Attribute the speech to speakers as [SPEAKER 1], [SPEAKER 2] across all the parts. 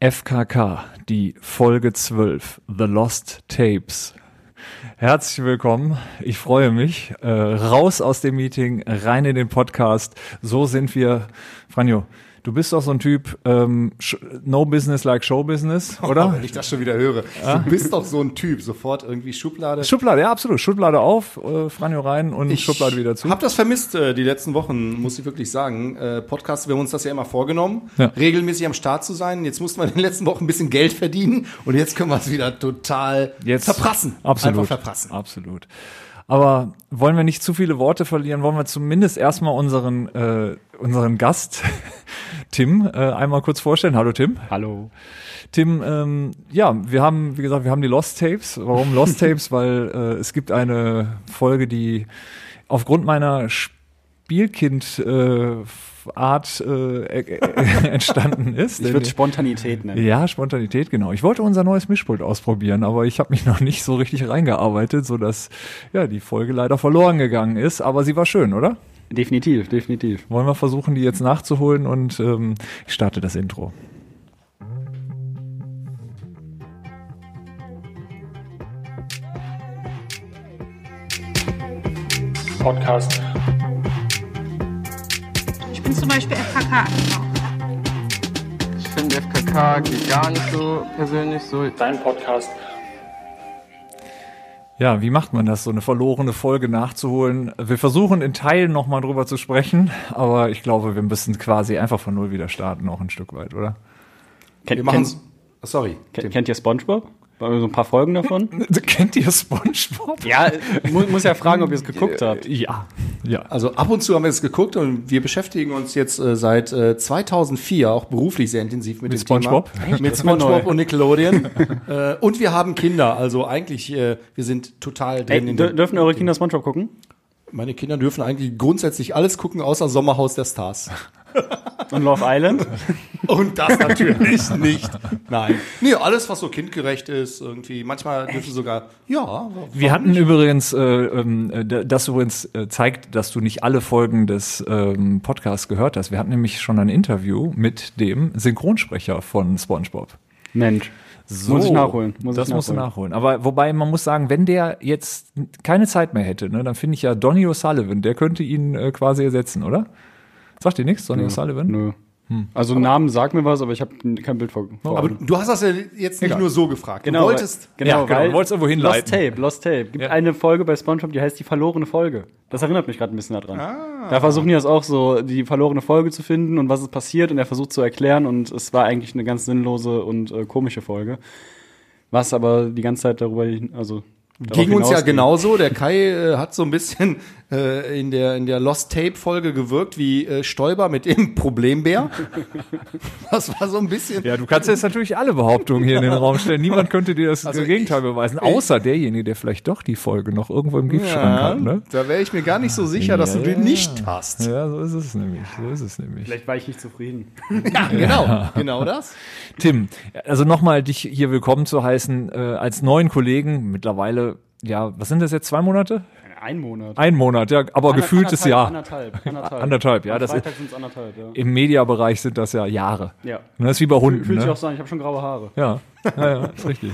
[SPEAKER 1] FKK, die Folge 12, The Lost Tapes. Herzlich willkommen, ich freue mich. Äh, raus aus dem Meeting, rein in den Podcast. So sind wir. Franjo, du bist doch so ein Typ, ähm, sh- no business like show business,
[SPEAKER 2] Oh,
[SPEAKER 1] oder?
[SPEAKER 2] wenn ich das schon wieder höre. Du bist doch so ein Typ, sofort irgendwie Schublade.
[SPEAKER 1] Schublade, ja, absolut. Schublade auf, äh, Franjo rein und
[SPEAKER 2] Ich
[SPEAKER 1] Schublade wieder zu.
[SPEAKER 2] Hab das vermisst äh, die letzten Wochen, muss ich wirklich sagen. Äh, Podcast, wir haben uns das ja immer vorgenommen,
[SPEAKER 1] Ja.
[SPEAKER 2] regelmäßig am Start zu sein. Jetzt mussten wir in den letzten Wochen ein bisschen Geld verdienen und jetzt können wir es wieder total verprassen.
[SPEAKER 1] Absolut.
[SPEAKER 2] Einfach verprassen.
[SPEAKER 1] Absolut. Aber wollen wir nicht zu viele Worte verlieren, wollen wir zumindest erstmal unseren, äh, unseren Gast, Tim, äh, einmal kurz vorstellen. Hallo Tim.
[SPEAKER 3] Hallo.
[SPEAKER 1] Tim, ähm, ja, wir haben, wie gesagt, wir haben die Lost Tapes. Warum Lost Tapes? Weil äh, es gibt eine Folge, die aufgrund meiner Spielkind äh, Art äh, äh, äh, entstanden ist.
[SPEAKER 3] Ich
[SPEAKER 1] Denn-
[SPEAKER 3] würde Spontanität nennen.
[SPEAKER 1] ja, Spontanität, genau. Ich wollte unser neues Mischpult ausprobieren, aber ich habe mich noch nicht so richtig reingearbeitet, sodass ja, die Folge leider verloren gegangen ist. Aber sie war schön, oder?
[SPEAKER 3] Definitiv, definitiv.
[SPEAKER 1] Wollen wir versuchen, die jetzt nachzuholen und ähm, ich starte das Intro.
[SPEAKER 4] Podcast.
[SPEAKER 5] Ich bin zum Beispiel FKK.
[SPEAKER 6] Ich finde FKK geht gar nicht so persönlich so.
[SPEAKER 4] Dein Podcast.
[SPEAKER 1] Ja, wie macht man das, so eine verlorene Folge nachzuholen? Wir versuchen in Teilen nochmal drüber zu sprechen, aber ich glaube, wir müssen quasi einfach von Null wieder starten, auch ein Stück weit, oder?
[SPEAKER 3] Kennt,
[SPEAKER 2] Wir machen
[SPEAKER 3] kennt,
[SPEAKER 2] Sorry.
[SPEAKER 3] kennt, kennt ihr Spongebob? Waren wir so ein paar Folgen davon?
[SPEAKER 1] Kennt ihr Spongebob?
[SPEAKER 3] ja, mu muss ja fragen, ob ihr es geguckt habt.
[SPEAKER 1] Ja. Ja.
[SPEAKER 2] Also ab und zu haben wir es geguckt und wir beschäftigen uns jetzt äh, seit äh, 2004 auch beruflich sehr intensiv mit,
[SPEAKER 1] Mit
[SPEAKER 2] dem Thema.
[SPEAKER 1] SpongeBob?
[SPEAKER 2] Mit
[SPEAKER 3] ist mir
[SPEAKER 2] SpongeBob
[SPEAKER 3] neu.
[SPEAKER 2] und Nickelodeon. äh, und wir haben Kinder, also eigentlich, äh, wir sind total drin.
[SPEAKER 3] Ey,
[SPEAKER 2] in
[SPEAKER 3] dür
[SPEAKER 2] dem-
[SPEAKER 3] dürfen eure Kinder Spongebob gucken?
[SPEAKER 2] Meine Kinder dürfen eigentlich grundsätzlich alles gucken, außer Sommerhaus der Stars.
[SPEAKER 3] Und Love Island?
[SPEAKER 2] Und das natürlich nicht. Nein. Nee, alles, was so kindgerecht ist, irgendwie. Manchmal dürfen sogar, ja,
[SPEAKER 1] Wir hatten übrigens, äh, ähm, äh, d- das übrigens äh, zeigt, dass du nicht alle Folgen des ähm, Podcasts gehört hast. Wir hatten nämlich schon ein Interview mit dem Synchronsprecher von SpongeBob.
[SPEAKER 3] Mensch.
[SPEAKER 1] So,
[SPEAKER 3] Muss ich nachholen, muss ich
[SPEAKER 1] das musst du nachholen.
[SPEAKER 3] nachholen.
[SPEAKER 1] Aber wobei man muss sagen, wenn der jetzt keine Zeit mehr hätte, ne, dann finde ich ja Donny O'Sullivan, der könnte ihn äh, quasi ersetzen, oder? Sagt dir nichts, Donny O'Sullivan?
[SPEAKER 3] Nö. Also Namen sagt mir was, aber ich habe kein Bild vor. vor
[SPEAKER 2] aber
[SPEAKER 3] Augen.
[SPEAKER 2] du hast das ja jetzt nicht
[SPEAKER 1] Egal.
[SPEAKER 2] nur so gefragt.
[SPEAKER 3] genau,
[SPEAKER 2] du wolltest,
[SPEAKER 3] weil, genau,
[SPEAKER 1] Ja, genau,
[SPEAKER 3] weil
[SPEAKER 1] wolltest irgendwo
[SPEAKER 3] Lost
[SPEAKER 1] hinleiten.
[SPEAKER 3] Tape, Lost Tape. Gibt
[SPEAKER 1] Ja.
[SPEAKER 3] eine Folge bei SpongeBob, die heißt die verlorene Folge. Das erinnert mich gerade ein bisschen daran.
[SPEAKER 1] Ah.
[SPEAKER 3] Da versuchen die das auch so, die verlorene Folge zu finden und was ist passiert und er versucht zu erklären und es war eigentlich eine ganz sinnlose und äh, komische Folge. Was aber die ganze Zeit darüber, hin- also darauf
[SPEAKER 2] Ging uns ja
[SPEAKER 3] hinausging.
[SPEAKER 1] genau-
[SPEAKER 2] genauso. Der Kai äh, hat so ein bisschen äh, in, der, in der Lost Tape-Folge gewirkt wie äh, Stoiber mit dem Problembär. Das war so ein bisschen.
[SPEAKER 1] Ja, du kannst jetzt natürlich alle Behauptungen hier in den Raum stellen. Niemand könnte dir das Gegenteil beweisen, außer derjenige, der vielleicht doch die Folge noch irgendwo im Giftschrank
[SPEAKER 2] Ja,
[SPEAKER 1] hat, ne?
[SPEAKER 2] Da wäre ich mir gar nicht so sicher, dass du
[SPEAKER 1] Ja,
[SPEAKER 2] den
[SPEAKER 1] ja.
[SPEAKER 2] nicht hast.
[SPEAKER 1] Ja, so ist es nämlich. So ist es nämlich.
[SPEAKER 3] Vielleicht war ich nicht zufrieden.
[SPEAKER 2] Ja, genau. Genau das.
[SPEAKER 1] Tim, also nochmal dich hier willkommen zu heißen äh, als neuen Kollegen. Mittlerweile, ja, was sind das jetzt? Zwei Monate?
[SPEAKER 3] Ein Monat.
[SPEAKER 1] Ein Monat, ja, aber gefühltes
[SPEAKER 3] anderthalb,
[SPEAKER 1] Jahr.
[SPEAKER 3] Anderthalb, anderthalb.
[SPEAKER 1] Anderthalb, ja,
[SPEAKER 3] Am
[SPEAKER 1] das ist-
[SPEAKER 3] Freitag sind es anderthalb, ja.
[SPEAKER 1] Im Mediabereich sind das ja Jahre.
[SPEAKER 3] Ja.
[SPEAKER 1] Ne, Das ist wie bei Hunden.
[SPEAKER 3] Fühlt
[SPEAKER 1] ne?
[SPEAKER 3] sich auch so an, ich habe schon graue Haare.
[SPEAKER 1] Ja, ja, ja ist richtig.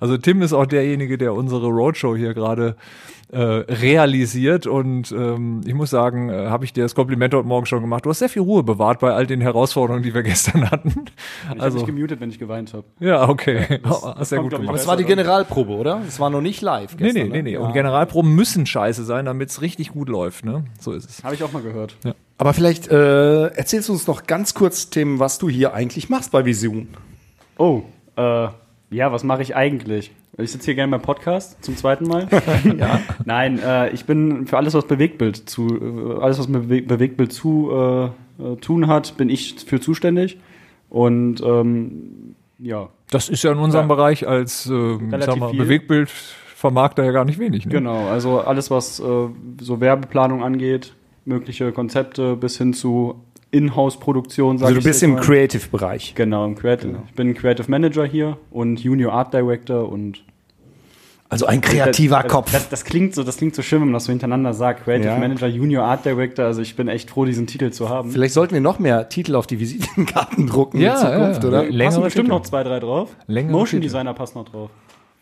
[SPEAKER 1] Also Tim ist auch derjenige, der unsere Roadshow hier gerade äh, realisiert und ähm, ich muss sagen, äh, habe ich dir das Kompliment heute Morgen schon gemacht. Du hast sehr viel Ruhe bewahrt bei all den Herausforderungen, die wir gestern hatten.
[SPEAKER 3] Ich habe
[SPEAKER 1] Also
[SPEAKER 3] mich gemutet, wenn ich geweint habe.
[SPEAKER 1] ja, okay, hast sehr
[SPEAKER 3] kommt,
[SPEAKER 1] gut
[SPEAKER 3] glaub ich,
[SPEAKER 1] gemacht.
[SPEAKER 2] Das war die Generalprobe, oder? Das war noch nicht live.
[SPEAKER 1] Also Nee,
[SPEAKER 2] Gestern,
[SPEAKER 1] nee,
[SPEAKER 2] ne?
[SPEAKER 1] nee, nee. Und Generalproben müssen scheiße sein, damit es richtig gut läuft, ne? So ist es.
[SPEAKER 3] Habe ich auch mal gehört.
[SPEAKER 2] Aber vielleicht äh, erzählst du uns noch ganz kurz, Tim, was du hier eigentlich machst bei Vision.
[SPEAKER 3] Oh, äh, ja, was mache ich eigentlich? Ich sitze hier gerne beim Podcast zum zweiten Mal. ja. Nein, äh, ich bin für alles, was Bewegtbild zu, äh, alles, was mit Bewe- Bewegtbild zu äh, äh, tun hat, bin ich für zuständig. Und ähm, ja,
[SPEAKER 1] Das ist ja in unserem Bereich als ähm,
[SPEAKER 3] Relativ
[SPEAKER 1] sag mal,
[SPEAKER 3] viel.
[SPEAKER 1] Bewegtbild vermarkter ja gar nicht wenig. Ne?
[SPEAKER 3] genau. Also alles, was äh, so Werbeplanung angeht, mögliche Konzepte bis hin zu Inhouse-Produktion, sag
[SPEAKER 2] Also du
[SPEAKER 3] ich
[SPEAKER 2] bist
[SPEAKER 3] jetzt
[SPEAKER 2] im Genau.
[SPEAKER 3] mal.
[SPEAKER 2] Creative-Bereich.
[SPEAKER 3] Genau, im Creative. Ich bin Creative Manager hier und Junior Art Director und
[SPEAKER 2] Also ein kreativer
[SPEAKER 3] das,
[SPEAKER 2] Kopf.
[SPEAKER 3] Das, das, klingt so, das klingt so schön, wenn man das so hintereinander sagt. Creative
[SPEAKER 2] Ja.
[SPEAKER 3] Manager, Junior Art Director. Also ich bin echt froh, diesen Titel zu haben.
[SPEAKER 2] Vielleicht sollten wir noch mehr Titel auf die Visitenkarten drucken
[SPEAKER 1] Ja,
[SPEAKER 2] in Zukunft,
[SPEAKER 1] ja.
[SPEAKER 2] oder?
[SPEAKER 1] längere
[SPEAKER 3] Passen bestimmt
[SPEAKER 1] Titel.
[SPEAKER 3] noch zwei, drei drauf.
[SPEAKER 1] Längere
[SPEAKER 3] Motion
[SPEAKER 1] Titel.
[SPEAKER 3] Designer passt noch drauf.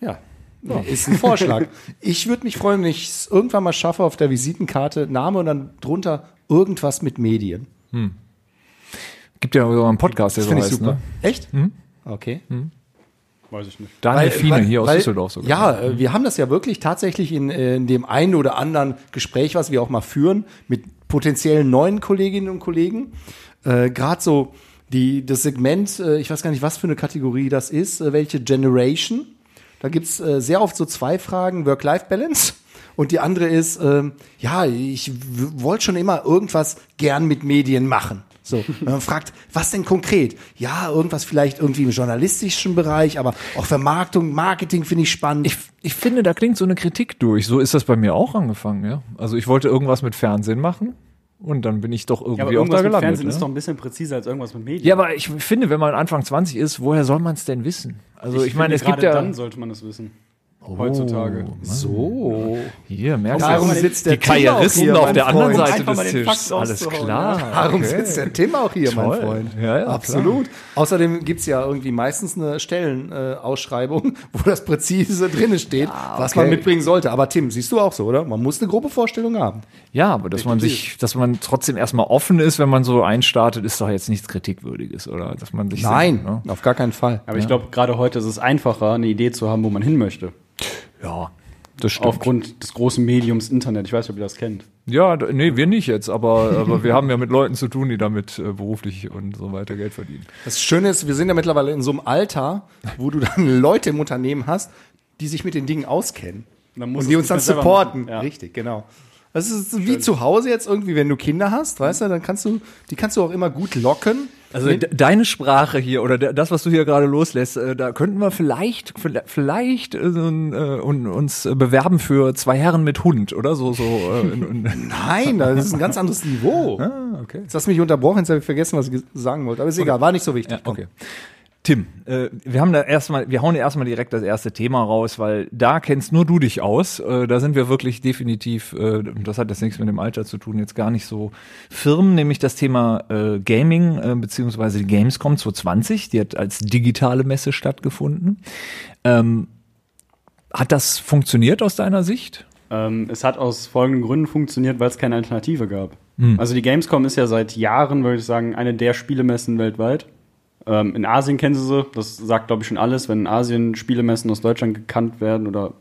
[SPEAKER 2] Ja. Ist ein Vorschlag. Ich würde mich freuen, wenn ich es irgendwann mal schaffe, auf der Visitenkarte Name und dann drunter irgendwas mit Medien.
[SPEAKER 1] Gibt ja sogar einen Podcast, der
[SPEAKER 2] Das
[SPEAKER 1] so
[SPEAKER 2] finde ich
[SPEAKER 1] heißt,
[SPEAKER 2] super.
[SPEAKER 1] ne?
[SPEAKER 2] Echt? Okay.
[SPEAKER 3] Weiß ich nicht.
[SPEAKER 1] Daniel Fiene hier aus Düsseldorf sogar.
[SPEAKER 2] Ja, äh, wir haben das ja wirklich tatsächlich in, äh, in dem einen oder anderen Gespräch, was wir auch mal führen, mit potenziellen neuen Kolleginnen und Kollegen. Äh, Gerade so die, das Segment, äh, ich weiß gar nicht, was für eine Kategorie das ist, äh, welche Generation. Da gibt's äh, sehr oft so zwei Fragen, Work-Life-Balance. Und die andere ist, ähm, ja, ich w- wollte schon immer irgendwas gern mit Medien machen. So, wenn man fragt, was denn konkret? Ja, irgendwas vielleicht irgendwie im journalistischen Bereich, aber auch Vermarktung, Marketing finde ich spannend.
[SPEAKER 1] Ich, ich finde, da klingt so eine Kritik durch. So ist das bei mir auch angefangen, ja. Also ich wollte irgendwas mit Fernsehen machen und dann bin ich doch
[SPEAKER 3] Ja, aber
[SPEAKER 1] irgendwie auch
[SPEAKER 3] irgendwas
[SPEAKER 1] da
[SPEAKER 3] mit
[SPEAKER 1] gelandet.
[SPEAKER 3] Fernsehen
[SPEAKER 1] ne?
[SPEAKER 3] ist doch ein bisschen präziser als irgendwas mit Medien.
[SPEAKER 1] ja, aber ich finde, wenn man Anfang 20 ist, woher soll man es denn wissen? Also ich, meine,
[SPEAKER 3] finde,
[SPEAKER 1] es gibt
[SPEAKER 3] gerade
[SPEAKER 1] ja Oh.
[SPEAKER 3] dann sollte man es wissen. Heutzutage.
[SPEAKER 2] Ah. so.
[SPEAKER 1] hier merkst
[SPEAKER 2] Darum
[SPEAKER 1] du,
[SPEAKER 2] sitzt der
[SPEAKER 1] die Karrieristen
[SPEAKER 2] Tim auch hier,
[SPEAKER 1] auf
[SPEAKER 2] mein
[SPEAKER 1] der anderen
[SPEAKER 2] Freund.
[SPEAKER 1] Seite
[SPEAKER 3] Einfach mal
[SPEAKER 1] des
[SPEAKER 3] den
[SPEAKER 1] Tisches.
[SPEAKER 3] Fax
[SPEAKER 1] Alles
[SPEAKER 3] rauszuhauen,
[SPEAKER 1] klar.
[SPEAKER 2] Darum sitzt der Tim auch hier, mein
[SPEAKER 1] Toll.
[SPEAKER 2] Freund.
[SPEAKER 1] Ja, ja,
[SPEAKER 2] Absolut. Außerdem gibt's ja irgendwie meistens eine Stellenausschreibung, äh, Ausschreibung, wo das Präzise drin steht,
[SPEAKER 1] Ah,
[SPEAKER 2] was man mitbringen sollte. Aber Tim, siehst du auch so, oder? Man muss eine grobe Vorstellung haben.
[SPEAKER 1] Ja, aber dass man sich, dass man trotzdem erstmal offen ist, wenn man so einstartet, ist doch jetzt nichts Kritikwürdiges, oder? Dass man sich ne?
[SPEAKER 2] auf gar keinen Fall.
[SPEAKER 3] Aber ich glaube, gerade heute ist es einfacher, eine Idee zu haben, wo man hin möchte.
[SPEAKER 1] Ja, das stimmt.
[SPEAKER 3] Aufgrund des großen Mediums Internet. Ich weiß nicht, ob ihr das kennt.
[SPEAKER 1] Ja, d- nee, wir nicht jetzt, aber, aber wir haben ja mit Leuten zu tun, die damit äh, beruflich und so weiter Geld verdienen.
[SPEAKER 2] Das Schöne ist, wir sind ja mittlerweile in so einem Alter, wo du dann Leute im Unternehmen hast, die sich mit den Dingen auskennen.
[SPEAKER 3] Dann
[SPEAKER 2] und
[SPEAKER 3] muss es
[SPEAKER 2] die
[SPEAKER 3] nicht
[SPEAKER 2] uns dann
[SPEAKER 3] mehr selber
[SPEAKER 2] supporten.
[SPEAKER 3] machen, ja.
[SPEAKER 2] Richtig, genau. Das ist wie zu Hause jetzt irgendwie, wenn du Kinder hast, weißt du, dann kannst du, die kannst du auch immer gut locken.
[SPEAKER 1] Also de- deine Sprache hier oder de- das, was du hier gerade loslässt, äh, da könnten wir vielleicht vielleicht, vielleicht äh, so ein, äh, un- uns äh, bewerben für zwei Herren mit Hund oder so so. Äh, in, in,
[SPEAKER 2] Nein, das ist ein ganz anderes Niveau.
[SPEAKER 3] Ah,
[SPEAKER 1] okay.
[SPEAKER 2] Jetzt hast du mich unterbrochen, jetzt habe ich vergessen, was ich ges- sagen wollte. Aber ist egal, war nicht so wichtig.
[SPEAKER 1] Okay. Tim, äh, wir haben da erstmal, wir hauen erstmal direkt das erste Thema raus, weil da kennst nur du dich aus. Äh, da sind wir wirklich definitiv, äh, das hat jetzt nichts mit dem Alter zu tun, jetzt gar nicht so firm, nämlich das Thema äh, Gaming äh, beziehungsweise die Gamescom 2020, die hat als digitale Messe stattgefunden. Ähm, hat das funktioniert aus deiner Sicht?
[SPEAKER 3] Ähm, es hat aus folgenden Gründen funktioniert, weil es keine Alternative gab.
[SPEAKER 1] Hm.
[SPEAKER 3] Also die Gamescom ist ja seit Jahren, würde ich sagen, eine der Spielemessen weltweit. Ähm, in Asien kennen sie sie, das sagt, glaube ich, schon alles. Wenn in Asien Spielemessen aus Deutschland gekannt werden oder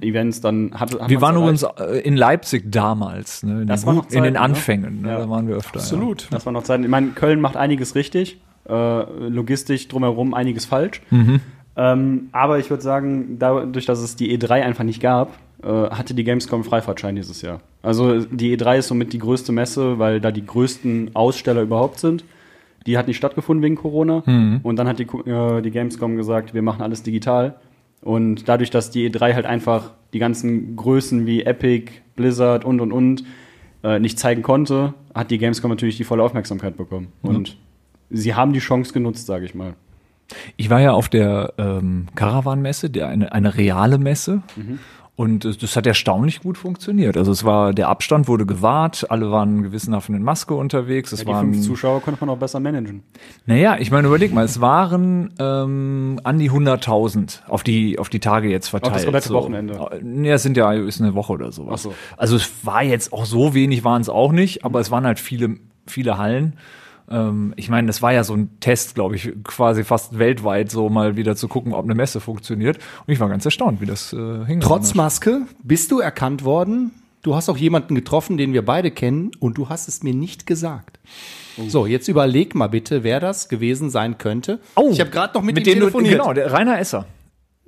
[SPEAKER 3] Events, dann hat, hat
[SPEAKER 1] Hm. Wir
[SPEAKER 3] man's
[SPEAKER 1] waren
[SPEAKER 3] erreicht.
[SPEAKER 1] übrigens äh, in Leipzig damals, ne? in,
[SPEAKER 3] Das
[SPEAKER 1] den,
[SPEAKER 3] war
[SPEAKER 1] Hu-
[SPEAKER 3] noch
[SPEAKER 1] in den
[SPEAKER 3] Zeiten, ne?
[SPEAKER 1] Anfängen, ne?
[SPEAKER 3] Ja.
[SPEAKER 1] da waren wir öfter. Absolut.
[SPEAKER 3] Das war noch Zeit. Ich meine, Köln macht einiges richtig, äh, logistisch drumherum einiges falsch. Ähm, aber ich würde sagen, dadurch, dass es die E3 einfach nicht gab, äh, hatte die Gamescom Freifahrtschein dieses Jahr. Also die E3 ist somit die größte Messe, weil da die größten Aussteller überhaupt sind. Die hat nicht stattgefunden wegen Corona.
[SPEAKER 1] Mhm.
[SPEAKER 3] Und dann hat die, Ku- äh, die Gamescom gesagt, wir machen alles digital. Und dadurch, dass die E3 halt einfach die ganzen Größen wie Epic, Blizzard und und und äh, nicht zeigen konnte, hat die Gamescom natürlich die volle Aufmerksamkeit bekommen.
[SPEAKER 1] Mhm.
[SPEAKER 3] Und sie haben die Chance genutzt, sage ich mal.
[SPEAKER 1] Ich war ja auf der ähm, Caravan-Messe, der, eine, eine reale Messe. Und äh, das hat erstaunlich gut funktioniert. Also es war, der Abstand wurde gewahrt, alle waren gewissenhaft in Maske unterwegs. Es
[SPEAKER 3] Die
[SPEAKER 1] waren,
[SPEAKER 3] fünf Zuschauer konnte man auch besser managen.
[SPEAKER 1] naja, ich meine, überleg mal, es waren ähm, an die 100.000 auf die, auf die Tage jetzt verteilt.
[SPEAKER 3] komplette Wochenende.
[SPEAKER 1] Äh, Nee, es sind ja, ist eine Woche oder sowas.
[SPEAKER 3] Ach so.
[SPEAKER 1] Also es war jetzt auch so wenig, waren es auch nicht, aber es waren halt viele, viele Hallen. Ähm, ich meine, das war ja so ein Test, glaube ich, quasi fast weltweit so mal wieder zu gucken, ob eine Messe funktioniert. Und ich war ganz erstaunt, wie das äh, hing.
[SPEAKER 2] Trotz Maske bist du erkannt worden. Du hast auch jemanden getroffen, den wir beide kennen, und du hast es mir nicht gesagt. So, jetzt überleg mal bitte, wer das gewesen sein könnte.
[SPEAKER 1] Oh,
[SPEAKER 2] ich habe gerade noch mit,
[SPEAKER 1] mit
[SPEAKER 2] ihm
[SPEAKER 1] dem du,
[SPEAKER 2] telefoniert.
[SPEAKER 1] genau, der Rainer Esser.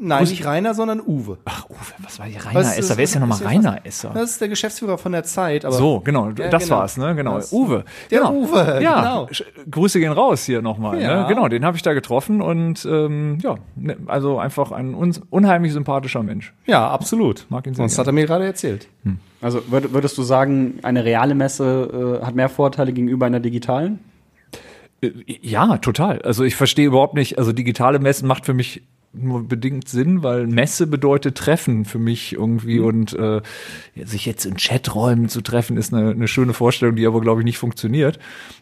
[SPEAKER 2] Nein, nicht Rainer, sondern Uwe.
[SPEAKER 1] Ach, Uwe, was war hier Rainer
[SPEAKER 2] Was ist-
[SPEAKER 1] Esser? Wer ist denn nochmal
[SPEAKER 2] ist-
[SPEAKER 1] Rainer Esser?
[SPEAKER 2] Das ist der Geschäftsführer von der Zeit. Aber
[SPEAKER 1] So, genau, das
[SPEAKER 2] genau.
[SPEAKER 1] war's, ne? Genau.
[SPEAKER 2] Das-
[SPEAKER 1] Uwe.
[SPEAKER 2] Der
[SPEAKER 1] genau.
[SPEAKER 2] Uwe,
[SPEAKER 1] ja.
[SPEAKER 2] genau.
[SPEAKER 1] Sch- Grüße gehen raus hier nochmal.
[SPEAKER 2] Ja.
[SPEAKER 1] Ne? Genau, den habe ich da getroffen und ähm, ja, ne, also einfach ein un unheimlich sympathischer Mensch.
[SPEAKER 2] Ja, absolut.
[SPEAKER 1] Mag ihn sehr
[SPEAKER 2] Sonst hat
[SPEAKER 1] gerne.
[SPEAKER 2] er mir gerade erzählt.
[SPEAKER 3] Also würd, würdest du sagen, eine reale Messe äh, hat mehr Vorteile gegenüber einer digitalen?
[SPEAKER 1] Äh, Ja, total. Also ich verstehe überhaupt nicht, also digitale Messen macht für mich nur bedingt Sinn, weil Messe bedeutet Treffen für mich irgendwie
[SPEAKER 2] Mhm.
[SPEAKER 1] und äh, sich jetzt in Chaträumen zu treffen ist eine, eine schöne Vorstellung, die aber glaube ich nicht funktioniert.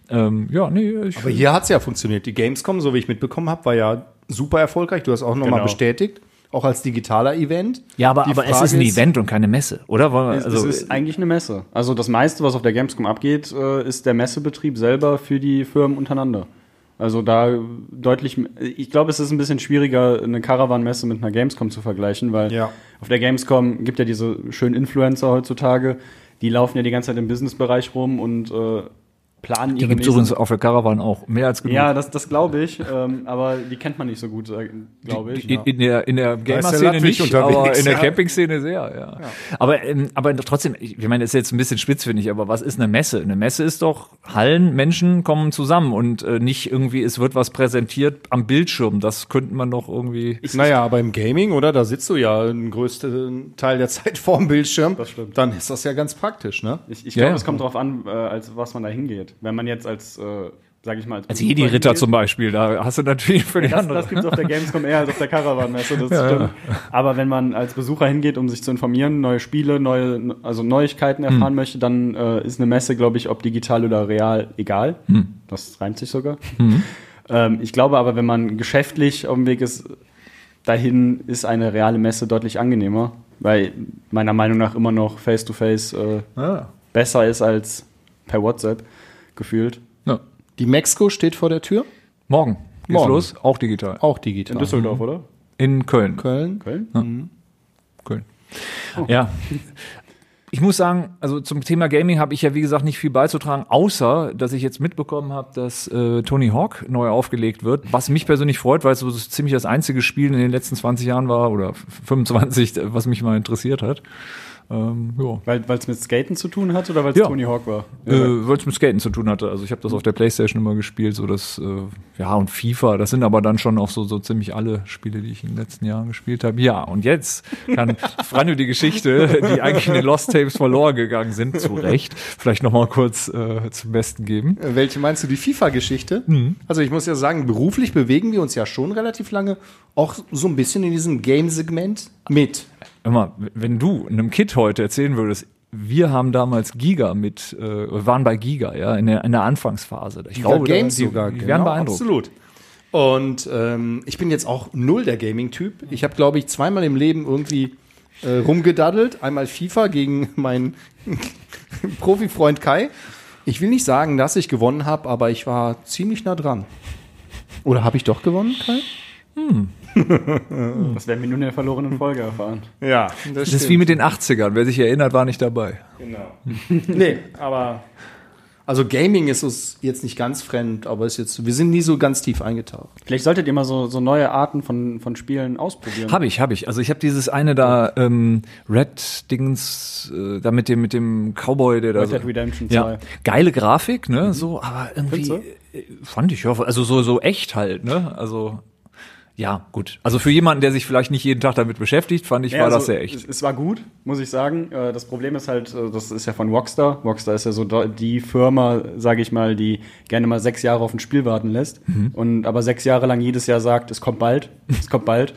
[SPEAKER 1] Ähm, ja, nee, ich
[SPEAKER 2] Aber hier hat es ja funktioniert. Die Gamescom, so wie ich mitbekommen habe, war ja super erfolgreich. Du hast auch nochmal
[SPEAKER 3] Genau.
[SPEAKER 2] bestätigt, auch als digitaler Event.
[SPEAKER 1] Ja, aber,
[SPEAKER 2] Die
[SPEAKER 1] aber es
[SPEAKER 2] Frage
[SPEAKER 1] ist ein Event und keine Messe, oder? Wollen wir-
[SPEAKER 3] Es,
[SPEAKER 1] also,
[SPEAKER 3] es ist eigentlich eine Messe. Also das meiste, was auf der Gamescom abgeht, äh, ist der Messebetrieb selber für die Firmen untereinander. Also da deutlich, m- ich glaube, es ist ein bisschen schwieriger, eine Caravan-Messe mit einer Gamescom zu vergleichen, weil
[SPEAKER 2] Ja.
[SPEAKER 3] auf der Gamescom gibt ja diese schönen Influencer heutzutage, die laufen ja die ganze Zeit im Businessbereich rum und äh, planen
[SPEAKER 1] die gibt es
[SPEAKER 3] nächsten-
[SPEAKER 1] übrigens auf der Caravan auch mehr als genug.
[SPEAKER 3] Ja, das, das glaube ich, ähm, aber die kennt man nicht so gut, äh, glaube ich.
[SPEAKER 1] In, in der, in der Gamer-Szene
[SPEAKER 2] Ladwig
[SPEAKER 1] nicht,
[SPEAKER 2] unterwegs,
[SPEAKER 1] aber in der
[SPEAKER 2] ja.
[SPEAKER 1] Camping-Szene sehr, ja. Aber, ähm, aber trotzdem, ich ich meine, das ist jetzt ein bisschen spitz, finde ich, aber was ist eine Messe? Eine Messe ist doch, Hallen, Menschen kommen zusammen und äh, nicht irgendwie, es wird was präsentiert am Bildschirm. Das könnte man noch irgendwie.
[SPEAKER 2] Naja, aber im Gaming, oder? Da sitzt du ja den größten Teil der Zeit vorm Bildschirm. Das
[SPEAKER 3] stimmt.
[SPEAKER 2] Dann ist das ja ganz praktisch, ne?
[SPEAKER 3] Ich, ich
[SPEAKER 1] Ja,
[SPEAKER 3] glaube,
[SPEAKER 1] ja.
[SPEAKER 3] es kommt darauf an, äh, als was man da hingeht. Wenn man jetzt als, äh, sag ich mal,
[SPEAKER 1] Als Jedi-Ritter Also zum
[SPEAKER 3] zum
[SPEAKER 1] Beispiel, da hast du natürlich für die
[SPEAKER 3] das,
[SPEAKER 1] andere.
[SPEAKER 3] das gibt es auf der Gamescom eher als auf der Caravan-Messe, das stimmt. Aber wenn man als Besucher hingeht, um sich zu informieren, neue Spiele, neue, also Neuigkeiten erfahren möchte, dann äh, ist eine Messe, glaube ich, ob digital oder real, egal. Das reimt sich sogar. Ähm, ich glaube aber, wenn man geschäftlich auf dem Weg ist, dahin ist eine reale Messe deutlich angenehmer, weil meiner Meinung nach immer noch Face-to-Face äh, besser ist als per WhatsApp gefühlt.
[SPEAKER 1] ja.
[SPEAKER 2] Die Mexco steht vor der Tür,
[SPEAKER 1] Morgen geht's
[SPEAKER 2] Morgen.
[SPEAKER 1] los, auch digital.
[SPEAKER 2] auch digital.
[SPEAKER 3] Düsseldorf, oder?
[SPEAKER 1] In Köln.
[SPEAKER 2] Köln.
[SPEAKER 3] Mhm. Köln?
[SPEAKER 1] Köln. Ja. Ich muss sagen, also zum Thema Gaming habe ich ja wie gesagt nicht viel beizutragen, außer dass ich jetzt mitbekommen habe, dass äh, Tony Hawk neu aufgelegt wird, was mich persönlich freut, weil es so ziemlich das einzige Spiel in den letzten 20 Jahren war oder 25, äh, was mich mal interessiert hat. Ähm, ja.
[SPEAKER 3] Weil es mit Skaten zu tun hat oder weil es
[SPEAKER 1] Ja.
[SPEAKER 3] Tony Hawk war?
[SPEAKER 1] Äh, weil es mit Skaten zu tun hatte. Also ich
[SPEAKER 2] Mhm.
[SPEAKER 1] habe das auf der Playstation immer gespielt, so das, äh, ja, und FIFA, das sind aber dann schon auch so, so ziemlich alle Spiele, die ich in den letzten Jahren gespielt habe. Ja, und jetzt kann Franjo die Geschichte, die eigentlich in den Lost Tapes verloren gegangen sind, zu Recht, vielleicht nochmal kurz äh, zum Besten geben.
[SPEAKER 2] Äh, Welche meinst du, die FIFA-Geschichte? Also ich muss ja sagen, beruflich bewegen wir uns ja schon relativ lange auch so ein bisschen in diesem Game-Segment mit.
[SPEAKER 1] Immer, wenn du einem Kid heute erzählen würdest, wir haben damals Giga mit, äh, waren bei Giga, ja, in der, in der Anfangsphase. Ich
[SPEAKER 2] Giga
[SPEAKER 1] da-
[SPEAKER 2] Games
[SPEAKER 1] die,
[SPEAKER 2] sogar.
[SPEAKER 1] Die
[SPEAKER 2] genau,
[SPEAKER 1] werden beeindruckt.
[SPEAKER 2] Absolut. Und ähm, ich bin jetzt auch null der Gaming-Typ. Ich habe, glaube ich, zweimal im Leben irgendwie äh, rumgedaddelt. Einmal FIFA gegen meinen Profifreund Kai. Ich will nicht sagen, dass ich gewonnen habe, aber ich war ziemlich nah dran. Oder habe ich doch gewonnen, Kai?
[SPEAKER 3] Das werden wir nun in der verlorenen Folge erfahren.
[SPEAKER 2] Ja,
[SPEAKER 1] Das ist wie mit den 80ern. Wer sich erinnert, war nicht dabei.
[SPEAKER 2] Nee, aber. Also Gaming ist uns jetzt nicht ganz fremd, aber ist jetzt, wir sind nie so ganz tief eingetaucht.
[SPEAKER 3] Vielleicht solltet ihr mal so, so neue Arten von, von Spielen ausprobieren.
[SPEAKER 1] Habe ich, habe ich. Also ich habe dieses eine da, ähm, Red Dings, äh, da mit dem, mit dem Cowboy, der da
[SPEAKER 3] Red
[SPEAKER 1] so,
[SPEAKER 3] Dead Redemption 2.
[SPEAKER 1] ja, geile Grafik, ne, so, aber irgendwie,
[SPEAKER 3] Findest
[SPEAKER 1] äh, fand ich, ja, also so, so echt halt, ne, also, ja, gut. Also für jemanden, der sich vielleicht nicht jeden Tag damit beschäftigt, fand ich,
[SPEAKER 3] Ja,
[SPEAKER 1] war
[SPEAKER 3] also,
[SPEAKER 1] das sehr echt.
[SPEAKER 3] Es, es war gut, muss ich sagen. Äh, Das Problem ist halt, äh, das ist ja von Rockstar. Rockstar ist ja so do- die Firma, sage ich mal, die gerne mal sechs Jahre auf ein Spiel warten lässt
[SPEAKER 1] Mhm.
[SPEAKER 3] und aber sechs Jahre lang jedes Jahr sagt, es kommt bald, es kommt bald.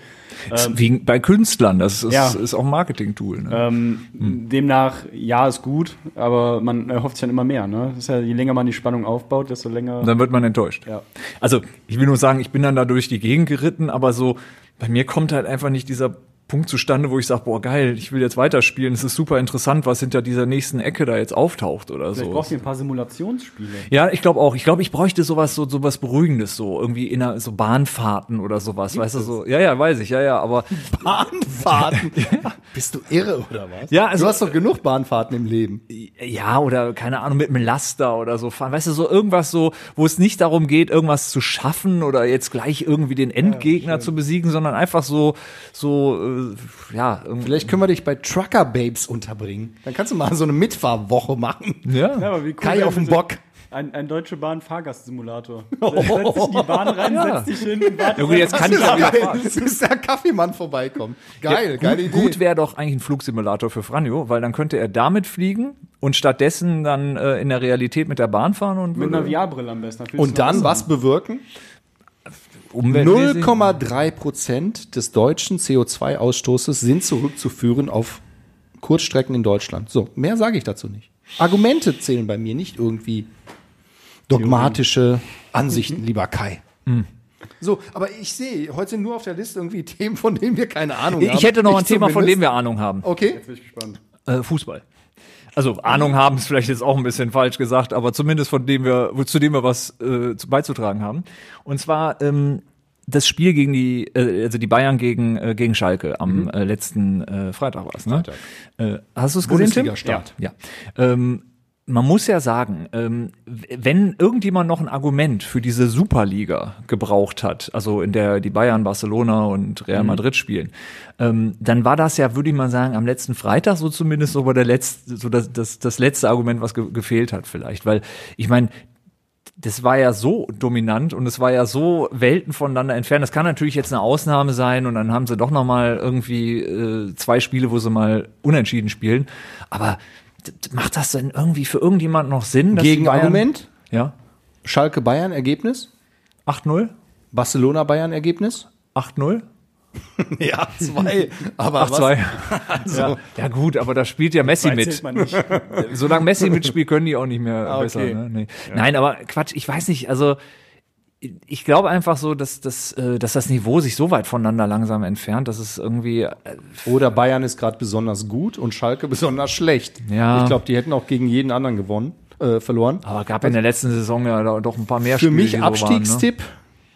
[SPEAKER 1] Ist wie bei Künstlern, das ist,
[SPEAKER 3] ähm, Ja.
[SPEAKER 1] ist auch ein Marketing-Tool, ne.
[SPEAKER 3] Ähm, Demnach, ja, ist gut, aber man erhofft sich dann immer mehr. Ne? Das ist ja, je länger man die Spannung aufbaut, desto länger.
[SPEAKER 1] Und dann wird man enttäuscht.
[SPEAKER 3] Ja.
[SPEAKER 1] Also, ich will nur sagen, ich bin dann da durch die Gegend geritten, aber so, bei mir kommt halt einfach nicht dieser Punkt zustande, wo ich sage, boah, geil, ich will jetzt weiterspielen, es ist super interessant, was hinter dieser nächsten Ecke da jetzt auftaucht oder
[SPEAKER 3] Vielleicht
[SPEAKER 1] so.
[SPEAKER 3] brauchst du ein paar Simulationsspiele.
[SPEAKER 1] Ja, ich glaube auch. Ich glaube, ich bräuchte sowas, so sowas Beruhigendes, so irgendwie in einer, so Bahnfahrten oder sowas, weißt du so. Ja, ja, weiß ich, ja, ja. Aber
[SPEAKER 2] Bahnfahrten? Bist du irre oder was?
[SPEAKER 1] Ja,
[SPEAKER 2] Ja,
[SPEAKER 1] also-
[SPEAKER 2] du hast doch genug Bahnfahrten im Leben.
[SPEAKER 1] ja, oder keine Ahnung, mit einem Laster oder so fahren. Weißt du, so irgendwas so, wo es nicht darum geht, irgendwas zu schaffen oder jetzt gleich irgendwie den Endgegner zu besiegen, sondern einfach so, so, äh, ja, irgendwie.
[SPEAKER 2] Vielleicht können wir dich bei Trucker Babes unterbringen. Dann kannst du mal so eine Mitfahrwoche machen.
[SPEAKER 1] Ja.
[SPEAKER 3] Ja, aber wie cool
[SPEAKER 2] Kai
[SPEAKER 3] wäre
[SPEAKER 2] auf dem
[SPEAKER 3] das?
[SPEAKER 2] Bock.
[SPEAKER 3] Ein, ein Deutsche Bahn Fahrgastsimulator. Setzt dich in die Bahn rein,
[SPEAKER 1] Ja.
[SPEAKER 3] setzt dich hin und wartet.
[SPEAKER 1] Ja, gut, jetzt kann ich ja wieder fahren.
[SPEAKER 2] Bis der Kaffeemann vorbeikommt. Geil, geile Idee.
[SPEAKER 1] Gut wäre doch eigentlich ein Flugsimulator für Franjo, weil dann könnte er damit fliegen und stattdessen dann äh, in der Realität mit der Bahn fahren und
[SPEAKER 3] mit einer
[SPEAKER 1] würde,
[SPEAKER 3] VR-Brille am besten. fühlst du
[SPEAKER 2] Und
[SPEAKER 3] dich
[SPEAKER 2] dann
[SPEAKER 3] besser.
[SPEAKER 2] was bewirken?
[SPEAKER 1] umweltmäßig?
[SPEAKER 2] 0,3 Prozent des deutschen CO2-Ausstoßes sind zurückzuführen auf Kurzstrecken in Deutschland. So, mehr sage ich dazu nicht. Argumente zählen bei mir nicht irgendwie dogmatische Ansichten, lieber Kai.
[SPEAKER 1] Hm.
[SPEAKER 2] So, aber ich sehe, heute sind nur auf der Liste irgendwie Themen, von denen wir keine Ahnung haben.
[SPEAKER 1] Ich hätte noch
[SPEAKER 2] Ich
[SPEAKER 1] ein Thema, von
[SPEAKER 2] zumindest.
[SPEAKER 1] dem wir Ahnung haben.
[SPEAKER 2] Okay.
[SPEAKER 3] Bin ich gespannt.
[SPEAKER 1] Äh, Fußball. Also Ahnung haben ist vielleicht jetzt auch ein bisschen falsch gesagt, aber zumindest von dem wir, wo- zu dem wir was äh, zu- beizutragen haben. Und zwar ähm, das Spiel gegen die, äh, also die Bayern gegen äh, gegen Schalke am äh, letzten äh, Freitag war es. Ne? Äh, hast du es gesehen, Tim?
[SPEAKER 2] Bundesliga-Start.
[SPEAKER 1] Ja. Ähm, man muss ja sagen, ähm, w- wenn irgendjemand noch ein Argument für diese Superliga gebraucht hat, also in der die Bayern, Barcelona und Real Madrid spielen, ähm, dann war das ja, würde ich mal sagen, am letzten Freitag so zumindest so, bei der letzte, so das, das, das letzte Argument, was ge gefehlt hat vielleicht. Weil ich meine, das war ja so dominant und es war ja so Welten voneinander entfernt. Das kann natürlich jetzt eine Ausnahme sein und dann haben sie doch noch mal irgendwie äh, zwei Spiele, wo sie mal unentschieden spielen. Aber d- d- macht das denn irgendwie für irgendjemand noch Sinn? dass die
[SPEAKER 2] Gegenargument?
[SPEAKER 1] Bayern- Ja.
[SPEAKER 2] Schalke Bayern Ergebnis?
[SPEAKER 1] 8-0?
[SPEAKER 2] Barcelona Bayern Ergebnis?
[SPEAKER 1] 8-0?
[SPEAKER 2] Ja, zwei. Aber
[SPEAKER 1] 8-2. Ja. ja gut, aber da spielt ja Messi mit.
[SPEAKER 3] Zählt man nicht.
[SPEAKER 1] Solange Messi mitspielt, können die auch nicht mehr besser.
[SPEAKER 2] okay.
[SPEAKER 1] Ne? Nee. Nein, aber Quatsch, ich weiß nicht, also ich glaube einfach so, dass, dass, äh, dass das Niveau sich so weit voneinander langsam entfernt, dass es irgendwie, äh,
[SPEAKER 2] Oder Bayern ist gerade besonders gut und Schalke besonders schlecht.
[SPEAKER 1] Ja.
[SPEAKER 2] Ich glaube, die hätten auch gegen jeden anderen gewonnen, äh, verloren.
[SPEAKER 1] aber gab in der letzten Saison ja da- doch ein paar mehr
[SPEAKER 2] Für
[SPEAKER 1] Spiele, die
[SPEAKER 2] mich
[SPEAKER 1] so ne?
[SPEAKER 2] Abstiegstipp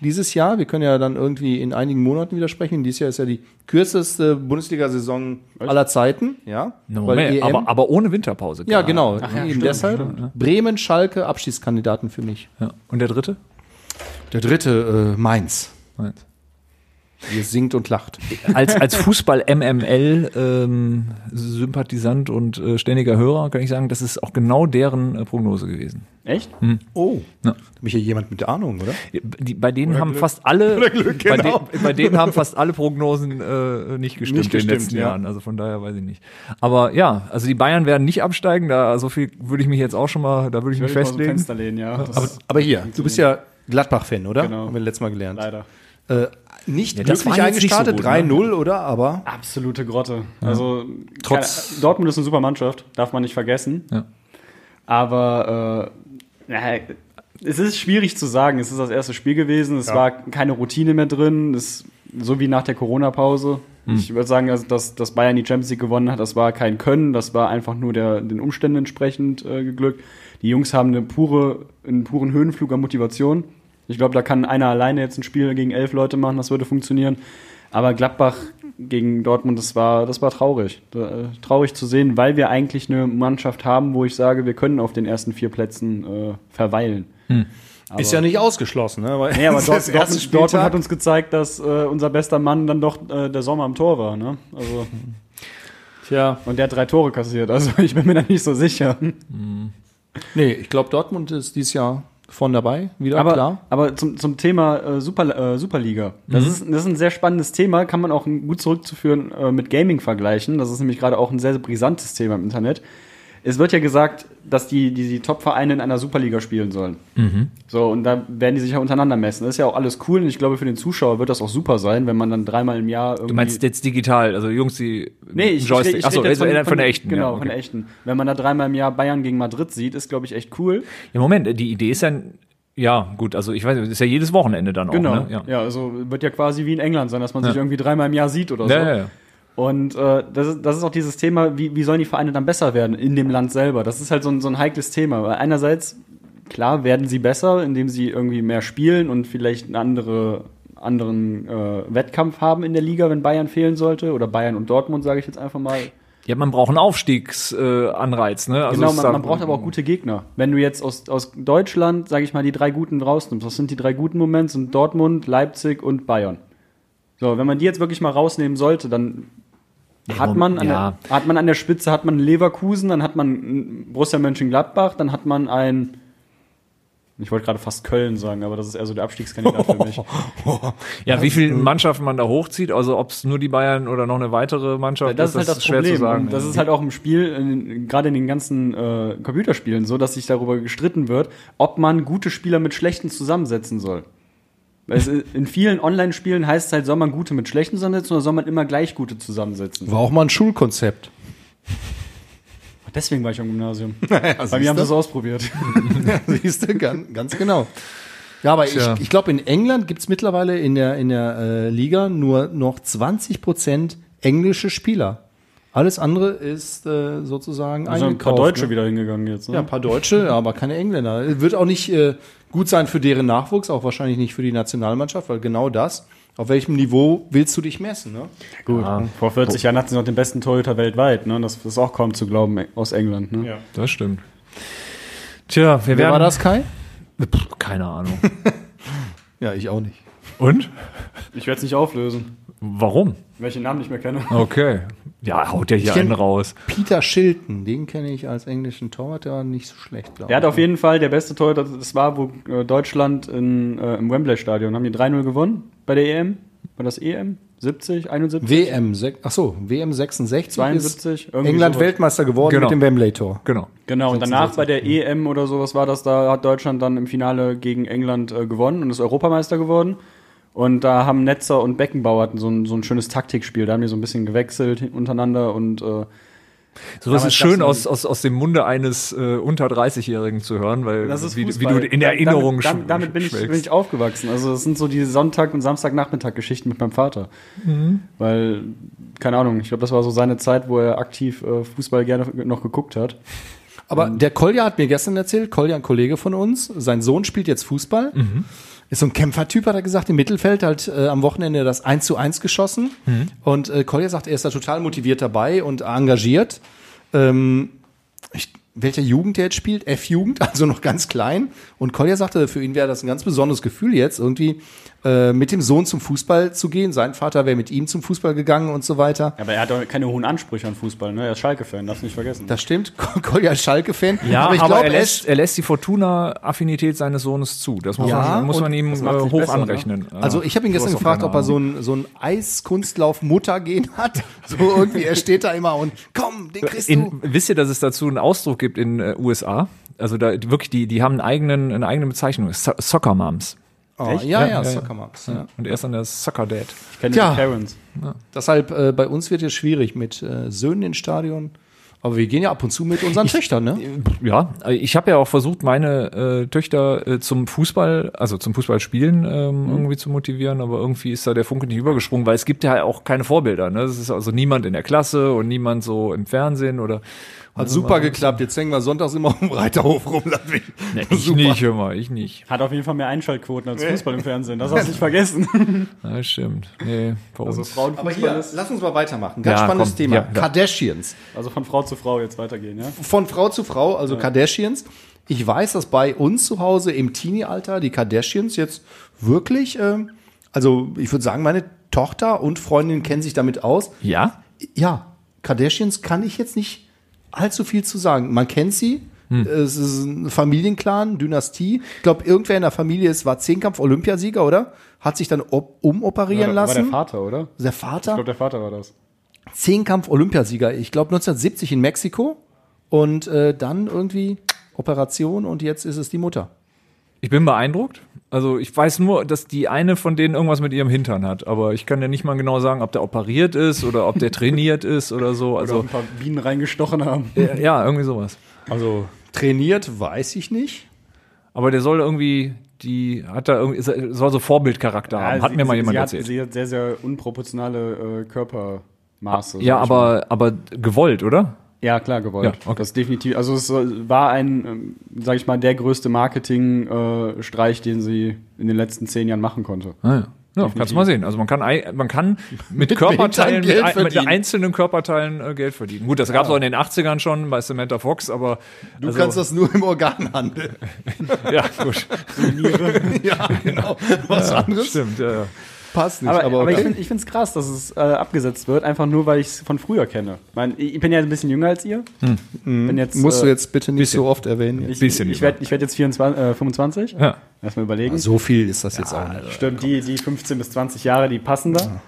[SPEAKER 2] dieses Jahr. Wir können ja dann irgendwie in einigen Monaten wieder sprechen. Dieses Jahr ist ja die kürzeste Bundesliga-Saison aller Zeiten. Ja,
[SPEAKER 1] Waren, ne?
[SPEAKER 2] weil
[SPEAKER 1] Moment,
[SPEAKER 2] EM
[SPEAKER 1] aber, aber ohne Winterpause. klar.
[SPEAKER 2] ja, genau. Eben deshalb
[SPEAKER 1] ne?
[SPEAKER 2] Bremen, Schalke, Abschiedskandidaten für mich.
[SPEAKER 1] Ja. Und der dritte?
[SPEAKER 2] Der dritte, äh, Mainz.
[SPEAKER 1] Moment.
[SPEAKER 2] Ihr singt und lacht.
[SPEAKER 1] Als, als Fußball-MML-Sympathisant ähm, und äh, ständiger Hörer kann ich sagen, das ist auch genau deren äh, Prognose gewesen.
[SPEAKER 3] Echt?
[SPEAKER 2] Oh,
[SPEAKER 1] Ja.
[SPEAKER 2] da bin ich ja jemand mit Ahnung, oder?
[SPEAKER 1] Die, bei denen haben fast alle bei,
[SPEAKER 3] genau.
[SPEAKER 1] den, bei denen haben fast alle Prognosen äh, nicht gestimmt
[SPEAKER 2] Nicht
[SPEAKER 1] in den
[SPEAKER 2] gestimmt,
[SPEAKER 1] letzten
[SPEAKER 2] ja.
[SPEAKER 1] Jahren. Also von daher weiß ich nicht. Aber ja, also die Bayern werden nicht absteigen, da so viel würde ich mich jetzt auch schon mal, da würde ich mich
[SPEAKER 3] Würde ich mal so
[SPEAKER 1] festlegen.
[SPEAKER 3] ein Fenster lehnen, ja. Das
[SPEAKER 2] Aber,
[SPEAKER 3] ist
[SPEAKER 2] aber hier, du bist ja Gladbach-Fan, oder?
[SPEAKER 3] Genau.
[SPEAKER 2] Haben wir letztes Mal gelernt.
[SPEAKER 3] leider.
[SPEAKER 2] Äh, nicht
[SPEAKER 1] Ja, das
[SPEAKER 2] glücklich
[SPEAKER 1] war jetzt nicht so
[SPEAKER 2] eingestartet,
[SPEAKER 1] gut, ne?
[SPEAKER 2] 3-0, oder? Aber
[SPEAKER 3] Absolute Grotte. Also
[SPEAKER 2] Trotz-
[SPEAKER 3] keine- Dortmund ist eine super Mannschaft, darf man nicht vergessen.
[SPEAKER 1] Ja.
[SPEAKER 3] Aber äh, naja, es ist schwierig zu sagen. Es ist das erste Spiel gewesen. Es war keine Routine mehr drin. Es, so wie nach der Corona-Pause. Ich würde sagen, dass, dass, dass Bayern die Champions League gewonnen hat, das war kein Können. Das war einfach nur der, den Umständen entsprechend äh, geglückt. Die Jungs haben eine pure, einen puren Höhenflug an Motivation. Ich glaube, da kann einer alleine jetzt ein Spiel gegen elf Leute machen. Das würde funktionieren. Aber Gladbach gegen Dortmund, das war, das war traurig. Da, äh, Traurig zu sehen, weil wir eigentlich eine Mannschaft haben, wo ich sage, wir können auf den ersten vier Plätzen äh, verweilen.
[SPEAKER 2] ist ja nicht ausgeschlossen, ne? Weil
[SPEAKER 3] Nee, aber
[SPEAKER 2] das ist
[SPEAKER 3] Dort,
[SPEAKER 2] der erste
[SPEAKER 3] Dortmund, Dortmund hat
[SPEAKER 2] Spieltag.
[SPEAKER 3] uns gezeigt, dass äh, unser bester Mann dann doch äh, der Sommer am Tor war. Ne? Also,
[SPEAKER 2] Tja.
[SPEAKER 3] und der hat drei Tore kassiert, also ich bin mir da nicht so sicher.
[SPEAKER 2] Nee, ich glaube, Dortmund ist dieses Jahr von dabei, wieder
[SPEAKER 3] aber,
[SPEAKER 2] klar.
[SPEAKER 3] Aber zum, zum Thema äh, Super, äh, Superliga. Das,
[SPEAKER 1] Mhm.
[SPEAKER 3] ist, das ist ein sehr spannendes Thema, kann man auch gut zurückzuführen äh, mit Gaming vergleichen. Das ist nämlich gerade auch ein sehr, sehr brisantes Thema im Internet. Es wird ja gesagt, dass die, die, die Top-Vereine in einer Superliga spielen sollen.
[SPEAKER 1] Mhm.
[SPEAKER 3] So, und da werden die sich ja untereinander messen. Das ist ja auch alles cool und ich glaube, für den Zuschauer wird das auch super sein, wenn man dann dreimal im Jahr irgendwie.
[SPEAKER 1] Du meinst jetzt digital, also Jungs, die
[SPEAKER 3] Nee, ich,
[SPEAKER 1] Joystick.
[SPEAKER 3] ich, ich
[SPEAKER 1] Achso,
[SPEAKER 3] rede jetzt
[SPEAKER 1] also von, der echten.
[SPEAKER 3] Genau,
[SPEAKER 1] ja, okay.
[SPEAKER 3] von der echten. Wenn man da dreimal im Jahr Bayern gegen Madrid sieht, ist, glaube ich, echt cool.
[SPEAKER 1] ja, Moment, die Idee ist ja, ja gut, also ich weiß, nicht, das ist ja jedes Wochenende dann
[SPEAKER 3] Genau.
[SPEAKER 1] auch. Ne?
[SPEAKER 3] ja. also wird ja quasi wie in England sein, dass man sich irgendwie dreimal im Jahr sieht oder so.
[SPEAKER 1] Ja, ja, ja.
[SPEAKER 3] Und äh, das, ist, das ist auch dieses Thema, wie, wie sollen die Vereine dann besser werden in dem Land selber? Das ist halt so ein, so ein heikles Thema. Weil einerseits, klar, werden sie besser, indem sie irgendwie mehr spielen und vielleicht einen andere, anderen äh, Wettkampf haben in der Liga, wenn Bayern fehlen sollte. Oder Bayern und Dortmund, sage ich jetzt einfach mal.
[SPEAKER 1] ja, man braucht einen Aufstiegsanreiz. Äh, Anreiz, ne? also
[SPEAKER 3] Genau,
[SPEAKER 1] es ist
[SPEAKER 3] man,
[SPEAKER 1] da-
[SPEAKER 3] man braucht aber auch gute Gegner. Wenn du jetzt aus, aus Deutschland, sage ich mal, die drei Guten rausnimmst, das sind die drei guten Momente, sind Dortmund, Leipzig und Bayern. So, wenn man die jetzt wirklich mal rausnehmen sollte, dann hat man, an
[SPEAKER 1] ja.
[SPEAKER 3] der, hat man an der Spitze, hat man Leverkusen, dann hat man mm, Borussia Mönchengladbach, dann hat man ein, ich wollte gerade fast Köln sagen, aber das ist eher so der Abstiegskandidat für mich.
[SPEAKER 1] Ja, wie viele Mannschaften man da hochzieht, also ob es nur die Bayern oder noch eine weitere Mannschaft
[SPEAKER 3] Das, ist halt das
[SPEAKER 1] schwer
[SPEAKER 3] Problem.
[SPEAKER 1] zu sagen.
[SPEAKER 3] Und das ist halt auch im Spiel, in, gerade in den ganzen äh, Computerspielen, so, dass sich darüber gestritten wird, ob man gute Spieler mit schlechten zusammensetzen soll. Es ist- in vielen Online-Spielen heißt es halt, soll man gute mit schlechten zusammensetzen oder soll man immer gleich gute zusammensetzen?
[SPEAKER 2] War auch mal ein Schulkonzept.
[SPEAKER 3] Deswegen war ich am Gymnasium. Bei
[SPEAKER 2] siehst
[SPEAKER 3] mir haben
[SPEAKER 2] du?
[SPEAKER 3] sie es ausprobiert.
[SPEAKER 2] Siehst du, ganz, ganz genau. Ja, aber
[SPEAKER 1] Tja.
[SPEAKER 2] ich, ich glaube, in England gibt es mittlerweile in der, in der äh, Liga nur noch 20 Prozent englische Spieler. Alles andere ist äh, sozusagen
[SPEAKER 3] Also ein paar
[SPEAKER 2] eingekauft,
[SPEAKER 3] Deutsche
[SPEAKER 2] ne?
[SPEAKER 3] wieder hingegangen jetzt. Ne?
[SPEAKER 2] Ja, ein paar Deutsche, aber keine Engländer. Wird auch nicht äh, gut sein für deren Nachwuchs, auch wahrscheinlich nicht für die Nationalmannschaft, weil genau das, auf welchem Niveau willst du dich messen? Ne?
[SPEAKER 3] Gut. Vor 40 Jahren hatten sie noch den besten Torhüter weltweit. Ne? Das ist auch kaum zu glauben e- aus England. Ne? Ja.
[SPEAKER 1] Das stimmt. Tja, wir
[SPEAKER 2] Wer
[SPEAKER 1] werden.
[SPEAKER 2] war das, Kai?
[SPEAKER 1] Pff, keine Ahnung.
[SPEAKER 2] Ja, ich auch nicht.
[SPEAKER 1] Und?
[SPEAKER 3] Ich werde es nicht auflösen,
[SPEAKER 1] Warum?
[SPEAKER 3] weil ich den Namen nicht mehr kenne.
[SPEAKER 1] Okay. Ja, haut ja hier
[SPEAKER 2] kenn-
[SPEAKER 1] einen raus.
[SPEAKER 2] Peter Shilton, den kenne ich als englischen Torwart, der war nicht so schlecht, glaube ich.
[SPEAKER 3] Der hat auf jeden Fall der beste Torhüter, das war, wo äh, Deutschland in, äh, im Wembley-Stadion, haben die 3-0 gewonnen bei der EM. War das E EM? 70, 71,
[SPEAKER 2] WM, sech- ach so, WM 66
[SPEAKER 3] 72?
[SPEAKER 2] ist
[SPEAKER 3] Irgendwie
[SPEAKER 2] England
[SPEAKER 3] sowas.
[SPEAKER 2] Weltmeister geworden
[SPEAKER 1] Genau.
[SPEAKER 2] mit dem Wembley-Tor.
[SPEAKER 1] Genau.
[SPEAKER 3] Genau, und danach bei der EM oder sowas war das, da hat Deutschland dann im Finale gegen England äh, gewonnen und ist Europameister geworden. Und da haben Netzer und Beckenbauer hatten so ein, so ein schönes Taktikspiel, da haben die so ein bisschen gewechselt hin- untereinander und äh,
[SPEAKER 1] So was
[SPEAKER 3] Aber
[SPEAKER 1] ist
[SPEAKER 3] das
[SPEAKER 1] schön
[SPEAKER 3] sind-
[SPEAKER 1] aus, aus, aus dem Munde eines äh, unter 30-Jährigen zu hören, weil
[SPEAKER 3] Also
[SPEAKER 1] wie, wie
[SPEAKER 3] Fußball.
[SPEAKER 1] du in
[SPEAKER 3] Da-
[SPEAKER 1] Erinnerung
[SPEAKER 3] Damit, damit,
[SPEAKER 1] schw-
[SPEAKER 3] damit bin, ich, bin
[SPEAKER 1] schwelgst.
[SPEAKER 3] ich aufgewachsen. Also das sind so die Sonntag- und Samstagnachmittag-Geschichten mit meinem Vater.
[SPEAKER 2] Mhm.
[SPEAKER 3] Weil, keine Ahnung, ich glaube, das war so seine Zeit, wo er aktiv äh, Fußball gerne noch geguckt hat.
[SPEAKER 2] Aber
[SPEAKER 1] Mhm.
[SPEAKER 2] der Kolja hat mir gestern erzählt, Kolja, ein Kollege von uns, sein Sohn spielt jetzt Fußball.
[SPEAKER 1] Mhm.
[SPEAKER 2] Ist so ein Kämpfertyp, hat er gesagt, im Mittelfeld halt äh, am Wochenende das 1 zu 1 geschossen.
[SPEAKER 1] Mhm.
[SPEAKER 2] Und äh, Kolja sagt, er ist da total motiviert dabei und engagiert. Ähm, ich, welcher Jugend der jetzt spielt, F-Jugend, also noch ganz klein. Und Kolja sagte, für ihn wäre das ein ganz besonderes Gefühl jetzt, irgendwie äh, mit dem Sohn zum Fußball zu gehen. Sein Vater wäre mit ihm zum Fußball gegangen und so weiter.
[SPEAKER 3] Aber er hat auch keine hohen Ansprüche an Fußball. Ne? Er ist Schalke-Fan, darfst du nicht vergessen.
[SPEAKER 2] Das stimmt, Kolja ist Schalke-Fan.
[SPEAKER 1] Ja, aber,
[SPEAKER 2] ich glaube,
[SPEAKER 1] er,
[SPEAKER 2] er ist
[SPEAKER 1] lässt, er lässt die Fortuna-Affinität seines Sohnes zu. Das muss,
[SPEAKER 2] Ja,
[SPEAKER 1] man, muss
[SPEAKER 2] und
[SPEAKER 1] man ihm äh,
[SPEAKER 3] das macht sich
[SPEAKER 1] hoch
[SPEAKER 3] besser, ne?
[SPEAKER 1] anrechnen. Ja.
[SPEAKER 2] Also ich habe
[SPEAKER 1] Du
[SPEAKER 2] ihn gestern
[SPEAKER 1] hast doch
[SPEAKER 2] gefragt,
[SPEAKER 1] keine
[SPEAKER 2] ob er so
[SPEAKER 1] Ahnung.
[SPEAKER 2] ein, so ein Eiskunstlauf-Muttergehen hat. So irgendwie, er steht da immer und komm, den kriegst du.
[SPEAKER 1] In, wisst ihr, dass es dazu einen Ausdruck gibt in äh, USA? Also da wirklich, die, die haben einen eigenen, eine eigene Bezeichnung. So Soccer Moms.
[SPEAKER 2] Oh, ja, ja,
[SPEAKER 1] Ja, ja.
[SPEAKER 2] Soccer Moms. Ja.
[SPEAKER 1] Und er ist dann der Soccer Dad.
[SPEAKER 3] Ich kenne
[SPEAKER 2] Tja.
[SPEAKER 3] die Karens.
[SPEAKER 2] Deshalb, äh, bei uns wird es schwierig mit äh, Söhnen ins Stadion. Aber wir gehen ja ab und zu mit unseren Töchtern,
[SPEAKER 1] Äh,
[SPEAKER 2] ne?
[SPEAKER 1] Ja, ich habe ja auch versucht, meine äh, Töchter äh, zum Fußball, also zum Fußballspielen ähm, irgendwie zu motivieren, aber irgendwie ist da der Funke nicht übergesprungen, weil es gibt ja auch keine Vorbilder. Ne? Es ist also niemand in der Klasse und niemand so im Fernsehen oder
[SPEAKER 2] Hat super geklappt. Jetzt hängen wir sonntags immer auf dem Reiterhof rum, Ludwig.
[SPEAKER 1] ich nicht immer, ich nicht.
[SPEAKER 3] Hat auf jeden Fall mehr Einschaltquoten als Fußball im Fernsehen. Das hast du nicht vergessen.
[SPEAKER 1] Ja, stimmt. Nee, bei
[SPEAKER 3] Also
[SPEAKER 1] uns.
[SPEAKER 2] Aber hier,
[SPEAKER 3] Frauenfußball ist.
[SPEAKER 2] lass uns mal weitermachen. Ganz
[SPEAKER 1] Ja,
[SPEAKER 2] spannendes
[SPEAKER 1] komm,
[SPEAKER 2] Thema.
[SPEAKER 1] ja, ja.
[SPEAKER 2] Kardashians.
[SPEAKER 3] Also von Frau zu Frau jetzt weitergehen, ja?
[SPEAKER 2] von Frau zu Frau, also Kardashians. Ich weiß, dass bei uns zu Hause im Teenie-Alter die Kardashians jetzt wirklich, ähm, also ich würde sagen, meine Tochter und Freundin kennen sich damit aus.
[SPEAKER 1] Ja?
[SPEAKER 2] Ja, Kardashians kann ich jetzt nicht allzu viel zu sagen. Man kennt sie.
[SPEAKER 3] Hm.
[SPEAKER 2] Es ist ein Familienclan, Dynastie. Ich glaube, irgendwer in der Familie ist, war Zehnkampf-Olympiasieger, oder? Hat sich dann op umoperieren
[SPEAKER 3] war der
[SPEAKER 2] lassen.
[SPEAKER 3] Vater, oder?
[SPEAKER 2] der
[SPEAKER 3] Ich
[SPEAKER 2] Vater?
[SPEAKER 3] glaube, der Vater war das.
[SPEAKER 2] Zehnkampf-Olympiasieger, ich glaube 1970 in Mexiko und äh, dann irgendwie Operation und jetzt ist es die Mutter.
[SPEAKER 1] Ich bin beeindruckt. Also ich weiß nur, dass die eine von denen irgendwas mit ihrem Hintern hat, aber ich kann ja nicht mal genau sagen, ob der operiert ist oder ob der trainiert ist oder so.
[SPEAKER 3] Also
[SPEAKER 1] Also
[SPEAKER 3] ein paar Bienen reingestochen haben.
[SPEAKER 1] äh, ja, irgendwie sowas.
[SPEAKER 3] Also
[SPEAKER 2] Trainiert weiß ich nicht.
[SPEAKER 1] Aber der soll irgendwie, die hat da irgendwie, ist- soll so Vorbildcharakter haben.
[SPEAKER 3] Ja,
[SPEAKER 1] Hat
[SPEAKER 3] sie-
[SPEAKER 1] mir mal
[SPEAKER 3] sie-
[SPEAKER 1] jemand
[SPEAKER 3] sie
[SPEAKER 1] erzählt.
[SPEAKER 3] Hat, sie hat sehr, sehr unproportionale äh, Körpermaße.
[SPEAKER 1] ja,
[SPEAKER 3] sag ich mal.
[SPEAKER 1] aber, aber gewollt, oder?
[SPEAKER 3] Ja, klar, gewollt.
[SPEAKER 1] Ja, okay.
[SPEAKER 3] Das ist definitiv. Also, es soll- war ein, ähm, sag ich mal, der größte Marketing-Streich, den sie in den letzten zehn Jahren machen konnte.
[SPEAKER 1] Ah, ja. Ja, kannst du mal sehen. Also man kann, ei- man kann mit, Körperteilen,
[SPEAKER 2] Hintern Geld
[SPEAKER 1] mit, ei- mit
[SPEAKER 2] verdienen.
[SPEAKER 1] einzelnen Körperteilen äh, Geld verdienen. Gut, das gab es auch in den 80ern schon bei Samantha Fox, aber also,
[SPEAKER 2] Du kannst das nur im Organhandel.
[SPEAKER 1] ja, gut.
[SPEAKER 2] ja, genau. Was anderes?
[SPEAKER 1] Stimmt, ja, ja.
[SPEAKER 2] passt nicht,
[SPEAKER 3] Aber,
[SPEAKER 2] aber,
[SPEAKER 3] aber,
[SPEAKER 2] okay.
[SPEAKER 3] ich find- ich finde es krass, dass es äh, abgesetzt wird, einfach nur, weil ich es von früher kenne. Ich, mein, ich bin ja ein bisschen jünger als ihr.
[SPEAKER 1] Hm.
[SPEAKER 3] Bin jetzt,
[SPEAKER 2] musst du
[SPEAKER 3] äh,
[SPEAKER 2] jetzt bitte nicht
[SPEAKER 1] bisschen.
[SPEAKER 2] so oft erwähnen.
[SPEAKER 3] Ich,
[SPEAKER 2] Jetzt.
[SPEAKER 1] bisschen
[SPEAKER 3] ich
[SPEAKER 1] jünger.
[SPEAKER 3] werde ich werd jetzt 24, äh, 25.
[SPEAKER 1] Ja. Also
[SPEAKER 3] Lass mal überlegen.
[SPEAKER 2] So viel ist das jetzt auch nicht.
[SPEAKER 3] Stimmt, die, die 15 bis 20 Jahre, die passen da.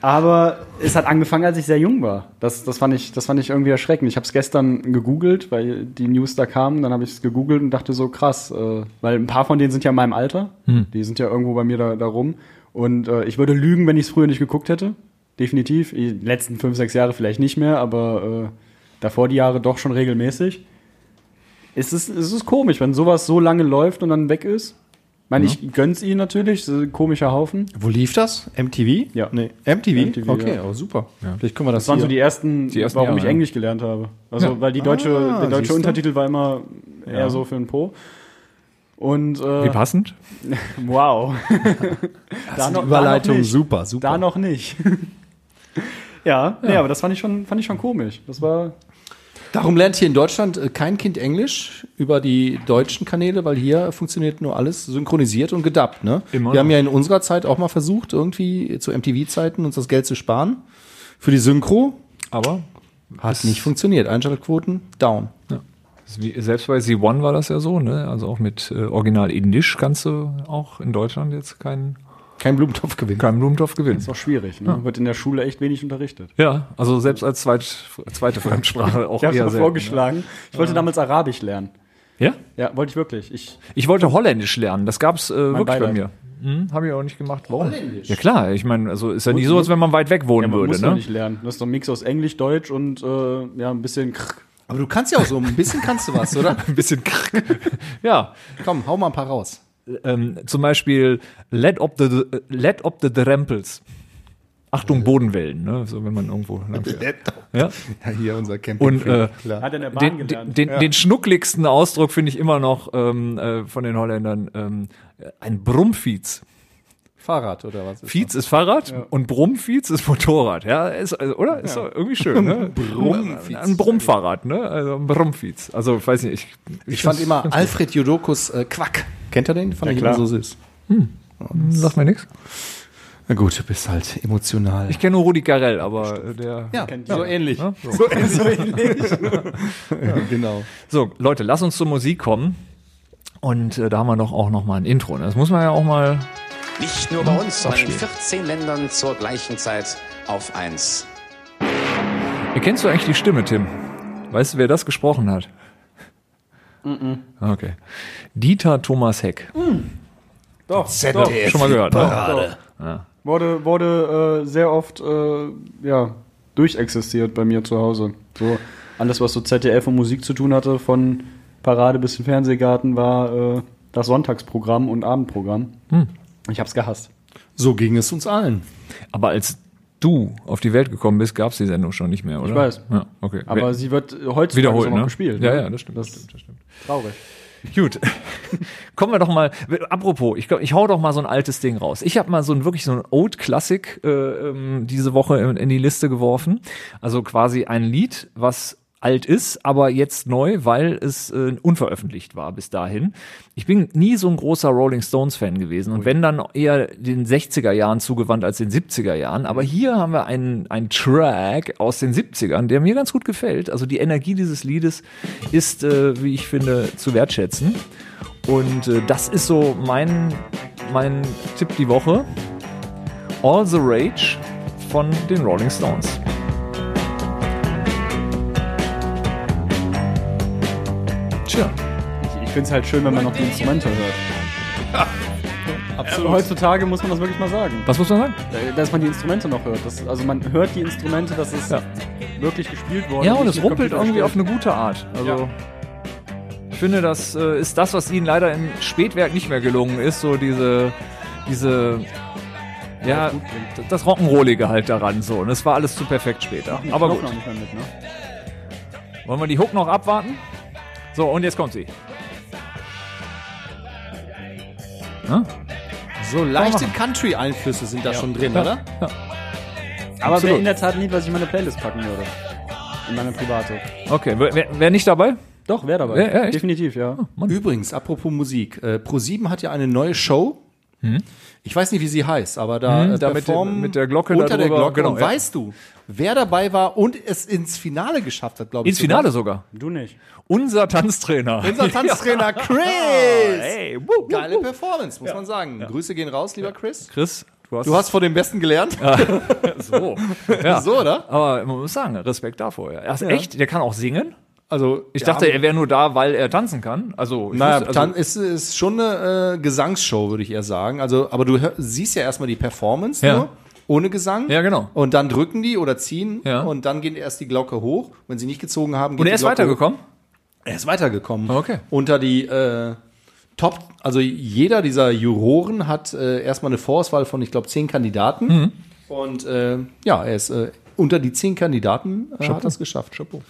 [SPEAKER 3] Aber es hat angefangen, als ich sehr jung war. Das, das, fand, ich, das fand ich irgendwie erschreckend. Ich habe es gestern gegoogelt, weil die News da kamen. Dann habe ich es gegoogelt und dachte so, krass. Äh, weil ein paar von denen sind ja in meinem Alter. Die sind ja irgendwo bei mir da, da rum. Und äh, ich würde lügen, wenn ich es früher nicht geguckt hätte. Definitiv. Die letzten 5, 6 Jahre vielleicht nicht mehr, aber äh, davor die Jahre doch schon regelmäßig. Es ist, es ist komisch, wenn sowas so lange läuft und dann weg ist. Ich meine,
[SPEAKER 1] Mhm.
[SPEAKER 3] ich gönn's ihnen natürlich, so ein komischer Haufen.
[SPEAKER 2] Wo lief das? MTV?
[SPEAKER 3] Ja.
[SPEAKER 2] Nee. MTV?
[SPEAKER 3] MTV,
[SPEAKER 2] okay,
[SPEAKER 3] ja.
[SPEAKER 2] aber super. Vielleicht können wir das,
[SPEAKER 3] Das waren so
[SPEAKER 2] hier-
[SPEAKER 3] die ersten,
[SPEAKER 1] Die ersten
[SPEAKER 3] warum
[SPEAKER 1] Jahre,
[SPEAKER 3] ich
[SPEAKER 1] ja.
[SPEAKER 3] Englisch gelernt habe. Also, weil die deutsche,
[SPEAKER 2] Ah,
[SPEAKER 3] der
[SPEAKER 2] siehst
[SPEAKER 3] deutsche
[SPEAKER 2] du.
[SPEAKER 3] Untertitel war immer eher so für ein Po. Und
[SPEAKER 1] Wie
[SPEAKER 3] äh,
[SPEAKER 1] passend?
[SPEAKER 3] wow. da noch,
[SPEAKER 2] Überleitung.
[SPEAKER 3] da noch nicht.
[SPEAKER 2] super, super.
[SPEAKER 3] Da noch nicht. ja, ja. Nee, aber das fand ich schon, fand ich schon komisch. Das war
[SPEAKER 2] Darum lernt hier in Deutschland äh, kein Kind Englisch über die deutschen Kanäle, weil hier funktioniert nur alles synchronisiert und gedubbt. Ne?
[SPEAKER 1] Immer
[SPEAKER 2] Wir
[SPEAKER 1] noch.
[SPEAKER 2] haben ja in unserer Zeit auch mal versucht, irgendwie zu MTV-Zeiten uns das Geld zu sparen. Für die Synchro
[SPEAKER 1] Aber
[SPEAKER 2] hat nicht funktioniert. Einschaltquoten down.
[SPEAKER 1] ist wie- selbst bei Z1 war das ja so, ne? Also auch mit äh, Original Indisch kannst du auch in Deutschland jetzt keinen,
[SPEAKER 2] Kein Blumentopf gewinnen.
[SPEAKER 1] keinen Blumentopf gewinnen.
[SPEAKER 3] doch schwierig. Ne? Wird in der Schule echt wenig unterrichtet.
[SPEAKER 1] Ja, also selbst als zweit, zweite Fremdsprache auch
[SPEAKER 3] Ich habe
[SPEAKER 1] eher
[SPEAKER 3] mal
[SPEAKER 1] selten. ne?
[SPEAKER 3] vorgeschlagen. Ich wollte damals Arabisch lernen.
[SPEAKER 1] Ja?
[SPEAKER 3] Ja, wollte ich wirklich. Ich,
[SPEAKER 1] Ich wollte Holländisch lernen. Das gab's äh, wirklich bei
[SPEAKER 3] Beileid.
[SPEAKER 1] mir. Hm, Habe ich auch nicht gemacht. Warum? Holländisch. Ja klar, ich meine, also ist ja nicht so,
[SPEAKER 3] muss-
[SPEAKER 1] als wenn man weit weg wohnen
[SPEAKER 3] man
[SPEAKER 1] würde.
[SPEAKER 3] muss doch
[SPEAKER 1] Ne?
[SPEAKER 3] nicht lernen. Das ist doch ein Mix aus Englisch, Deutsch und äh, ja, ein bisschen krr.
[SPEAKER 2] Aber du kannst ja auch so ein bisschen kannst du was, oder?
[SPEAKER 1] Ein bisschen krack. ja,
[SPEAKER 2] Komm, hau mal ein paar raus.
[SPEAKER 1] ähm, zum Beispiel Let up the, let up the Drempels. Achtung, Bodenwellen, ne? so wenn man irgendwo lang fährt. Ja?
[SPEAKER 2] Ja, hier unser Camping.
[SPEAKER 1] Und äh,
[SPEAKER 3] Hat er in der Bahn
[SPEAKER 1] den, den,
[SPEAKER 3] gelernt.
[SPEAKER 1] den, den schnuckligsten Ausdruck finde ich immer noch ähm, äh, von den Holländern ähm, ein Brummfiez.
[SPEAKER 2] Fahrrad oder was? Ist
[SPEAKER 1] Fiez ist Fahrrad und Brummfiez ist Motorrad. Ja, ist, also, oder? Ist doch irgendwie schön, ne?
[SPEAKER 2] Brummfiez.
[SPEAKER 1] Ein Brummfahrrad, ne? Also ein Brummfiez. Also, ich weiß nicht. Ich,
[SPEAKER 2] Ich fand immer Alfred Jodokus äh, Quack. Kennt ihr den? Fand ich
[SPEAKER 3] klar.
[SPEAKER 2] immer so süß.
[SPEAKER 1] Sagt mir nichts.
[SPEAKER 2] Na gut, du bist halt emotional.
[SPEAKER 1] Ich kenne nur Rudi Carell, aber äh, der.
[SPEAKER 2] ja, so ähnlich.
[SPEAKER 1] Ja, so.
[SPEAKER 2] Genau.
[SPEAKER 1] so, Leute, lasst uns zur Musik kommen. Und äh, da haben wir doch auch noch mal ein Intro. ne? Das muss man ja auch mal.
[SPEAKER 7] Nicht nur bei uns, sondern in 14 Ländern zur gleichen Zeit auf 1.
[SPEAKER 1] Erkennst du eigentlich die Stimme, Tim? Weißt du, wer das gesprochen hat? Okay. Dieter Thomas Heck.
[SPEAKER 3] Doch, doch,
[SPEAKER 2] ZDF.
[SPEAKER 1] Schon mal gehört, ne?
[SPEAKER 3] doch. Wurde, wurde äh, sehr oft äh, ja, durchexistiert bei mir zu Hause. So alles, was so ZDF und Musik zu tun hatte, von Parade bis in den Fernsehgarten, war äh, das Sonntagsprogramm und Abendprogramm.
[SPEAKER 1] Hm.
[SPEAKER 3] Ich hab's gehasst.
[SPEAKER 2] So ging es uns allen.
[SPEAKER 1] Aber als du auf die Welt gekommen bist, gab es die Sendung schon nicht mehr, oder?
[SPEAKER 3] Ich weiß.
[SPEAKER 1] Ja, okay.
[SPEAKER 3] Aber
[SPEAKER 1] Wer-
[SPEAKER 3] sie wird heutzutage
[SPEAKER 1] wiederholt,
[SPEAKER 3] so noch
[SPEAKER 1] ne?
[SPEAKER 3] gespielt.
[SPEAKER 1] Ja,
[SPEAKER 3] ne?
[SPEAKER 1] ja, das stimmt.
[SPEAKER 3] Das
[SPEAKER 1] das stimmt, das stimmt.
[SPEAKER 3] ist traurig.
[SPEAKER 1] Gut. Kommen wir doch mal. Apropos, ich, glaub, ich hau doch mal so ein altes Ding raus. Ich habe mal so ein wirklich so ein Old Classic äh, ähm, diese Woche in, in die Liste geworfen. Also quasi ein Lied, was alt ist, aber jetzt neu, weil es äh, unveröffentlicht war bis dahin. Ich bin nie so ein großer Rolling Stones Fan gewesen und wenn dann eher den 60er Jahren zugewandt als den 70er Jahren. Aber hier haben wir einen, einen Track aus den 70ern, der mir ganz gut gefällt. Also die Energie dieses Liedes ist, äh, wie ich finde, zu wertschätzen. Und äh, das ist so mein, mein Tipp die Woche. All the Rage von den Rolling Stones. Tja.
[SPEAKER 3] Ich, ich find's halt schön, wenn man noch die Instrumente hört. absolut. Heutzutage muss man das wirklich mal sagen.
[SPEAKER 1] Was muss man sagen?
[SPEAKER 3] Äh, dass man die Instrumente noch hört. Das, also man hört die Instrumente, dass es
[SPEAKER 1] Ja.
[SPEAKER 3] wirklich gespielt worden
[SPEAKER 1] Ja, und
[SPEAKER 3] nicht
[SPEAKER 1] es
[SPEAKER 3] mit
[SPEAKER 1] rumpelt
[SPEAKER 3] Computer
[SPEAKER 1] irgendwie auf
[SPEAKER 3] steht.
[SPEAKER 1] eine gute Art. Also
[SPEAKER 3] Ja.
[SPEAKER 1] ich finde, das äh, ist das, was ihnen leider im Spätwerk nicht mehr gelungen ist, so diese diese ja, das Rock'n'Rollige halt daran so. Und es war alles zu perfekt später.
[SPEAKER 3] Machen die
[SPEAKER 1] Aber
[SPEAKER 3] Knopf
[SPEAKER 1] gut.
[SPEAKER 3] Noch nicht mehr mit, ne?
[SPEAKER 1] Wollen wir die Hook noch abwarten? So, und jetzt kommt sie.
[SPEAKER 2] So leichte Country-Einflüsse sind da schon drin, oder?
[SPEAKER 3] Aber
[SPEAKER 1] Absolut.
[SPEAKER 3] wäre in der Tat ein Lied, was ich in meine Playlist packen würde. In meine private.
[SPEAKER 1] Okay, wer, wer- wer nicht dabei?
[SPEAKER 3] Doch, wäre dabei.
[SPEAKER 1] Ja, ja, echt? Ah.
[SPEAKER 3] Definitiv, ja.
[SPEAKER 2] Übrigens, apropos Musik. Äh, Pro7 hat ja eine neue Show, Ich weiß nicht, wie sie heißt, aber da
[SPEAKER 1] Hm,
[SPEAKER 2] äh,
[SPEAKER 1] da mit dem-
[SPEAKER 2] performen
[SPEAKER 1] mit der Glocke
[SPEAKER 2] unter der
[SPEAKER 1] darüber,
[SPEAKER 2] Glocke.
[SPEAKER 1] genau,
[SPEAKER 2] und
[SPEAKER 1] ja.
[SPEAKER 2] weißt du, wer dabei war und es ins Finale geschafft hat, glaube ich.
[SPEAKER 1] Ins Finale sogar.
[SPEAKER 3] Du nicht.
[SPEAKER 1] Unser Tanztrainer.
[SPEAKER 2] Unser Tanztrainer Chris.
[SPEAKER 1] Hey, wuh, wuh,
[SPEAKER 2] Geile
[SPEAKER 1] wuh.
[SPEAKER 2] Performance, muss man sagen. Grüße gehen raus, lieber Chris.
[SPEAKER 1] Chris, du hast,
[SPEAKER 2] Du hast von dem Besten gelernt.
[SPEAKER 1] so. ja.
[SPEAKER 2] So, oder?
[SPEAKER 1] Aber man muss sagen, Respekt davor. Ja. Er ist echt, der kann auch singen.
[SPEAKER 2] Also,
[SPEAKER 1] Ich dachte, er wäre nur da, weil er tanzen kann. Also, ich
[SPEAKER 2] Naja,
[SPEAKER 1] wusste-
[SPEAKER 2] dann ist es schon eine äh, Gesangsshow, würde ich eher sagen. Also, aber du hör, siehst ja erstmal die Performance
[SPEAKER 1] Ja.
[SPEAKER 2] nur, ohne Gesang.
[SPEAKER 1] Ja, genau.
[SPEAKER 2] Und dann drücken die oder ziehen
[SPEAKER 1] Ja.
[SPEAKER 2] und dann geht erst die Glocke hoch. Wenn sie nicht gezogen haben, geht
[SPEAKER 1] und
[SPEAKER 2] die
[SPEAKER 1] er ist
[SPEAKER 2] Glocke
[SPEAKER 1] weitergekommen.
[SPEAKER 2] Hoch. Er ist weitergekommen.
[SPEAKER 1] Okay.
[SPEAKER 2] Unter die äh, Top, also jeder dieser Juroren hat äh, erstmal eine Vorauswahl von, ich glaube, zehn Kandidaten.
[SPEAKER 1] Mhm.
[SPEAKER 2] Und äh, ja, er ist äh, unter die zehn Kandidaten äh, hat das geschafft. Chapeau.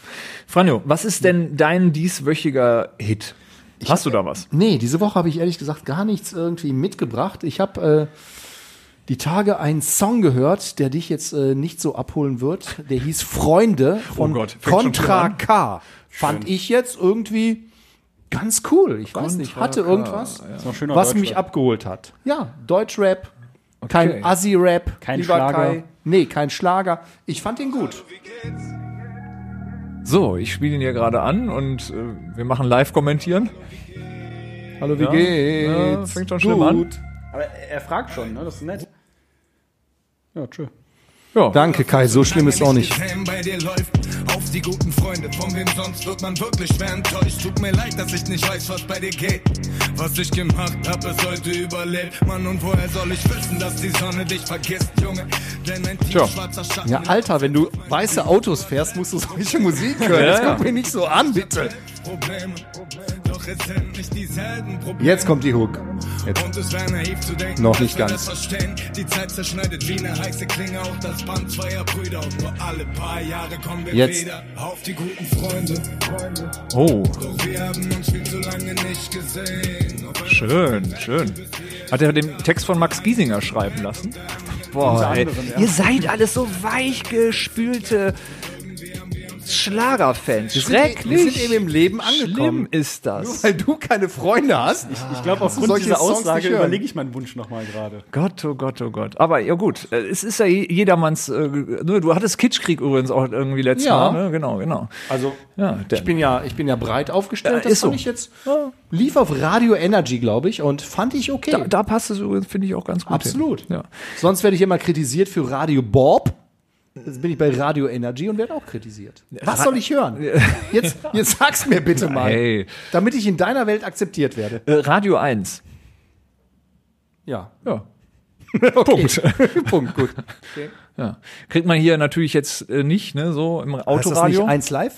[SPEAKER 1] Franjo, was ist denn dein dieswöchiger Hit? Hast du da was?
[SPEAKER 2] Nee, diese Woche habe ich ehrlich gesagt gar nichts irgendwie mitgebracht. Ich habe äh, die Tage einen Song gehört, der dich jetzt äh, nicht so abholen wird. Der hieß Freunde von
[SPEAKER 1] Oh Gott, fängt schon
[SPEAKER 2] Contra
[SPEAKER 1] wieder an.
[SPEAKER 2] K. Fand ich jetzt irgendwie ganz cool. Ich weiß nicht, hatte irgendwas,
[SPEAKER 3] Das ist noch schöner
[SPEAKER 2] was
[SPEAKER 3] Deutschrap.
[SPEAKER 2] mich abgeholt hat. Ja, Deutschrap, kein Assi-Rap,
[SPEAKER 3] Kein
[SPEAKER 2] lieber
[SPEAKER 3] Schlager.
[SPEAKER 2] Kai. Nee, kein Schlager. Ich fand den gut.
[SPEAKER 1] So, ich spiele ihn hier gerade an und äh, wir machen Live-Kommentieren.
[SPEAKER 2] Hallo, wie
[SPEAKER 1] Ja, ja,
[SPEAKER 2] geht's?
[SPEAKER 1] fängt schon schlimm an.
[SPEAKER 3] Aber er fragt schon, ne? Das ist nett. Ja, tschö.
[SPEAKER 1] Ja,
[SPEAKER 2] Danke, Kai, so schlimm ist auch nicht.
[SPEAKER 8] Wenn bei dir läuft, auf die guten Freunde, von wem sonst wird man wirklich schwer enttäuscht. Tut mir leid, dass ich nicht weiß, was bei dir geht. Was ich gemacht hab, es heute überlebt. Mann, und woher soll ich wissen, dass die Sonne dich vergisst, Junge? Denn ein
[SPEAKER 1] Tja.
[SPEAKER 8] tiefschwarzer Schatten
[SPEAKER 2] Ja, Alter, wenn du weiße Autos fährst, musst du solche Musik hören.
[SPEAKER 1] Ja,
[SPEAKER 2] das
[SPEAKER 1] ja.
[SPEAKER 2] guck mir nicht so an, bitte.
[SPEAKER 8] Probleme. Doch es sind nicht dieselben Probleme.
[SPEAKER 2] Jetzt kommt die Hook. Jetzt.
[SPEAKER 8] Und es wäre naiv zu denken,
[SPEAKER 2] Noch
[SPEAKER 8] dass
[SPEAKER 2] nicht
[SPEAKER 8] wir
[SPEAKER 2] ganz.
[SPEAKER 8] das verstehen. Die Zeit zerschneidet wie eine heiße Klinge auch das Band zweier Brüder. Und nur alle paar Jahre kommen wir
[SPEAKER 2] Jetzt.
[SPEAKER 8] wieder auf die guten Freunde. Freunde.
[SPEAKER 1] oh,
[SPEAKER 8] Doch wir haben uns viel zu lange nicht gesehen. Auf einmal
[SPEAKER 1] schön, schön. Hat er den Text von Max Giesinger schreiben lassen? Boah, ey, ihr seid alles so weichgespülte Schlagerfans.
[SPEAKER 2] Wir sind eben im Leben
[SPEAKER 1] Schlimm
[SPEAKER 2] angekommen.
[SPEAKER 1] ist das.
[SPEAKER 2] Weil du keine Freunde hast.
[SPEAKER 3] Ich glaube, aufgrund
[SPEAKER 2] solche
[SPEAKER 3] dieser
[SPEAKER 2] Songs nicht
[SPEAKER 3] Aussage
[SPEAKER 2] hören?
[SPEAKER 3] überlege ich meinen Wunsch nochmal gerade.
[SPEAKER 1] Gott, oh Gott, oh Gott. Aber ja gut, äh, es ist ja je- jedermanns. Äh, ne, du hattest Kitschkrieg übrigens auch irgendwie letztes
[SPEAKER 2] Ja.
[SPEAKER 1] Mal. Ne? Genau, genau.
[SPEAKER 2] Also,
[SPEAKER 1] Ja, der,
[SPEAKER 2] ich bin ja, ich bin ja breit aufgestellt.
[SPEAKER 1] Ja,
[SPEAKER 2] das
[SPEAKER 1] ist
[SPEAKER 2] fand
[SPEAKER 1] so.
[SPEAKER 2] ich jetzt. Lief auf Radio Energy, glaube ich, und fand ich okay.
[SPEAKER 1] da, da passt es übrigens, finde ich, auch ganz gut.
[SPEAKER 2] Absolut.
[SPEAKER 1] Hin. Ja.
[SPEAKER 2] Sonst werde ich immer kritisiert für Radio Bob. Jetzt bin ich bei Radio Energy und werde auch kritisiert. Was soll ich hören? Jetzt, jetzt sag's mir bitte mal.
[SPEAKER 1] Hey.
[SPEAKER 2] Damit ich in deiner Welt akzeptiert werde.
[SPEAKER 1] Äh, Radio 1.
[SPEAKER 2] Ja.
[SPEAKER 1] Ja.
[SPEAKER 2] Punkt. Punkt, gut.
[SPEAKER 1] ja. Kriegt man hier natürlich jetzt äh, nicht, ne, so im
[SPEAKER 2] Autoradio?
[SPEAKER 1] Autoradio. Das,
[SPEAKER 2] eins live?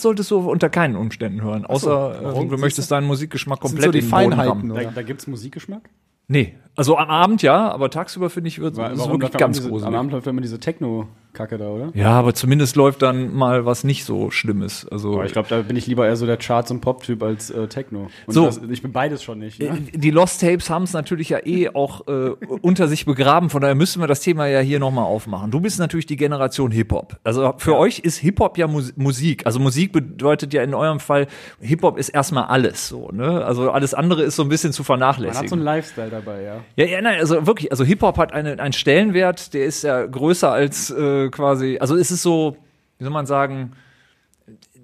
[SPEAKER 1] solltest du unter keinen Umständen hören, außer äh, du möchtest deinen Musikgeschmack
[SPEAKER 2] sind
[SPEAKER 1] komplett
[SPEAKER 2] so die
[SPEAKER 1] in den Boden
[SPEAKER 2] Feinheiten.
[SPEAKER 1] rammen.
[SPEAKER 3] Da,
[SPEAKER 2] Oder?
[SPEAKER 3] da gibt es Musikgeschmack?
[SPEAKER 1] Nee, also am Abend ja, aber tagsüber finde ich, wird es wirklich
[SPEAKER 3] läuft da
[SPEAKER 1] ganz
[SPEAKER 3] immer diese,
[SPEAKER 1] groß.
[SPEAKER 3] Am Abend läuft da immer diese Techno-Kacke da, oder?
[SPEAKER 1] Ja, aber zumindest läuft dann mal was nicht so Schlimmes. Also
[SPEAKER 3] Aber ich glaube, da bin ich lieber eher so der Charts- und Pop-Typ als äh, Techno. Und
[SPEAKER 1] So. Äh,
[SPEAKER 3] das, ich bin beides schon nicht. Ne?
[SPEAKER 1] Die Lost Tapes haben es natürlich ja eh auch äh, unter sich begraben, von daher müssen wir das Thema ja hier nochmal aufmachen. Du bist natürlich die Generation Hip-Hop. Also für euch ist Hip-Hop ja Mus Musik. Also Musik bedeutet ja in eurem Fall, Hip-Hop ist erstmal alles so, ne? Also alles andere ist so ein bisschen zu
[SPEAKER 3] Man
[SPEAKER 1] vernachlässigen.
[SPEAKER 3] hat so einen Lifestyle dabei, ja.
[SPEAKER 1] Ja, ja, nein, also wirklich, also Hip-Hop hat einen, einen Stellenwert, der ist ja größer als äh, quasi, also es ist so, wie soll man sagen,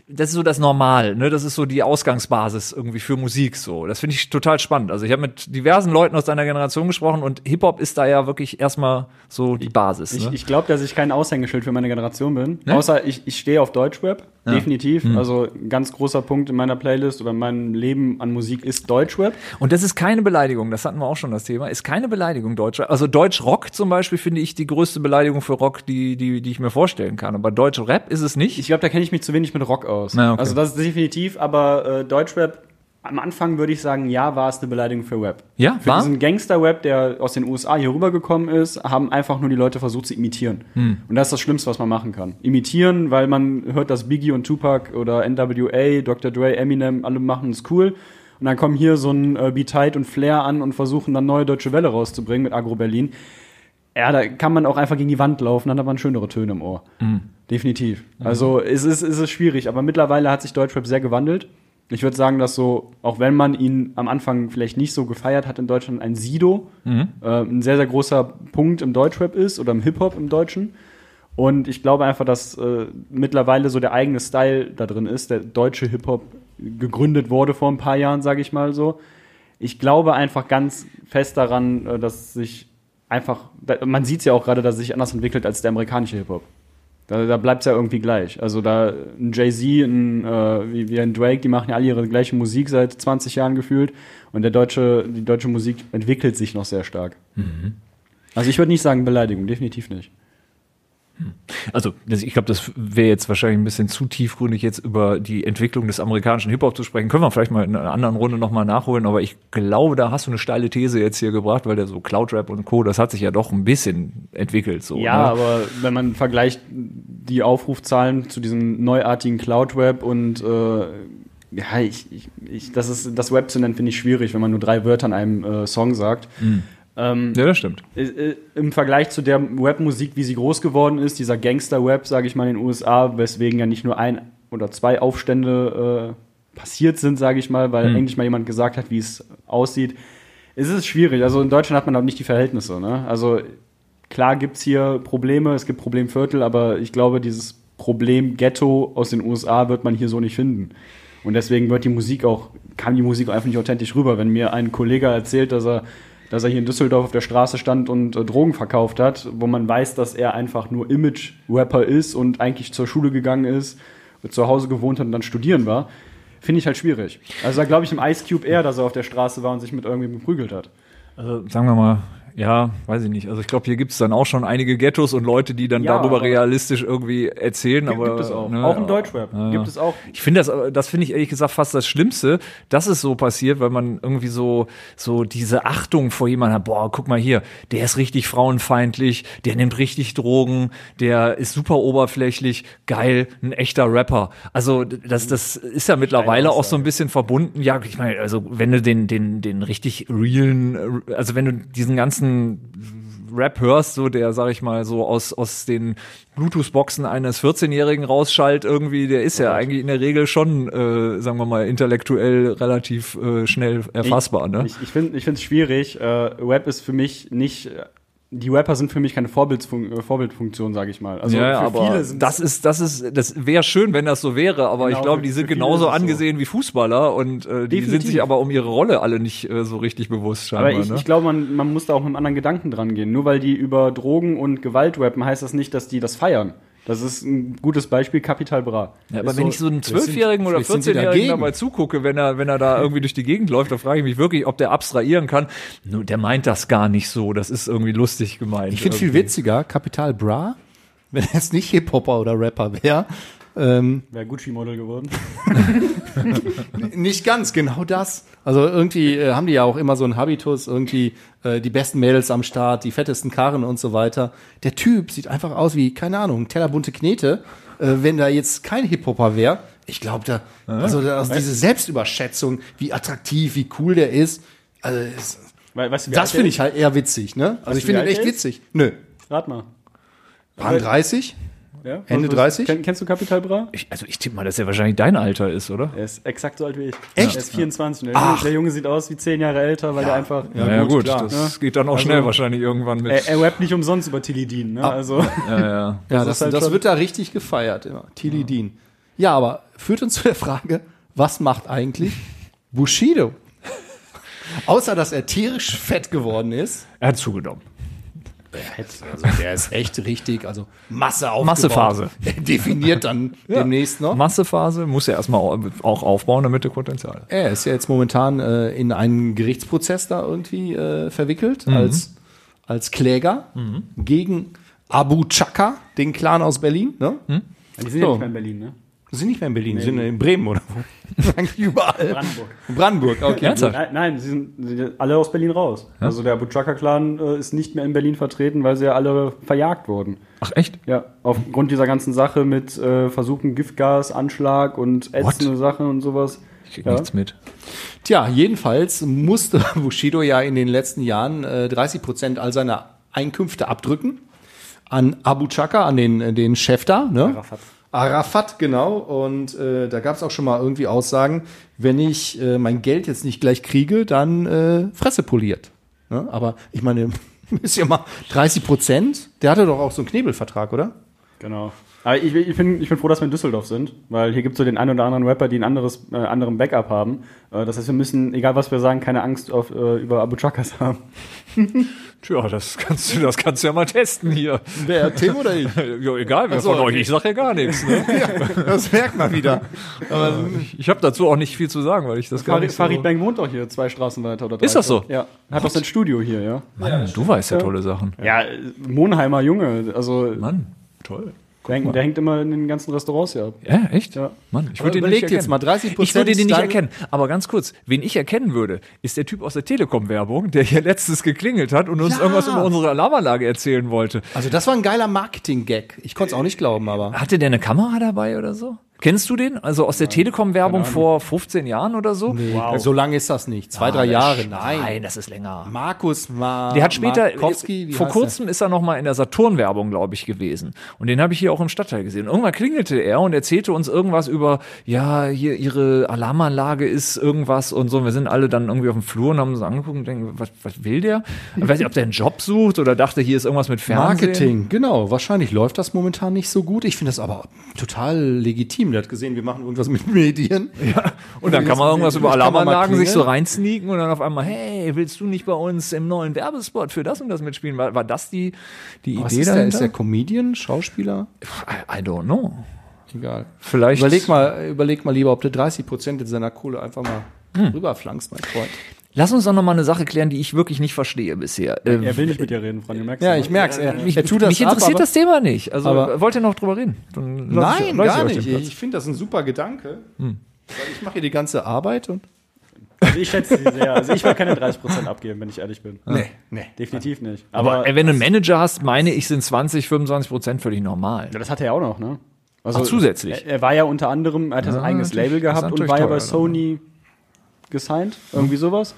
[SPEAKER 1] das ist so das Normal, ne? Das ist so die Ausgangsbasis irgendwie für Musik so. Das finde ich total spannend. Also ich habe mit diversen Leuten aus deiner Generation gesprochen und Hip-Hop ist da ja wirklich erstmal so die Basis.
[SPEAKER 3] Ich,
[SPEAKER 1] ne?
[SPEAKER 3] ich glaube, dass ich kein Aushängeschild für meine Generation bin. Außer ich, ich stehe auf Deutschrap, definitiv. Also ein ganz großer Punkt in meiner Playlist oder in meinem Leben an Musik ist Deutschrap.
[SPEAKER 1] Und das ist keine Beleidigung, das hatten wir auch schon das Thema, ist keine Beleidigung Deutsch. Also Deutschrock zum Beispiel finde ich die größte Beleidigung für Rock, die, die, die ich mir vorstellen kann. Aber Deutschrap ist es nicht.
[SPEAKER 3] Ich glaube, da kenne ich mich zu wenig mit Rock aus.
[SPEAKER 1] Na, okay.
[SPEAKER 3] Also das ist definitiv, aber äh, Deutschrap, am Anfang würde ich sagen, ja, war es eine Beleidigung für Rap.
[SPEAKER 1] Ja,
[SPEAKER 3] Für
[SPEAKER 1] war?
[SPEAKER 3] diesen Gangster-Rap, der aus den USA hier rübergekommen ist, haben einfach nur die Leute versucht zu imitieren.
[SPEAKER 1] Hm.
[SPEAKER 3] Und das ist das Schlimmste, was man machen kann. Imitieren, weil man hört, dass Biggie und Tupac oder NWA, Dr. Dre, Eminem, alle machen es cool. Und dann kommen hier so ein äh, B-Tight und Flair an und versuchen dann neue deutsche Welle rauszubringen mit Agro Berlin. Ja, da kann man auch einfach gegen die Wand laufen, dann hat man schönere Töne im
[SPEAKER 1] Hm.
[SPEAKER 3] Ohr. Definitiv. Also es ist, es ist schwierig, aber mittlerweile hat sich Deutschrap sehr gewandelt. Ich würde sagen, dass so, auch wenn man ihn am Anfang vielleicht nicht so gefeiert hat in Deutschland, ein Sido äh, ein sehr, sehr großer Punkt im Deutschrap ist oder im Hip-Hop im Deutschen. Und ich glaube einfach, dass äh, mittlerweile so der eigene Style da drin ist, der deutsche Hip-Hop gegründet wurde vor ein paar Jahren, sage ich mal so. Ich glaube einfach ganz fest daran, äh, dass sich einfach, da, man sieht es ja auch gerade, dass es sich anders entwickelt als der amerikanische Hip-Hop. Da, da bleibt es ja irgendwie gleich. Also da ein Jay-Z, ein, äh, wie, wie ein Drake, die machen ja alle ihre gleiche Musik seit 20 Jahren gefühlt. Und der deutsche, die deutsche Musik entwickelt sich noch sehr stark. Also ich würde nicht sagen Beleidigung, definitiv nicht.
[SPEAKER 1] Also das, ich glaube, das wäre jetzt wahrscheinlich ein bisschen zu tiefgründig, jetzt über die Entwicklung des amerikanischen Hip-Hop zu sprechen. Können wir vielleicht mal in einer anderen Runde nochmal nachholen, aber ich glaube, da hast du eine steile These jetzt hier gebracht, weil der so Cloud-Rap und Co., das hat sich ja doch ein bisschen entwickelt. So,
[SPEAKER 3] Ja,
[SPEAKER 1] ne?
[SPEAKER 3] aber wenn man vergleicht die Aufrufzahlen zu diesem neuartigen Cloud-Web und äh, ja, ich, ich, ich, das ist das Web zu nennen, finde ich schwierig, wenn man nur drei Wörter an einem äh, Song sagt. Ähm,
[SPEAKER 1] Ja, das stimmt.
[SPEAKER 3] äh, äh, Im Vergleich zu der Webmusik, wie sie groß geworden ist, dieser Gangster-Web, sage ich mal, in den USA, weswegen ja nicht nur ein oder zwei Aufstände äh, passiert sind, sage ich mal, weil endlich mal jemand gesagt hat, wie es aussieht, ist es schwierig. Also in Deutschland hat man auch nicht die Verhältnisse. Ne? Also klar gibt es hier Probleme, es gibt Problemviertel, aber ich glaube, dieses Problem Ghetto aus den USA wird man hier so nicht finden. Und deswegen wird die Musik auch, kam die Musik auch einfach nicht authentisch rüber. Wenn mir ein Kollege erzählt, dass er, dass er hier in Düsseldorf auf der Straße stand und äh, Drogen verkauft hat, wo man weiß, dass er einfach nur Image-Rapper ist und eigentlich zur Schule gegangen ist, zu Hause gewohnt hat und dann studieren war, finde ich halt schwierig. Also da glaube ich im Ice Cube eher, dass er auf der Straße war und sich mit irgendjemandem geprügelt hat.
[SPEAKER 1] Also sagen wir mal, ja, weiß ich nicht. Also ich glaube, hier gibt es dann auch schon einige Ghettos und Leute, die dann
[SPEAKER 3] Ja,
[SPEAKER 1] darüber
[SPEAKER 3] aber-
[SPEAKER 1] realistisch irgendwie erzählen. aber,
[SPEAKER 3] gibt es auch.
[SPEAKER 1] ne,
[SPEAKER 3] auch im Deutschrap gibt es auch.
[SPEAKER 1] Ich finde das, aber- das finde ich ehrlich gesagt fast das Schlimmste, dass es so passiert, weil man irgendwie so, so diese Achtung vor jemandem hat, boah, guck mal hier, der ist richtig frauenfeindlich, der nimmt richtig Drogen, der ist super oberflächlich, geil, ein echter Rapper. Also das, das ist ja mittlerweile auch so ein bisschen verbunden. Ja, ich meine, also wenn du den, den, den richtig realen, äh, also wenn du diesen ganzen Rap hörst, so der, sag ich mal, so aus, aus den Bluetooth-Boxen eines 14-Jährigen rausschallt, irgendwie, der ist ja eigentlich in der Regel schon, äh, sagen wir mal, intellektuell relativ äh, schnell erfassbar, ne?
[SPEAKER 3] Ich, ich finde es schwierig. Äh, Rap ist für mich nicht. äh, Die Rapper sind für mich keine Vorbildfun äh, Vorbildfunktion, sage ich mal. Also
[SPEAKER 1] ja,
[SPEAKER 3] für
[SPEAKER 1] aber
[SPEAKER 3] viele sind
[SPEAKER 1] das ist, das ist, das wäre schön, wenn das so wäre, aber
[SPEAKER 3] Genau,
[SPEAKER 1] ich glaube,
[SPEAKER 3] für-
[SPEAKER 1] die
[SPEAKER 3] für
[SPEAKER 1] sind
[SPEAKER 3] viele
[SPEAKER 1] genauso
[SPEAKER 3] ist es so.
[SPEAKER 1] angesehen wie Fußballer und äh, die sind
[SPEAKER 3] Definitiv.
[SPEAKER 1] sich aber um ihre Rolle alle nicht äh, so richtig bewusst scheinbar,
[SPEAKER 3] Aber ich,
[SPEAKER 1] ne?
[SPEAKER 3] ich glaube, man, man muss da auch mit einem anderen Gedanken dran gehen. Nur weil die über Drogen und Gewalt rappen, heißt das nicht, dass die das feiern. Das ist ein gutes Beispiel, Capital Bra.
[SPEAKER 1] Ja, aber
[SPEAKER 3] Ist
[SPEAKER 1] wenn ich so einem
[SPEAKER 2] vielleicht sind-
[SPEAKER 1] 12-Jährigen oder
[SPEAKER 2] vielleicht sind die
[SPEAKER 1] 14-Jährigen
[SPEAKER 2] dagegen.
[SPEAKER 1] dabei zugucke, wenn er, wenn er da irgendwie durch die Gegend läuft, dann frage ich mich wirklich, ob der abstrahieren kann. Nur, der meint das gar nicht so. Das ist irgendwie lustig gemeint.
[SPEAKER 2] Ich finde viel witziger, Kapital Bra, wenn er jetzt nicht Hip-Hopper oder Rapper wäre. Ähm,
[SPEAKER 3] wäre Gucci-Model geworden.
[SPEAKER 2] nicht ganz, genau das. Also irgendwie äh, haben die ja auch immer so einen Habitus, irgendwie äh, die besten Mädels am Start, die fettesten Karren und so weiter. Der Typ sieht einfach aus wie, keine Ahnung, tellerbunte Knete. Äh, wenn da jetzt kein Hip-Hopper wäre, ich glaube da, also da, also diese Selbstüberschätzung, wie attraktiv, wie cool der ist, also ist,
[SPEAKER 3] Weil, weißt du, wie alt
[SPEAKER 2] das
[SPEAKER 3] der
[SPEAKER 2] finde
[SPEAKER 3] ist?
[SPEAKER 2] ich halt eher witzig, ne? Also ich
[SPEAKER 3] du, wie
[SPEAKER 2] finde ihn
[SPEAKER 3] alt
[SPEAKER 2] echt
[SPEAKER 3] der ist?
[SPEAKER 2] witzig. Nö.
[SPEAKER 3] Rat mal.
[SPEAKER 2] Waren 30?
[SPEAKER 3] Ja?
[SPEAKER 2] Ende
[SPEAKER 3] Was- was-
[SPEAKER 2] 30?
[SPEAKER 3] Kenn, kennst du Capital Bra?
[SPEAKER 1] Ich, also ich tippe mal, dass er wahrscheinlich dein Alter ist, oder?
[SPEAKER 3] Er ist exakt so alt wie ich.
[SPEAKER 2] Echt?
[SPEAKER 3] Er ist 24. Der Junge, der Junge sieht aus wie 10 Jahre älter, weil er einfach.
[SPEAKER 1] Ja, ja, gut,
[SPEAKER 3] klar,
[SPEAKER 1] das
[SPEAKER 3] ne?
[SPEAKER 1] geht dann auch schnell wahrscheinlich irgendwann mit.
[SPEAKER 3] Er, Äh, er rappt nicht umsonst über Tilly Dean, ne? Also.
[SPEAKER 2] Ja, das,
[SPEAKER 3] ist
[SPEAKER 2] das,
[SPEAKER 3] halt schon-
[SPEAKER 2] wird da richtig gefeiert immer. Tilly Dean. Ja, aber führt uns zu der Frage, was macht eigentlich Bushido? Außer, dass er tierisch fett geworden ist.
[SPEAKER 1] er hat zugenommen.
[SPEAKER 2] Also, der ist echt richtig, also Masse aufgebaut.
[SPEAKER 1] Massephase.
[SPEAKER 2] Er definiert dann demnächst noch.
[SPEAKER 1] Massephase muss er erstmal au- auch aufbauen, damit er Potenzial hat.
[SPEAKER 2] Er ist ja jetzt momentan äh, in einen Gerichtsprozess da irgendwie äh, verwickelt als, als Kläger gegen Abu Chaka, den Clan aus Berlin. Ne?
[SPEAKER 3] Die sind ja nicht mehr in Berlin, ne?
[SPEAKER 2] Sind nicht mehr in Berlin, sind in Bremen oder wo? Eigentlich überall.
[SPEAKER 3] Brandenburg.
[SPEAKER 2] Brandenburg, okay.
[SPEAKER 1] Ernsthaft?
[SPEAKER 3] Nein, nein, sie sind sie sind alle aus Berlin raus. Also der Butchaka-Clan äh, ist nicht mehr in Berlin vertreten, weil sie ja alle verjagt wurden.
[SPEAKER 1] Ach echt?
[SPEAKER 3] Ja, aufgrund dieser ganzen Sache mit äh, Versuchen Giftgas, Anschlag und ätzende Sachen und sowas.
[SPEAKER 1] Ich krieg
[SPEAKER 3] Ja.
[SPEAKER 1] nichts mit.
[SPEAKER 2] Tja, jedenfalls musste Bushido ja in den letzten Jahren äh, 30 Prozent all seiner Einkünfte abdrücken an Abu Chaka, an den, äh, den Chef da, ne?
[SPEAKER 3] Arafat.
[SPEAKER 2] Arafat, genau. Und äh, da gab es auch schon mal irgendwie Aussagen, wenn ich äh, mein Geld jetzt nicht gleich kriege, dann äh, Fresse poliert. Ne? Aber ich meine, ist ja mal 30 Prozent. Der hatte doch auch so einen Knebelvertrag, oder?
[SPEAKER 3] Genau. Aber ich, ich, bin, ich bin froh, dass wir in Düsseldorf sind, weil hier gibt es so den einen oder anderen Rapper, die ein anderes, äh, anderen Backup haben. Äh, das heißt, wir müssen, egal was wir sagen, keine Angst auf, äh, über Abu Chakas haben.
[SPEAKER 1] Tja, das kannst du, das kannst du ja mal testen hier.
[SPEAKER 2] Wer, Tim oder ich?
[SPEAKER 1] Ja, egal, wer
[SPEAKER 2] so,
[SPEAKER 1] von
[SPEAKER 2] okay.
[SPEAKER 1] euch, ich sag ja gar nichts. Ne?
[SPEAKER 2] Das merkt man wieder. Aber
[SPEAKER 1] Ich habe dazu auch nicht viel zu sagen, weil ich das gar
[SPEAKER 3] Farid,
[SPEAKER 1] nicht so...
[SPEAKER 3] Farid Bang wohnt doch hier zwei Straßen weiter oder drei.
[SPEAKER 1] Ist das so?
[SPEAKER 3] Ja. Hat doch sein Studio hier, ja.
[SPEAKER 1] Mann, du weißt ja tolle Sachen.
[SPEAKER 3] Ja, äh, Monheimer Junge. Also,
[SPEAKER 1] Mann, toll.
[SPEAKER 3] der, hängt- der hängt immer in den ganzen Restaurants hier ab.
[SPEAKER 1] Ja, echt?
[SPEAKER 3] Ja.
[SPEAKER 1] Mann, ich
[SPEAKER 2] Aber
[SPEAKER 1] würde ihn
[SPEAKER 2] überlegt
[SPEAKER 1] nicht
[SPEAKER 2] jetzt
[SPEAKER 1] erkennen.
[SPEAKER 2] mal, 30%
[SPEAKER 1] Ich würde den nicht
[SPEAKER 2] dann-
[SPEAKER 1] erkennen. Aber ganz kurz, wen ich erkennen würde, ist der Typ aus der Telekom-Werbung, der hier letztens geklingelt hat und uns
[SPEAKER 2] Ja.
[SPEAKER 1] irgendwas über unsere Alarmanlage erzählen wollte.
[SPEAKER 2] Also das war ein geiler Marketing-Gag. Ich konnte es auch nicht glauben, aber.
[SPEAKER 1] Hatte der eine Kamera dabei oder so? Kennst du den? Also aus der Telekom-Werbung vor 15 Jahren oder so? Nee.
[SPEAKER 2] So lange ist das nicht.
[SPEAKER 1] Ah,
[SPEAKER 2] Zwei, drei Jahre.
[SPEAKER 1] Nein, das ist länger.
[SPEAKER 2] Markus Ma
[SPEAKER 1] Der hat später, äh,
[SPEAKER 2] Markowski, wie
[SPEAKER 1] vor
[SPEAKER 2] heißt der?
[SPEAKER 1] kurzem ist er nochmal in der Saturn-Werbung, glaube ich, gewesen. Und den habe ich hier auch im Stadtteil gesehen. Und irgendwann klingelte er und erzählte uns irgendwas über, ja, hier ihre Alarmanlage ist irgendwas und so. Und wir sind alle dann irgendwie auf dem Flur und haben uns angeguckt und denken, was, was will der? Ich weiß nicht, ob der einen Job sucht oder dachte, hier ist irgendwas mit Fernsehen.
[SPEAKER 2] Marketing, genau. Wahrscheinlich läuft das momentan nicht so gut. Ich finde das aber total legitim. Der hat gesehen, wir machen irgendwas mit Medien. Ja.
[SPEAKER 1] Und dann kann man irgendwas über Alarmanlagen sich so
[SPEAKER 2] rein.
[SPEAKER 1] reinsneaken und dann auf einmal, hey, willst du nicht bei uns im neuen Werbespot für das und das mitspielen? War, war das die, die
[SPEAKER 2] Was
[SPEAKER 1] Idee
[SPEAKER 2] ist der? Ist der
[SPEAKER 1] dahinter?
[SPEAKER 2] Comedian, Schauspieler?
[SPEAKER 1] I, I don't know.
[SPEAKER 2] Egal.
[SPEAKER 1] Vielleicht.
[SPEAKER 2] Überleg mal, überleg mal lieber, ob du 30 Prozent in seiner Kohle einfach mal
[SPEAKER 1] Hm.
[SPEAKER 2] rüberflankst, mein Freund.
[SPEAKER 1] Lass uns doch noch mal eine Sache klären, die ich wirklich nicht verstehe bisher. Ähm,
[SPEAKER 3] Er will nicht mit dir reden, Franny, merkst
[SPEAKER 2] Ja,
[SPEAKER 3] du?
[SPEAKER 2] ich merk's. Er, er tut das
[SPEAKER 1] äh, mich
[SPEAKER 2] ab,
[SPEAKER 1] interessiert
[SPEAKER 2] aber-
[SPEAKER 1] das Thema nicht. Also
[SPEAKER 2] aber-
[SPEAKER 1] wollt ihr noch drüber reden? Dann lass ich-
[SPEAKER 2] Nein,
[SPEAKER 1] lass ich
[SPEAKER 2] gar
[SPEAKER 1] euch den
[SPEAKER 2] nicht. Hm.
[SPEAKER 1] Platz.
[SPEAKER 2] Ich finde das ein super Gedanke. Weil ich mache hier die ganze Arbeit und.
[SPEAKER 3] Ich schätze sie sehr. Also ich will keine 30% abgeben, wenn ich ehrlich bin. Nee,
[SPEAKER 2] nee.
[SPEAKER 3] Definitiv nicht.
[SPEAKER 1] Aber,
[SPEAKER 3] Aber
[SPEAKER 1] äh, wenn du einen Manager hast, meine ich, sind 20, 25 Prozent völlig normal.
[SPEAKER 3] Ja, das hat er ja auch noch, ne? Also
[SPEAKER 1] Ach, zusätzlich.
[SPEAKER 3] Er, er war ja unter anderem, er hat sein eigenes
[SPEAKER 1] natürlich. Das
[SPEAKER 3] Label
[SPEAKER 1] ist
[SPEAKER 3] gehabt und
[SPEAKER 1] natürlich Mhm.
[SPEAKER 3] war ja bei
[SPEAKER 1] teuer,
[SPEAKER 3] Sony gesigned, irgendwie sowas.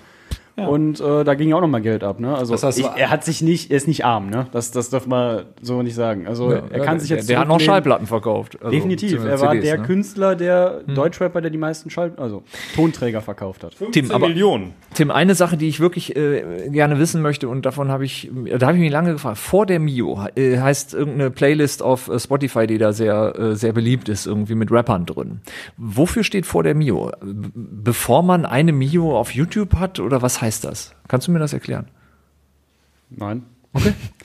[SPEAKER 3] Und äh, da ging ja auch nochmal Geld ab, ne? Also
[SPEAKER 2] Das heißt,
[SPEAKER 3] ich,
[SPEAKER 2] war-
[SPEAKER 3] er hat sich nicht, er ist nicht arm, ne? Das, das darf man so nicht sagen. Also er kann
[SPEAKER 1] Ja,
[SPEAKER 3] sich
[SPEAKER 1] der-
[SPEAKER 3] jetzt
[SPEAKER 1] Der hat noch
[SPEAKER 3] zurücklehnen.
[SPEAKER 1] Schallplatten verkauft. Also,
[SPEAKER 3] Definitiv. Er
[SPEAKER 1] beziehungsweise
[SPEAKER 3] war
[SPEAKER 1] CDs,
[SPEAKER 3] der
[SPEAKER 1] ne? Hm.
[SPEAKER 3] Künstler, der Deutschrapper, der die meisten Schall, also Tonträger verkauft hat.
[SPEAKER 1] Tim, aber
[SPEAKER 2] Millionen.
[SPEAKER 1] Tim, eine Sache, die ich wirklich äh, gerne wissen möchte und davon habe ich, da habe ich mich lange gefragt. Vor der Mio äh, heißt irgendeine Playlist auf äh, Spotify, die da sehr äh, sehr beliebt ist, irgendwie mit Rappern drin. Wofür steht vor der Mio? B- Bevor man eine Mio auf YouTube hat oder was heißt das? Kannst du mir das erklären?
[SPEAKER 3] Nein.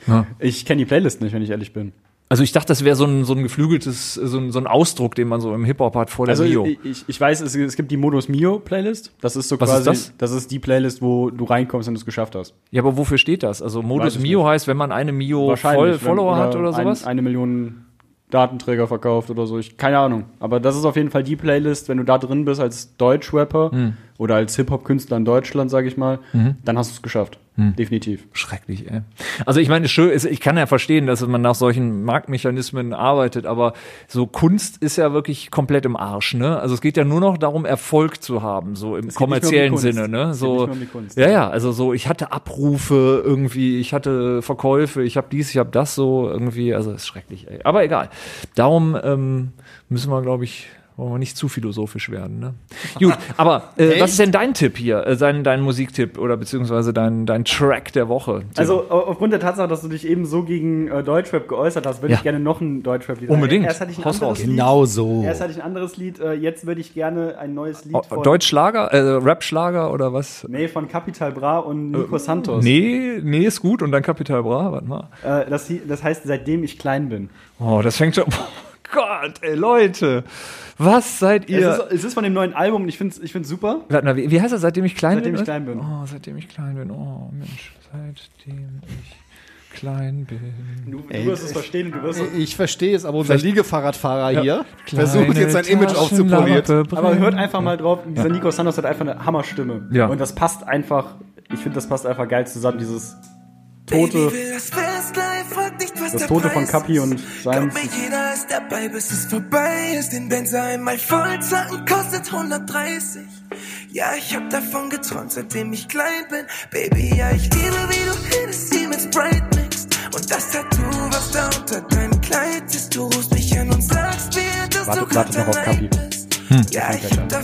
[SPEAKER 1] Ja.
[SPEAKER 3] Ich kenne die Playlist nicht, wenn ich ehrlich bin.
[SPEAKER 1] Also ich dachte, das wäre so ein so ein geflügeltes, äh, so ein, so ein Ausdruck, den man so im Hip Hop hat vor der
[SPEAKER 3] Also
[SPEAKER 1] Äh, Mio.
[SPEAKER 3] ich, ich, ich weiß, es, es gibt die Modus Mio Playlist. Das ist so
[SPEAKER 1] Was ist
[SPEAKER 3] quasi,
[SPEAKER 1] das?
[SPEAKER 3] ist die Playlist, wo du reinkommst und es geschafft hast.
[SPEAKER 1] ja, aber wofür steht das? Also
[SPEAKER 3] Weiß
[SPEAKER 1] Modus
[SPEAKER 3] ich
[SPEAKER 1] Mio heißt, wenn man eine Mio
[SPEAKER 3] Wahrscheinlich.
[SPEAKER 1] Oh, Voll Follower
[SPEAKER 3] wenn-
[SPEAKER 1] hat oder sowas.
[SPEAKER 3] Ein, eine Million Datenträger verkauft oder so. Ich, keine Ahnung. Aber das ist auf jeden Fall die Playlist, wenn du da drin bist als Deutschrapper
[SPEAKER 1] Hm.
[SPEAKER 3] oder als Hip-Hop-Künstler in Deutschland, sage ich mal,
[SPEAKER 1] Mhm.
[SPEAKER 3] dann hast du es geschafft.
[SPEAKER 1] Hm.
[SPEAKER 3] Definitiv.
[SPEAKER 1] Schrecklich, ey. Also ich meine, schön ist, ich kann ja verstehen, dass man nach solchen Marktmechanismen arbeitet, aber so Kunst ist ja wirklich komplett im Arsch, ne? Also es geht ja nur noch darum, Erfolg zu haben, so im
[SPEAKER 3] geht nicht mehr
[SPEAKER 1] kommerziellen
[SPEAKER 3] um die Kunst.
[SPEAKER 1] Sinne, ne?
[SPEAKER 3] Es geht
[SPEAKER 1] So,
[SPEAKER 3] nicht mehr um die Kunst.
[SPEAKER 1] ja, ja, also so, ich hatte Abrufe irgendwie, ich hatte Verkäufe, ich habe dies, ich habe das so irgendwie, also ist schrecklich, ey. Aber egal. Darum ähm, müssen wir, glaube ich, wollen wir nicht zu philosophisch werden, ne? Gut, aber äh, was ist denn dein Tipp hier, äh, dein, dein Musiktipp oder beziehungsweise dein, dein Track der Woche? Tim?
[SPEAKER 3] Also au- aufgrund der Tatsache, dass du dich eben so gegen äh, Deutschrap geäußert hast, würde
[SPEAKER 1] Ja.
[SPEAKER 3] ich gerne noch ein Deutschrap-Lied
[SPEAKER 1] Unbedingt.
[SPEAKER 3] Erst hatte ich ein
[SPEAKER 1] Haus
[SPEAKER 3] anderes
[SPEAKER 1] raus.
[SPEAKER 3] Lied.
[SPEAKER 2] Genau so.
[SPEAKER 3] Erst hatte ich ein anderes Lied. Äh, jetzt würde ich gerne ein neues Lied
[SPEAKER 1] Oh,
[SPEAKER 3] von,
[SPEAKER 1] Deutschschlager, äh, Rap-Schlager oder was?
[SPEAKER 3] nee, von Capital Bra und Nico Santos.
[SPEAKER 1] Äh, Nee, nee, ist gut und dann Capital Bra, warte mal.
[SPEAKER 3] Äh, das, hie- das heißt, seitdem ich klein bin.
[SPEAKER 1] Oh, das fängt schon. Oh Gott, ey, Leute. Was seid ihr?
[SPEAKER 3] Es, ist, es ist von dem neuen Album und ich finde es ich find's super.
[SPEAKER 1] Warte mal, wie, wie heißt das, seitdem ich klein
[SPEAKER 3] Seitdem
[SPEAKER 1] bin?
[SPEAKER 3] ich klein bin.
[SPEAKER 1] Oh, seitdem ich klein bin. Oh, Mensch, seitdem ich klein bin.
[SPEAKER 3] Du, du wirst es verstehen und du wirst es.
[SPEAKER 2] Also Ich verstehe es, aber unser Liegefahrradfahrer hier versucht
[SPEAKER 1] Kleine
[SPEAKER 2] jetzt sein Image aufzupolieren.
[SPEAKER 1] Taschenlampe
[SPEAKER 3] Aber hört
[SPEAKER 1] brennt.
[SPEAKER 3] einfach mal drauf, dieser Nico Santos hat einfach eine Hammerstimme.
[SPEAKER 1] Ja.
[SPEAKER 3] Und das passt einfach, ich finde, das passt einfach geil zusammen, dieses tote,
[SPEAKER 9] Das Festlife fragt nicht, was
[SPEAKER 3] das
[SPEAKER 9] der
[SPEAKER 3] Tote von
[SPEAKER 9] Preis
[SPEAKER 3] Kapi
[SPEAKER 9] ist.
[SPEAKER 3] und
[SPEAKER 9] Glaub
[SPEAKER 3] seinem.
[SPEAKER 9] mir, jeder ist dabei, bis es vorbei ist. Den Benzer einmal vollzacken kostet 130. Ja, ich hab davon geträumt, seitdem ich klein bin. Baby, ja, ich liebe, wie du Hennessy mit Sprite mixt. Und das Tattoo, was da unter deinem Kleid ist. Du rufst mich an und sagst, wir
[SPEAKER 3] Warte- warte noch auf Kapi.
[SPEAKER 9] Hm.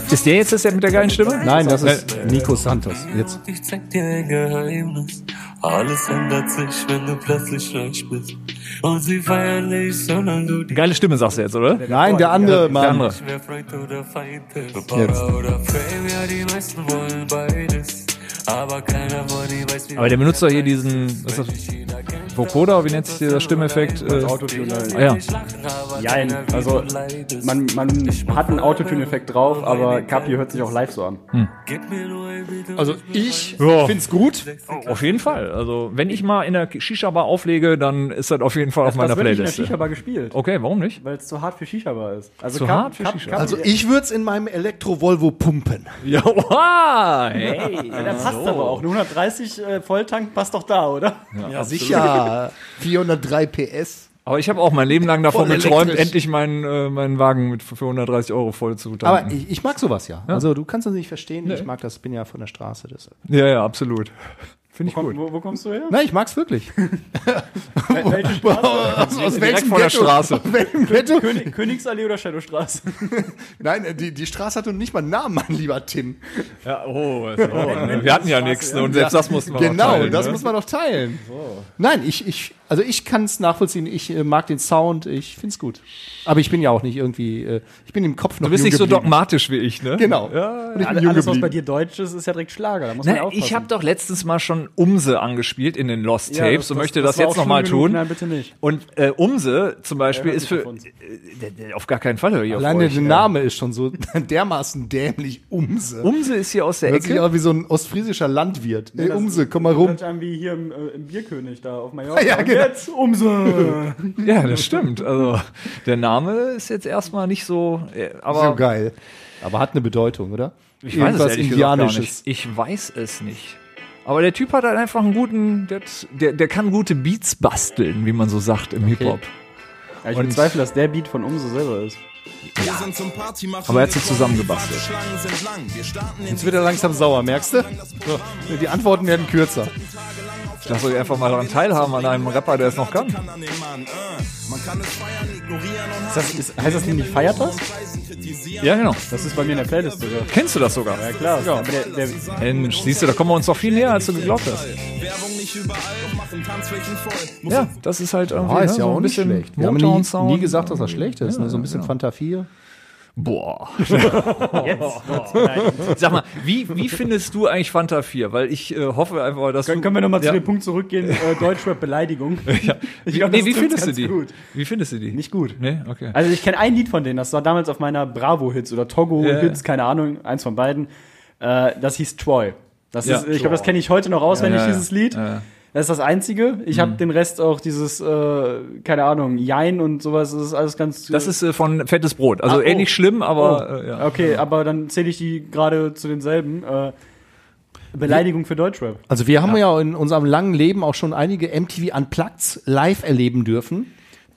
[SPEAKER 9] Ist
[SPEAKER 1] der jetzt das mit der geilen Stimme?
[SPEAKER 2] Nein, das ist Nico Santos. Jetzt.
[SPEAKER 9] Ich zeig dir ein Geheimnis. Alles ändert sich, wenn du plötzlich reich bist. Und sie feiern dich, solange du die
[SPEAKER 1] Geile Stimme sagst du jetzt, oder?
[SPEAKER 2] Nein, der andere
[SPEAKER 1] Der
[SPEAKER 2] Mann.
[SPEAKER 1] andere.
[SPEAKER 9] Wer Freund oder Feind ist. Power oder Fame, ja, die meisten wollen beides. Aber keiner von ihnen weiß, wie
[SPEAKER 1] Aber der benutzt doch hier diesen, was ist das,
[SPEAKER 9] jeder kennt.
[SPEAKER 1] Vocoder, wie nennt sich dieser Stimmeffekt? Äh,
[SPEAKER 3] Autotune.
[SPEAKER 1] ah, ja.
[SPEAKER 3] Jein, also man, man hat einen Autotune-Effekt drauf, aber Kapi hört sich auch live so an.
[SPEAKER 2] Also ich
[SPEAKER 1] Ja.
[SPEAKER 2] find's gut.
[SPEAKER 1] Auf jeden Fall. Also, wenn ich mal in der Shisha-Bar auflege, dann ist das auf jeden Fall auf meiner
[SPEAKER 3] das wird nicht in der
[SPEAKER 1] Playlist.
[SPEAKER 3] Shisha-Bar gespielt,
[SPEAKER 1] Okay, warum nicht?
[SPEAKER 3] weil es zu hart für Shisha-Bar ist. Also
[SPEAKER 1] Zu
[SPEAKER 3] Kap-
[SPEAKER 1] hart für
[SPEAKER 3] Kap-
[SPEAKER 1] Shisha?
[SPEAKER 3] Kapi-
[SPEAKER 2] Also ich würd's in meinem Elektro-Volvo pumpen.
[SPEAKER 1] Ja, wow, hey.
[SPEAKER 3] Ja, äh, der passt aber auch. Eine 130 äh, Volltank passt doch da, oder?
[SPEAKER 2] Ja, sicher. 403 PS.
[SPEAKER 1] Aber ich habe auch mein Leben lang davon
[SPEAKER 2] Voll
[SPEAKER 1] geträumt,
[SPEAKER 2] elektrisch.
[SPEAKER 1] endlich meinen, äh, meinen Wagen mit für 130 Euro voll zu
[SPEAKER 2] Aber
[SPEAKER 1] tanken.
[SPEAKER 2] ich, ich mag sowas ja. Also du kannst das nicht verstehen. Ich mag das, bin ja von der Straße. Deshalb.
[SPEAKER 1] ja, ja, absolut. Finde ich
[SPEAKER 3] Komm,
[SPEAKER 1] gut.
[SPEAKER 3] wo, wo kommst du her?
[SPEAKER 2] Nein, ich mag's wirklich.
[SPEAKER 3] Welche Straße?
[SPEAKER 2] aus, Also aus
[SPEAKER 1] Direkt von der Straße.
[SPEAKER 2] welchem Ghetto?
[SPEAKER 3] König, Königsallee oder Shadowstraße?
[SPEAKER 2] Nein, äh, die, die Straße hat doch nicht mal einen Namen, mein lieber Tim.
[SPEAKER 1] Ja, oh, also, oh, wir hatten ja nichts ne, und selbst das mussten wir
[SPEAKER 2] Genau,
[SPEAKER 1] noch teilen,
[SPEAKER 2] das
[SPEAKER 1] ne?
[SPEAKER 2] muss man doch teilen. Nein, ich, ich, also ich kann es nachvollziehen. Ich äh, mag den Sound, ich find's gut. Aber ich bin ja auch nicht irgendwie, äh, ich bin im Kopf noch
[SPEAKER 1] Du bist
[SPEAKER 2] jung
[SPEAKER 1] nicht so
[SPEAKER 2] geblieben.
[SPEAKER 1] dogmatisch wie ich, ne?
[SPEAKER 2] Genau.
[SPEAKER 1] Ja,
[SPEAKER 2] Und ich bin
[SPEAKER 3] Alle-
[SPEAKER 2] jung
[SPEAKER 3] Alles, was
[SPEAKER 2] geblieben.
[SPEAKER 3] bei dir deutsch ist, ist ja direkt Schlager. Da muss man
[SPEAKER 1] Nein,
[SPEAKER 3] aufpassen.
[SPEAKER 1] ich habe doch letztens mal schon Umse angespielt in den Lost Tapes
[SPEAKER 3] Ja, das-
[SPEAKER 1] und
[SPEAKER 3] das-
[SPEAKER 1] möchte
[SPEAKER 3] das
[SPEAKER 1] das,
[SPEAKER 3] war auch
[SPEAKER 1] jetzt
[SPEAKER 3] schlimm
[SPEAKER 1] nochmal
[SPEAKER 3] genug.
[SPEAKER 1] tun.
[SPEAKER 3] Nein, bitte nicht.
[SPEAKER 1] Und äh, Umse zum Beispiel
[SPEAKER 3] hört
[SPEAKER 1] ist
[SPEAKER 3] nicht
[SPEAKER 1] für
[SPEAKER 3] auf uns.
[SPEAKER 1] äh, der- der- auf gar keinen Fall. höre ich auf
[SPEAKER 2] Alleine
[SPEAKER 1] euch,
[SPEAKER 2] der
[SPEAKER 1] ey.
[SPEAKER 2] Name ist schon so dermaßen dämlich. Umse.
[SPEAKER 1] Umse ist hier aus der
[SPEAKER 2] Hört sich
[SPEAKER 1] Ecke.
[SPEAKER 2] auch wie so ein ostfriesischer Landwirt. Ey,
[SPEAKER 3] das-
[SPEAKER 2] Umse, komm mal rum.
[SPEAKER 3] Hört sich an wie hier im, äh, im Bierkönig da auf Mallorca.
[SPEAKER 2] Ja,
[SPEAKER 3] Und
[SPEAKER 2] genau.
[SPEAKER 3] Jetzt umso.
[SPEAKER 1] Ja, das stimmt. Also der Name ist jetzt erstmal nicht so, äh, aber
[SPEAKER 2] So geil. Aber hat eine Bedeutung, oder?
[SPEAKER 1] ich weiß es ehrlich gesagt gar
[SPEAKER 2] Indianisches.
[SPEAKER 1] nicht. Ich weiß es nicht. Aber der Typ hat halt einfach einen guten, der, hat- der, der kann gute Beats basteln, wie man so sagt im Hip-Hop.
[SPEAKER 3] Ja, ich
[SPEAKER 1] Und-
[SPEAKER 3] bezweifle, dass der Beat von umso selber ist.
[SPEAKER 1] Aber er hat sie zusammengebastelt.
[SPEAKER 2] Jetzt wird er langsam sauer, merkst du? So, Die Antworten werden kürzer.
[SPEAKER 1] Ich lasse euch einfach mal daran teilhaben an einem Rapper, der es noch kann.
[SPEAKER 3] ist das ist, heißt das nämlich Feiert das?
[SPEAKER 1] Ja, genau.
[SPEAKER 3] Das ist bei mir in der Playlist sogar.
[SPEAKER 1] Kennst du das sogar?
[SPEAKER 3] Klar, ja. der, der, der
[SPEAKER 1] Mensch, siehst du, da kommen wir uns doch viel näher, als du geglaubt hast. Ja, das ist halt irgendwie
[SPEAKER 2] Ah, ist
[SPEAKER 1] ne,
[SPEAKER 2] ja
[SPEAKER 1] so
[SPEAKER 2] auch
[SPEAKER 1] ein
[SPEAKER 2] nicht
[SPEAKER 1] bisschen genau.
[SPEAKER 2] schlecht. Wir haben nie,
[SPEAKER 1] Motown-Sound.
[SPEAKER 2] nie gesagt, dass das schlecht ist. ne? So ein bisschen Fanta 4.
[SPEAKER 1] Boah.
[SPEAKER 3] jetzt. wird's beleidigend.
[SPEAKER 1] Sag mal, wie, wie findest du eigentlich Fanta 4? Weil ich äh, hoffe einfach, dass
[SPEAKER 3] Können,
[SPEAKER 1] du...
[SPEAKER 3] können wir nochmal
[SPEAKER 1] Ja.
[SPEAKER 3] zu dem Punkt zurückgehen, äh, Deutschrap-Beleidigung? ja.
[SPEAKER 1] Wie, nee, wie findest du die? Wie findest du die?
[SPEAKER 3] Nicht gut.
[SPEAKER 1] Nee, okay.
[SPEAKER 3] Also ich kenne ein Lied von denen, das war damals auf meiner Bravo-Hits oder Togo-Hits,
[SPEAKER 1] Ja.
[SPEAKER 3] keine Ahnung, eins von beiden. Äh, das hieß Troy. Das
[SPEAKER 1] Ja.
[SPEAKER 3] ist, ich glaube, das kenne ich heute noch auswendig,
[SPEAKER 1] Ja, ja, ja.
[SPEAKER 3] dieses Lied.
[SPEAKER 1] Ja, Mhm. ja.
[SPEAKER 3] Das ist das Einzige. Ich habe den Rest auch dieses, äh, keine Ahnung, Jein und sowas, das ist alles ganz...
[SPEAKER 1] das ist äh, von Fettes Brot. Also
[SPEAKER 3] Ah, oh. Ah,
[SPEAKER 1] ähnlich schlimm, aber äh, ja.
[SPEAKER 3] Okay, aber dann zähle ich die gerade zu denselben. Äh, Beleidigung für Deutschrap.
[SPEAKER 2] Also wir haben ja. in unserem langen Leben auch schon einige MTV Unplugged live erleben dürfen.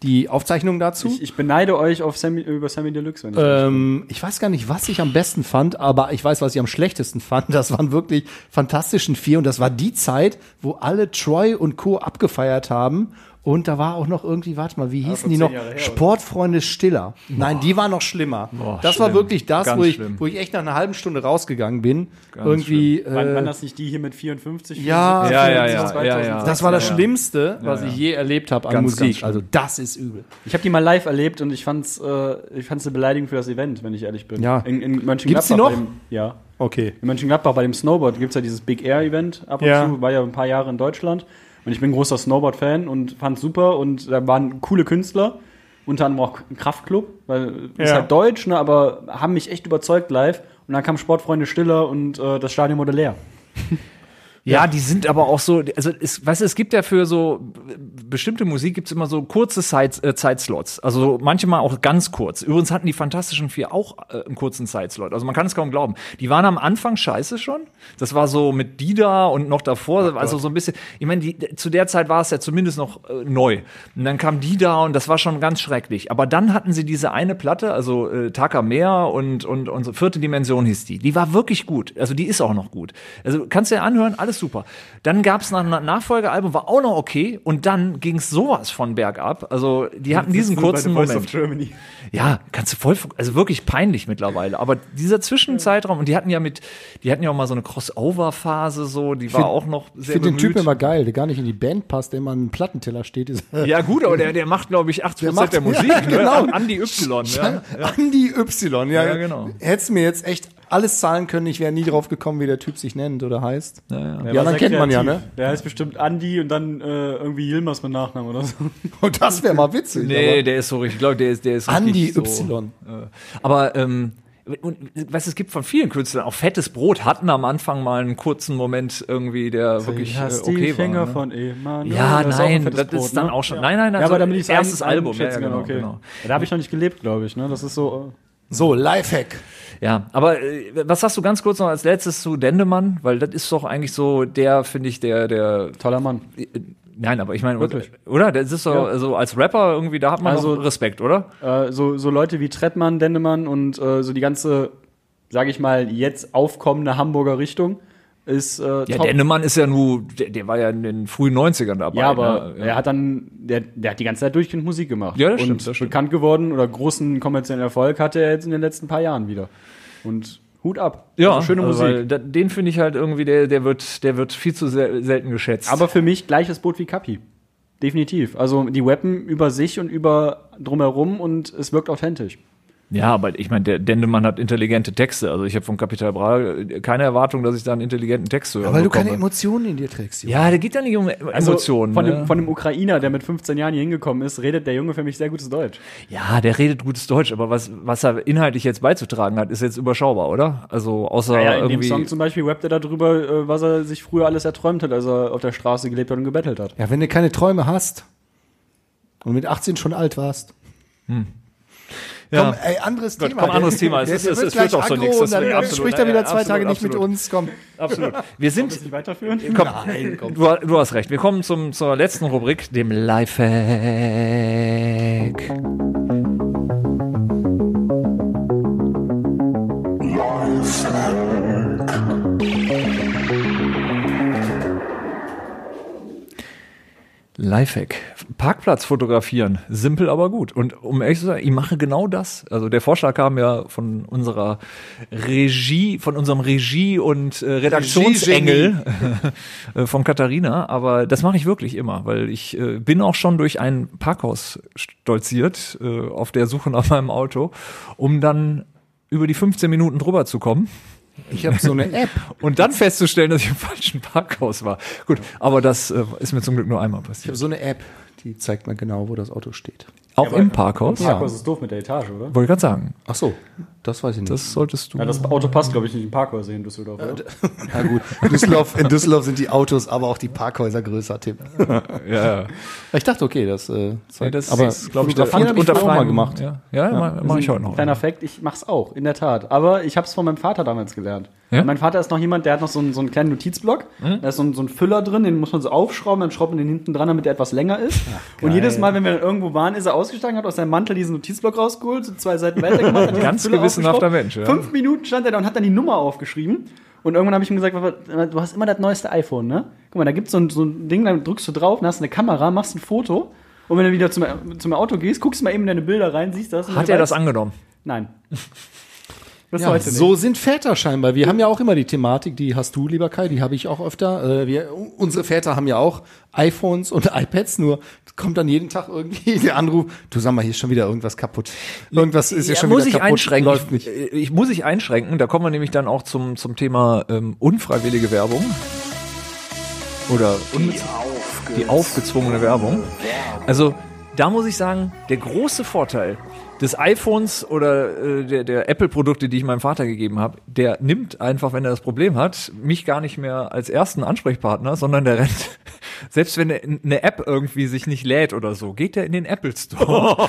[SPEAKER 2] Die Aufzeichnung dazu.
[SPEAKER 3] Ich, ich beneide euch auf Sammy, über Sammy Deluxe.
[SPEAKER 1] Äh,
[SPEAKER 3] Wenn ich
[SPEAKER 2] Ähm, ich weiß gar nicht, was ich am besten fand, aber ich weiß, was ich am schlechtesten fand. Das waren wirklich fantastischen vier und das war die Zeit, wo alle Troy und Co. abgefeiert haben. Und da war auch noch irgendwie, warte mal, wie hießen
[SPEAKER 3] schon
[SPEAKER 2] die
[SPEAKER 3] zehn
[SPEAKER 2] noch?
[SPEAKER 3] Jahre her,
[SPEAKER 2] Sportfreunde Stiller. Nein, die war noch schlimmer. das war
[SPEAKER 1] schlimm.
[SPEAKER 2] wirklich das,
[SPEAKER 1] Ganz
[SPEAKER 2] wo ich,
[SPEAKER 1] schlimm.
[SPEAKER 2] wo ich echt nach einer halben Stunde rausgegangen bin. irgendwie,
[SPEAKER 3] wann,
[SPEAKER 2] äh,
[SPEAKER 3] wann das nicht die hier mit 54?
[SPEAKER 2] Ja,
[SPEAKER 3] 75,
[SPEAKER 1] ja, ja, ja,
[SPEAKER 3] 2006?
[SPEAKER 1] ja, ja.
[SPEAKER 2] das war das
[SPEAKER 1] Ja, ja.
[SPEAKER 2] Schlimmste, was
[SPEAKER 1] Ja, ja.
[SPEAKER 2] ich je erlebt habe an
[SPEAKER 1] Ganz, ganz
[SPEAKER 2] Musik.
[SPEAKER 1] schlimm.
[SPEAKER 2] also das ist übel.
[SPEAKER 3] Ich habe die mal live erlebt und ich fand's, äh, ich fand's eine Beleidigung für das Event, wenn ich ehrlich bin.
[SPEAKER 2] Ja.
[SPEAKER 3] In, in Mönchengladbach.
[SPEAKER 2] Gibt's die noch?
[SPEAKER 3] Bei dem, ja.
[SPEAKER 2] Okay.
[SPEAKER 3] In Mönchengladbach bei dem Snowboard gibt's ja dieses Big Air Event ab und
[SPEAKER 2] Ja.
[SPEAKER 3] zu, war ja ein paar Jahre in Deutschland. Und ich bin großer Snowboard-Fan und fand's super und da waren coole Künstler, unter anderem auch ein Kraftclub, weil ist
[SPEAKER 2] Ja.
[SPEAKER 3] halt deutsch, ne, aber haben mich echt überzeugt live. Und dann kam Sportfreunde Stiller und äh, das Stadion wurde leer.
[SPEAKER 1] Ja, die sind aber auch so, also es, weißt du, es gibt ja für so b- bestimmte Musik gibt's immer so kurze Zeit, äh, Zeitslots. Also manchmal auch ganz kurz. Übrigens hatten die Fantastischen Vier auch äh, einen kurzen Zeitslot. Also man kann es kaum glauben. Die waren am Anfang scheiße schon. Das war so mit Dida und noch davor, also so ein bisschen, ich meine, die- zu der Zeit war es ja zumindest noch äh, neu. Und dann kam Dida und das war schon ganz schrecklich. Aber dann hatten sie diese eine Platte, also äh, Taka Meer und, und, und so, vierte Dimension hieß die. Die war wirklich gut. Also die ist auch noch gut. Also kannst du ja anhören, alles alles super. Dann gab es nach einem Nachfolgealbum, war auch noch okay. Und dann ging es sowas von bergab. Also die hatten diesen kurzen
[SPEAKER 3] Voice
[SPEAKER 1] Moment.
[SPEAKER 3] of Germany.
[SPEAKER 1] Ja, kannst du voll, also wirklich peinlich mittlerweile. Aber dieser Zwischenzeitraum, und die hatten ja mit, die hatten ja auch mal so eine Crossover-Phase so, die war
[SPEAKER 2] find-
[SPEAKER 1] auch noch
[SPEAKER 2] Ich
[SPEAKER 1] sehr
[SPEAKER 2] finde den
[SPEAKER 1] bemüht.
[SPEAKER 2] Typen immer geil, der gar nicht in die Band passt, der immer an einen Plattenteller steht. Ist
[SPEAKER 1] Ja gut, aber der, der macht, glaube ich, 80% der,
[SPEAKER 2] macht-
[SPEAKER 1] der Musik,
[SPEAKER 2] Ja, genau.
[SPEAKER 1] ne? Andy Y, ja.
[SPEAKER 2] Andy Y, ja.
[SPEAKER 1] Ja, genau.
[SPEAKER 2] Hättest mir jetzt echt alles zahlen können, ich wäre nie drauf gekommen, wie der Typ sich nennt oder heißt.
[SPEAKER 1] ja.
[SPEAKER 2] Die anderen kennt man ja, ne?
[SPEAKER 3] Der heißt bestimmt Andi und dann äh, irgendwie Yilmaz mit Nachnamen oder so.
[SPEAKER 2] Und das wäre mal witzig.
[SPEAKER 1] Nee,
[SPEAKER 2] aber-
[SPEAKER 1] der ist so richtig, ich glaube, der ist, der ist
[SPEAKER 2] Andy
[SPEAKER 1] richtig so,
[SPEAKER 2] Y.
[SPEAKER 1] Äh, aber ähm, und, was es gibt von vielen Künstlern, auch fettes Brot hatten am Anfang mal einen kurzen Moment irgendwie, der wirklich äh, okay
[SPEAKER 3] die
[SPEAKER 1] war. ne?
[SPEAKER 3] Finger von Emanuel.
[SPEAKER 1] ja,
[SPEAKER 3] Das ist auch ein
[SPEAKER 1] nein, das ist
[SPEAKER 3] fettes Brot,
[SPEAKER 1] dann
[SPEAKER 3] ne?
[SPEAKER 1] auch schon. Nein, nein, nein.
[SPEAKER 3] Ja, aber damit ich es
[SPEAKER 1] erstes
[SPEAKER 3] ein-
[SPEAKER 1] Album. Ja,
[SPEAKER 3] einschätzen kann,
[SPEAKER 1] genau,
[SPEAKER 3] okay.
[SPEAKER 1] genau.
[SPEAKER 3] Da habe ich noch nicht gelebt, glaube ich. Ne? Das ist so.
[SPEAKER 2] So, Lifehack.
[SPEAKER 1] Ja, aber äh, was sagst du ganz kurz noch als letztes zu Dendemann? Weil das ist doch eigentlich so der, finde ich, der, der.
[SPEAKER 3] Äh, toller Mann.
[SPEAKER 1] äh, Nein, aber ich meine,
[SPEAKER 3] Wirklich?
[SPEAKER 1] oder? Das ist so,
[SPEAKER 3] Ja.
[SPEAKER 1] also als Rapper irgendwie, da hat man
[SPEAKER 3] Also-
[SPEAKER 1] also, Respekt, oder?
[SPEAKER 3] Äh, so, so Leute wie Trettmann, Dendemann und äh, so die ganze, sage ich mal, jetzt aufkommende Hamburger Richtung ist äh,
[SPEAKER 1] Ja, Dendemann ist ja nur, der, der war ja in den frühen 90ern dabei.
[SPEAKER 3] Ja, aber
[SPEAKER 1] ne?
[SPEAKER 3] er hat dann, der, der hat die ganze Zeit durchgehend Musik gemacht.
[SPEAKER 1] Ja, das stimmt,
[SPEAKER 3] Und
[SPEAKER 1] das stimmt.
[SPEAKER 3] bekannt geworden oder großen kommerziellen Erfolg hatte er jetzt in den letzten paar Jahren wieder. Und Hut ab.
[SPEAKER 1] ja,
[SPEAKER 3] Also schöne
[SPEAKER 1] also, weil
[SPEAKER 3] Musik.
[SPEAKER 1] da, den finde ich halt irgendwie, der, der wird, der wird viel zu sel selten geschätzt.
[SPEAKER 3] Aber für mich gleiches Boot wie Kapi. Definitiv. Also die Weapon über sich und über drumherum und es wirkt authentisch.
[SPEAKER 1] Ja, aber ich meine, der Dendemann hat intelligente Texte. Also ich habe von Capital Bra äh, keine Erwartung, dass ich da einen intelligenten Text höre.
[SPEAKER 2] Weil du keine Emotionen in dir trägst. Junge.
[SPEAKER 1] Ja, da geht ja nicht um E-
[SPEAKER 3] Also
[SPEAKER 1] Emotionen.
[SPEAKER 3] Von,
[SPEAKER 1] ne?
[SPEAKER 3] dem, von dem Ukrainer, der mit 15 Jahren hier hingekommen ist, redet der Junge für mich sehr gutes Deutsch.
[SPEAKER 1] ja, der redet gutes Deutsch, aber was, was er inhaltlich jetzt beizutragen hat, ist jetzt überschaubar, oder? Also außer
[SPEAKER 3] Naja, Ah in dem
[SPEAKER 1] irgendwie.
[SPEAKER 3] Song zum Beispiel rappt er darüber, äh, was er sich früher alles erträumt hat, als er auf der Straße gelebt hat und gebettelt hat.
[SPEAKER 2] Ja, wenn du keine Träume hast und mit 18 schon alt warst.
[SPEAKER 1] Ja.
[SPEAKER 2] Komm, ey, anderes
[SPEAKER 1] Gott,
[SPEAKER 2] Thema.
[SPEAKER 1] komm, anderes Thema. Es
[SPEAKER 2] Der-
[SPEAKER 1] ist-
[SPEAKER 2] der
[SPEAKER 1] es-
[SPEAKER 2] wird
[SPEAKER 1] es führt
[SPEAKER 2] gleich
[SPEAKER 1] auch zu
[SPEAKER 2] aggro
[SPEAKER 1] nichts,
[SPEAKER 2] Und dann
[SPEAKER 1] deswegen absolut.
[SPEAKER 2] spricht er wieder
[SPEAKER 1] Ja, ja,
[SPEAKER 2] zwei Tage
[SPEAKER 1] absolut,
[SPEAKER 2] nicht mit
[SPEAKER 1] absolut.
[SPEAKER 2] uns. Komm,
[SPEAKER 1] absolut. Wir sind.
[SPEAKER 3] Weiterführen?
[SPEAKER 1] Komm, Du, ha- du hast recht. Wir kommen zum, zur letzten Rubrik, dem Lifehack. Lifehack. Parkplatz fotografieren. Simpel, aber gut. Und um ehrlich zu sein, ich mache genau das. Also der Vorschlag kam ja von unserer Regie, von unserem Regie- und äh, Redaktionsengel äh, von Katharina. Aber das mache ich wirklich immer, weil ich äh, bin auch schon durch ein Parkhaus stolziert äh, auf der Suche nach meinem Auto, um dann über die 15 Minuten drüber zu kommen
[SPEAKER 2] ich habe so eine App.
[SPEAKER 1] und dann festzustellen, dass ich im falschen Parkhaus war. Gut, aber das äh, ist mir zum Glück nur einmal
[SPEAKER 2] Ich
[SPEAKER 1] passiert.
[SPEAKER 2] habe so eine App, die zeigt mir genau, wo das Auto steht.
[SPEAKER 1] Auch im Parkhaus?
[SPEAKER 3] Ja. Parkhaus ist doof mit der Etage, oder?
[SPEAKER 1] Wollte ich gerade sagen,
[SPEAKER 2] Ach so, das weiß ich nicht.
[SPEAKER 1] das solltest du.
[SPEAKER 3] Ja, das Auto passt, glaube ich, nicht in Parkhaus hier in Düsseldorf.
[SPEAKER 1] Äh,
[SPEAKER 3] Oder?
[SPEAKER 2] Na gut, Düsseldorf, in Düsseldorf sind die Autos, aber auch die Parkhäuser größer, Tipp.
[SPEAKER 1] ja, ja.
[SPEAKER 2] Ich dachte, okay, das, äh,
[SPEAKER 1] Nee,
[SPEAKER 2] zeigt,
[SPEAKER 1] das
[SPEAKER 2] aber
[SPEAKER 1] ist, glaube ich,
[SPEAKER 2] da
[SPEAKER 1] der
[SPEAKER 2] fand ich
[SPEAKER 1] unter
[SPEAKER 2] auch mal
[SPEAKER 1] freiem-
[SPEAKER 2] gemacht.
[SPEAKER 1] Ja, ja, mache mach ich heute noch.
[SPEAKER 3] Kleiner Fact, ich mach's auch, in der Tat. Aber ich hab's von meinem Vater damals gelernt.
[SPEAKER 1] Ja? Mhm.
[SPEAKER 3] Mein Vater ist noch jemand, der hat noch so einen, so einen kleinen Notizblock. Da ist so ein, so ein Füller drin, den muss man so aufschrauben, dann schraubt man den hinten dran, damit er etwas länger ist. und jedes Mal, wenn wir dann irgendwo waren, ist er ausgestiegen, hat aus seinem Mantel diesen Notizblock rausgeholt, so zwei Seiten weiter gemacht. hat diesen
[SPEAKER 1] Ganz
[SPEAKER 3] Füller
[SPEAKER 1] gewissenhafter
[SPEAKER 3] aufgeschraubt.
[SPEAKER 1] Mensch, ja.
[SPEAKER 3] Fünf Minuten stand er da und hat dann die Nummer aufgeschrieben. Und irgendwann habe ich ihm gesagt, Papa, du hast immer das neueste iPhone, ne? Guck mal, da gibt's so ein, so ein Ding, da drückst du drauf, dann hast du eine Kamera, machst ein Foto. Und wenn du wieder zum, zum Auto gehst, guckst du mal eben in deine Bilder rein, siehst das. und
[SPEAKER 1] Hat
[SPEAKER 3] dann
[SPEAKER 1] er das
[SPEAKER 3] weißt-
[SPEAKER 1] angenommen?
[SPEAKER 3] Nein. Das
[SPEAKER 2] Ja, so sind Väter scheinbar. Wir haben ja auch immer die Thematik, die hast du, lieber Kai, die habe ich auch öfter. Äh, wir, unsere Väter haben ja auch iPhones und iPads, nur kommt dann jeden Tag irgendwie der Anruf, du sag mal, hier ist schon wieder irgendwas kaputt. Irgendwas ist hier schon
[SPEAKER 1] muss
[SPEAKER 2] wieder
[SPEAKER 1] ich
[SPEAKER 2] kaputt.
[SPEAKER 1] einschränken.
[SPEAKER 2] Läuft
[SPEAKER 1] Ich,
[SPEAKER 2] nicht.
[SPEAKER 1] ich muss ich einschränken. Da kommen wir nämlich dann auch zum, zum Thema ähm, unfreiwillige Werbung. Oder unbez- die aufgezwungene Werbung. Also da muss ich sagen, der große Vorteil des iPhones oder äh, der, der Apple-Produkte, die ich meinem Vater gegeben habe, der nimmt einfach, wenn er das Problem hat, mich gar nicht mehr als ersten Ansprechpartner, sondern der rennt Selbst wenn eine- eine App irgendwie sich nicht lädt oder so, geht er in den Apple Store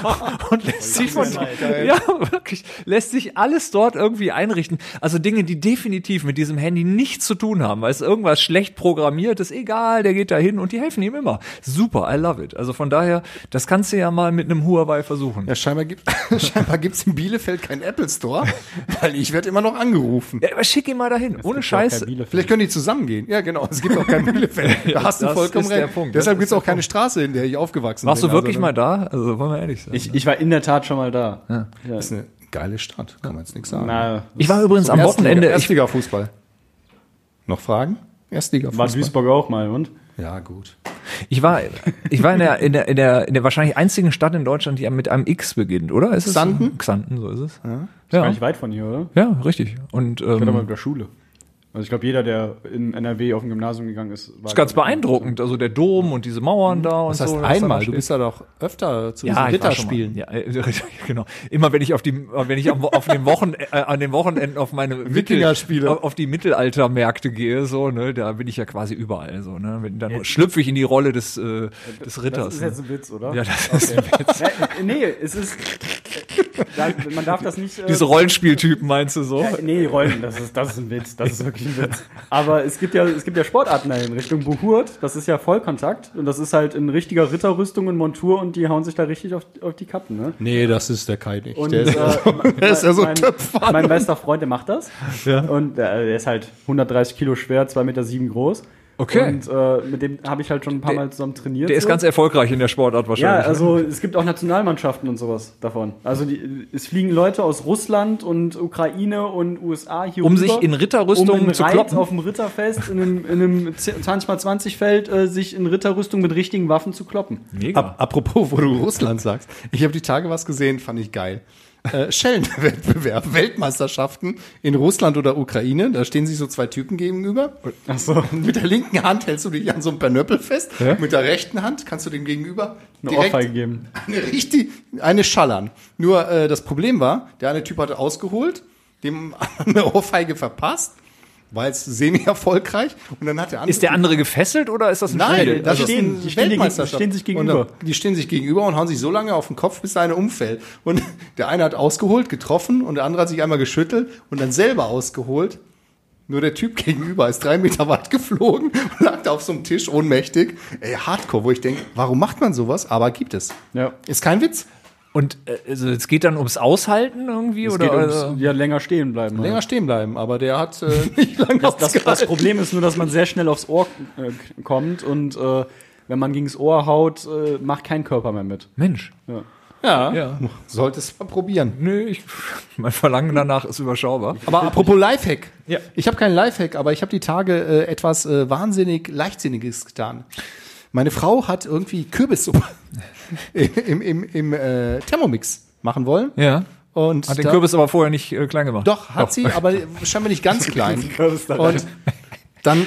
[SPEAKER 1] und lässt sich von ja, wirklich, lässt sich alles dort irgendwie einrichten. Also Dinge, die definitiv mit diesem Handy nichts zu tun haben, weil es irgendwas schlecht programmiert ist, egal, der geht da hin und die helfen ihm immer. Super, I love it. Also von daher, das kannst du ja mal mit einem Huawei versuchen.
[SPEAKER 2] Ja, scheinbar gibt scheinbar gibt's in Bielefeld keinen Apple Store, weil ich werde immer noch angerufen.
[SPEAKER 1] Ja, aber schick ihn mal dahin, ohne Scheiß.
[SPEAKER 2] Vielleicht können die zusammengehen. Ja, genau. Es gibt auch kein Bielefeld. Da hast du
[SPEAKER 1] das
[SPEAKER 2] vollkommen
[SPEAKER 1] ist
[SPEAKER 2] recht.
[SPEAKER 1] der Punkt. Das
[SPEAKER 2] Deshalb
[SPEAKER 1] ist
[SPEAKER 2] gibt es
[SPEAKER 1] der
[SPEAKER 2] auch keine Straße, in der ich aufgewachsen
[SPEAKER 1] Warst
[SPEAKER 2] bin.
[SPEAKER 1] du wirklich
[SPEAKER 2] also,
[SPEAKER 1] mal da? Also wollen wir ehrlich sein.
[SPEAKER 3] Ich, ich war in der Tat schon mal da.
[SPEAKER 2] Das ist eine geile Stadt, kann man jetzt nichts sagen.
[SPEAKER 3] Na,
[SPEAKER 1] Ich war übrigens am Wochenende. Ich,
[SPEAKER 2] Erstliga-Fußball. Noch Fragen?
[SPEAKER 3] war
[SPEAKER 2] Erstliga-Fußball.
[SPEAKER 3] Duisburg auch mal und?
[SPEAKER 2] Ja, gut.
[SPEAKER 1] ich war, ich war in, der, in, der, in, der, in der wahrscheinlich einzigen Stadt in Deutschland, die mit einem X beginnt, oder? Ist es
[SPEAKER 2] Xanten?
[SPEAKER 1] Xanten, so ist es. Ja,
[SPEAKER 3] Gar
[SPEAKER 1] ja.
[SPEAKER 3] nicht weit von hier, oder?
[SPEAKER 1] richtig. Und
[SPEAKER 3] Ich war mal
[SPEAKER 1] ähm,
[SPEAKER 3] mit der Schule. Also ich glaube, jeder, der in NRW auf ein Gymnasium gegangen ist, war
[SPEAKER 1] ist ganz beeindruckend. Also der Dom und diese Mauern da und
[SPEAKER 2] Das heißt
[SPEAKER 1] so. was da
[SPEAKER 2] einmal,
[SPEAKER 1] noch
[SPEAKER 2] du
[SPEAKER 1] steht.
[SPEAKER 2] bist ja doch öfter zu
[SPEAKER 1] ja,
[SPEAKER 2] diesen
[SPEAKER 1] ich war
[SPEAKER 2] Ritterspielen.
[SPEAKER 1] schon mal. Ja, äh, genau. Immer wenn ich auf die, wenn ich am- auf den Wochen, äh, an den Wochenenden auf meine
[SPEAKER 2] Wikingerspiele.
[SPEAKER 1] Mittel- auf- auf die Mittelaltermärkte gehe, so ne, da bin ich ja quasi überall, so ne. Wenn, dann schlüpfe ich in die Rolle des äh, des Ritters.
[SPEAKER 3] Das ist jetzt ein Witz, oder?
[SPEAKER 1] ne? ja, das ist
[SPEAKER 3] Äh, nee, es ist. äh, Da, man darf das nicht. Äh,
[SPEAKER 1] Diese Rollenspieltypen meinst du so?
[SPEAKER 3] Nee, Rollen, das ist, das ist ein Witz, das ist wirklich ein Witz. Aber es gibt ja, es gibt ja Sportarten in Richtung Buhurt, das ist ja Vollkontakt und das ist halt in richtiger Ritterrüstung und Montur und die hauen sich da richtig auf, auf die Kappen, ne?
[SPEAKER 2] Nee, das ist der Kai nicht.
[SPEAKER 3] Und
[SPEAKER 2] der ist,
[SPEAKER 3] äh,
[SPEAKER 2] der ist ja so ein
[SPEAKER 3] mein,
[SPEAKER 2] Töpfer.
[SPEAKER 3] mein bester Freund, der macht das. Und äh, er ist halt 130 Kilo schwer, 2,7 Meter sieben groß.
[SPEAKER 1] Okay.
[SPEAKER 3] Und äh, mit dem habe ich halt schon ein paar Mal zusammen trainiert.
[SPEAKER 1] Der ist
[SPEAKER 3] so.
[SPEAKER 1] ganz erfolgreich in der Sportart
[SPEAKER 3] Ja,
[SPEAKER 1] wahrscheinlich.
[SPEAKER 3] also es gibt auch Nationalmannschaften und sowas davon. Also die, es fliegen Leute aus Russland und Ukraine und USA hier
[SPEAKER 1] Um
[SPEAKER 3] rüber,
[SPEAKER 1] sich in Ritterrüstung
[SPEAKER 3] um in
[SPEAKER 1] zu
[SPEAKER 3] Reit
[SPEAKER 1] kloppen?
[SPEAKER 3] auf dem Ritterfest in einem, in einem 20x20-Feld äh, sich in Ritterrüstung mit richtigen Waffen zu kloppen.
[SPEAKER 1] mega.
[SPEAKER 2] Ap apropos, wo du Russland sagst. Ich habe die Tage was gesehen, fand ich geil. Äh, Schellenwettbewerb, Weltmeisterschaften in Russland oder Ukraine. Da stehen sich so zwei Typen gegenüber.
[SPEAKER 3] Achso.
[SPEAKER 2] Und mit der linken Hand hältst du dich an so einem Pernöppel fest. Mit der rechten Hand kannst du dem gegenüber
[SPEAKER 3] Eine
[SPEAKER 2] direkt
[SPEAKER 3] Ohrfeige geben.
[SPEAKER 2] eine richtig eine Schallern. Nur äh, das Problem war, der eine Typ hatte ausgeholt, dem anderen eine Ohrfeige verpasst, war jetzt semi erfolgreich und dann hat der andere
[SPEAKER 1] ist der andere gefesselt oder ist das ein Spiel? Also,
[SPEAKER 2] Nein, das
[SPEAKER 3] Die
[SPEAKER 2] ist
[SPEAKER 3] stehen-
[SPEAKER 2] eine
[SPEAKER 3] die stehen- die
[SPEAKER 2] Also, Weltmeisterschaft.
[SPEAKER 3] stehen sich
[SPEAKER 2] Und
[SPEAKER 3] gegenüber.
[SPEAKER 2] dann- die stehen sich gegenüber und hauen sich so lange auf den Kopf, bis einer umfällt. Und der eine hat ausgeholt, getroffen und der andere hat sich einmal geschüttelt und dann selber ausgeholt. Nur der Typ gegenüber ist drei Meter weit geflogen und lag da auf so einem Tisch ohnmächtig. Ey, Hardcore, wo ich denke, warum macht man sowas? Aber gibt es.
[SPEAKER 3] Ja.
[SPEAKER 2] Ist kein Witz.
[SPEAKER 1] Und äh, also, es geht dann ums Aushalten irgendwie?
[SPEAKER 3] Es
[SPEAKER 1] oder,
[SPEAKER 3] geht ums,
[SPEAKER 1] also-
[SPEAKER 3] ja, länger stehen bleiben. halt.
[SPEAKER 2] Länger stehen bleiben, aber der hat äh, nicht lange das,
[SPEAKER 3] Das, das Problem ist nur, dass man sehr schnell aufs Ohr äh, k- kommt und äh, wenn man gegens Ohr haut, äh, macht kein Körper mehr mit.
[SPEAKER 1] Mensch.
[SPEAKER 2] Ja,
[SPEAKER 1] Ja.
[SPEAKER 2] solltest mal probieren.
[SPEAKER 1] Nö, ich, mein Verlangen danach ist überschaubar.
[SPEAKER 2] Aber Äh, apropos Lifehack.
[SPEAKER 1] Ja.
[SPEAKER 2] Ich habe keinen Lifehack, aber ich habe die Tage äh, etwas äh, wahnsinnig Leichtsinniges getan. Meine Frau hat irgendwie Kürbissuppe im, im, im äh, Thermomix machen wollen.
[SPEAKER 1] Ja.
[SPEAKER 2] Und
[SPEAKER 1] Hat den
[SPEAKER 2] da-
[SPEAKER 1] Kürbis aber vorher nicht äh, klein gemacht.
[SPEAKER 2] Doch, hat sie, aber scheinbar nicht ganz klein. Und dann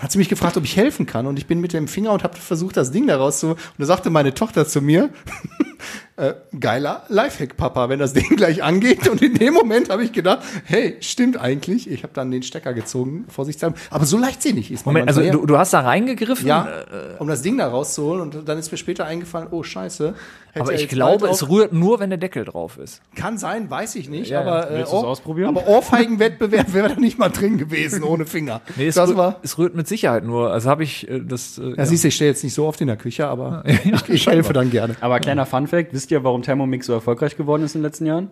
[SPEAKER 2] hat sie mich gefragt, ob ich helfen kann. Und ich bin mit dem Finger und habe versucht, das Ding daraus zu. Und da sagte meine Tochter zu mir, äh, geiler Lifehack, Papa, wenn das Ding gleich angeht. Und in dem Moment habe ich gedacht, hey, stimmt eigentlich. Ich habe dann den Stecker gezogen, vorsichtshalber. Aber so leichtsinnig ist man
[SPEAKER 1] Moment, also
[SPEAKER 2] manchmal.
[SPEAKER 1] du, äh, du hast da reingegriffen?
[SPEAKER 2] ja, um das Ding da rauszuholen. Und dann ist mir später eingefallen, oh Scheiße. hätte
[SPEAKER 1] Aber
[SPEAKER 2] er
[SPEAKER 1] ich
[SPEAKER 2] jetzt
[SPEAKER 1] glaube,
[SPEAKER 2] bald
[SPEAKER 1] es
[SPEAKER 2] auch-
[SPEAKER 1] rührt nur, wenn der Deckel drauf ist.
[SPEAKER 2] kann sein, weiß ich nicht.
[SPEAKER 1] Ja, ja.
[SPEAKER 2] aber, äh,
[SPEAKER 3] Willst du's
[SPEAKER 2] Ohr-
[SPEAKER 3] ausprobieren?
[SPEAKER 2] aber Ohrfeigenwettbewerb wäre da nicht mal drin gewesen ohne Finger.
[SPEAKER 1] es,
[SPEAKER 2] das
[SPEAKER 1] rührt,
[SPEAKER 2] war.
[SPEAKER 1] es rührt mit Sicherheit nur. Also habe ich äh, das. Äh,
[SPEAKER 2] Ja, siehst du, ich stehe jetzt nicht so oft in der Küche, aber ich, ich helfe dann gerne.
[SPEAKER 3] Aber kleiner Funfact, wisst ihr, warum Thermomix so erfolgreich geworden ist in den letzten Jahren?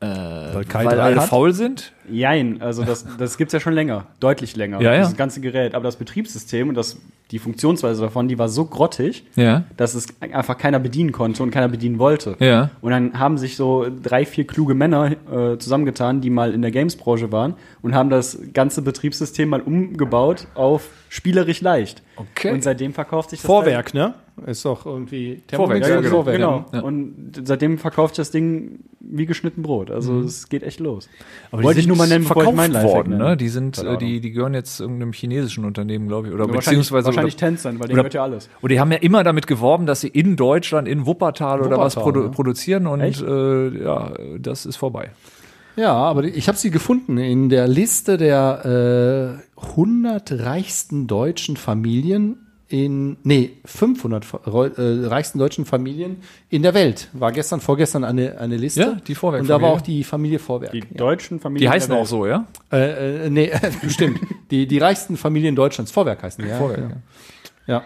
[SPEAKER 2] Weil
[SPEAKER 1] weil alle faul sind?
[SPEAKER 3] Jein, also das, das gibt's ja schon länger, deutlich länger,
[SPEAKER 1] Ja, ja.
[SPEAKER 3] dieses ganze Gerät. Aber das Betriebssystem und das, die Funktionsweise davon, die war so grottig,
[SPEAKER 1] Ja.
[SPEAKER 3] dass es einfach keiner bedienen konnte und keiner bedienen wollte.
[SPEAKER 1] Ja.
[SPEAKER 3] Und dann haben sich so drei, vier kluge Männer äh, zusammengetan, die mal in der Games-Branche waren und haben das ganze Betriebssystem mal umgebaut auf spielerisch leicht.
[SPEAKER 1] Okay.
[SPEAKER 3] Und seitdem verkauft sich das
[SPEAKER 2] Vorwerk, ne? Ist doch irgendwie Thermomix.
[SPEAKER 1] Vorwerk, ja,
[SPEAKER 3] Teil,
[SPEAKER 1] genau.
[SPEAKER 3] genau.
[SPEAKER 2] Vorwerk.
[SPEAKER 3] genau. Und seitdem verkauft sich das Ding wie geschnitten Brot. Also
[SPEAKER 1] Mhm.
[SPEAKER 3] es geht echt los.
[SPEAKER 1] Aber
[SPEAKER 3] Wollte
[SPEAKER 1] die
[SPEAKER 3] ich
[SPEAKER 1] sind
[SPEAKER 3] nur mal nennen, bevor ich
[SPEAKER 1] verkauft
[SPEAKER 3] mein Lifehack
[SPEAKER 1] worden.
[SPEAKER 3] nenne.
[SPEAKER 1] Ne? Die sind, äh, die, die gehören jetzt irgendeinem chinesischen Unternehmen, glaube ich, oder beziehungsweise
[SPEAKER 3] wahrscheinlich
[SPEAKER 1] oder,
[SPEAKER 3] Tencent, weil der
[SPEAKER 1] oder-
[SPEAKER 3] gehört ja alles.
[SPEAKER 1] Und die haben ja immer damit geworben, dass sie in Deutschland, in Wuppertal, oder was
[SPEAKER 2] Wuppertal, ne?
[SPEAKER 1] produ
[SPEAKER 2] ja.
[SPEAKER 1] produzieren und
[SPEAKER 3] Echt?
[SPEAKER 1] äh, ja, das ist vorbei.
[SPEAKER 2] Ja, aber die- ich habe sie gefunden in der Liste der äh, 100 reichsten deutschen Familien in, nee, 500 Fa- Reu- äh, reichsten deutschen Familien in der Welt. War gestern, vorgestern eine, eine Liste.
[SPEAKER 1] Ja, die Vorwerk-
[SPEAKER 2] Und da war
[SPEAKER 1] Familie.
[SPEAKER 2] auch die Familie Vorwerk.
[SPEAKER 3] Die deutschen Familien.
[SPEAKER 1] Die heißen
[SPEAKER 3] der
[SPEAKER 1] auch
[SPEAKER 3] Welt.
[SPEAKER 1] so, ja?
[SPEAKER 2] Äh, äh, nee, stimmt. Die, die reichsten Familien Deutschlands. Vorwerk heißen die, ja.
[SPEAKER 1] Vorwerk,
[SPEAKER 2] genau.
[SPEAKER 1] ja.
[SPEAKER 2] ja.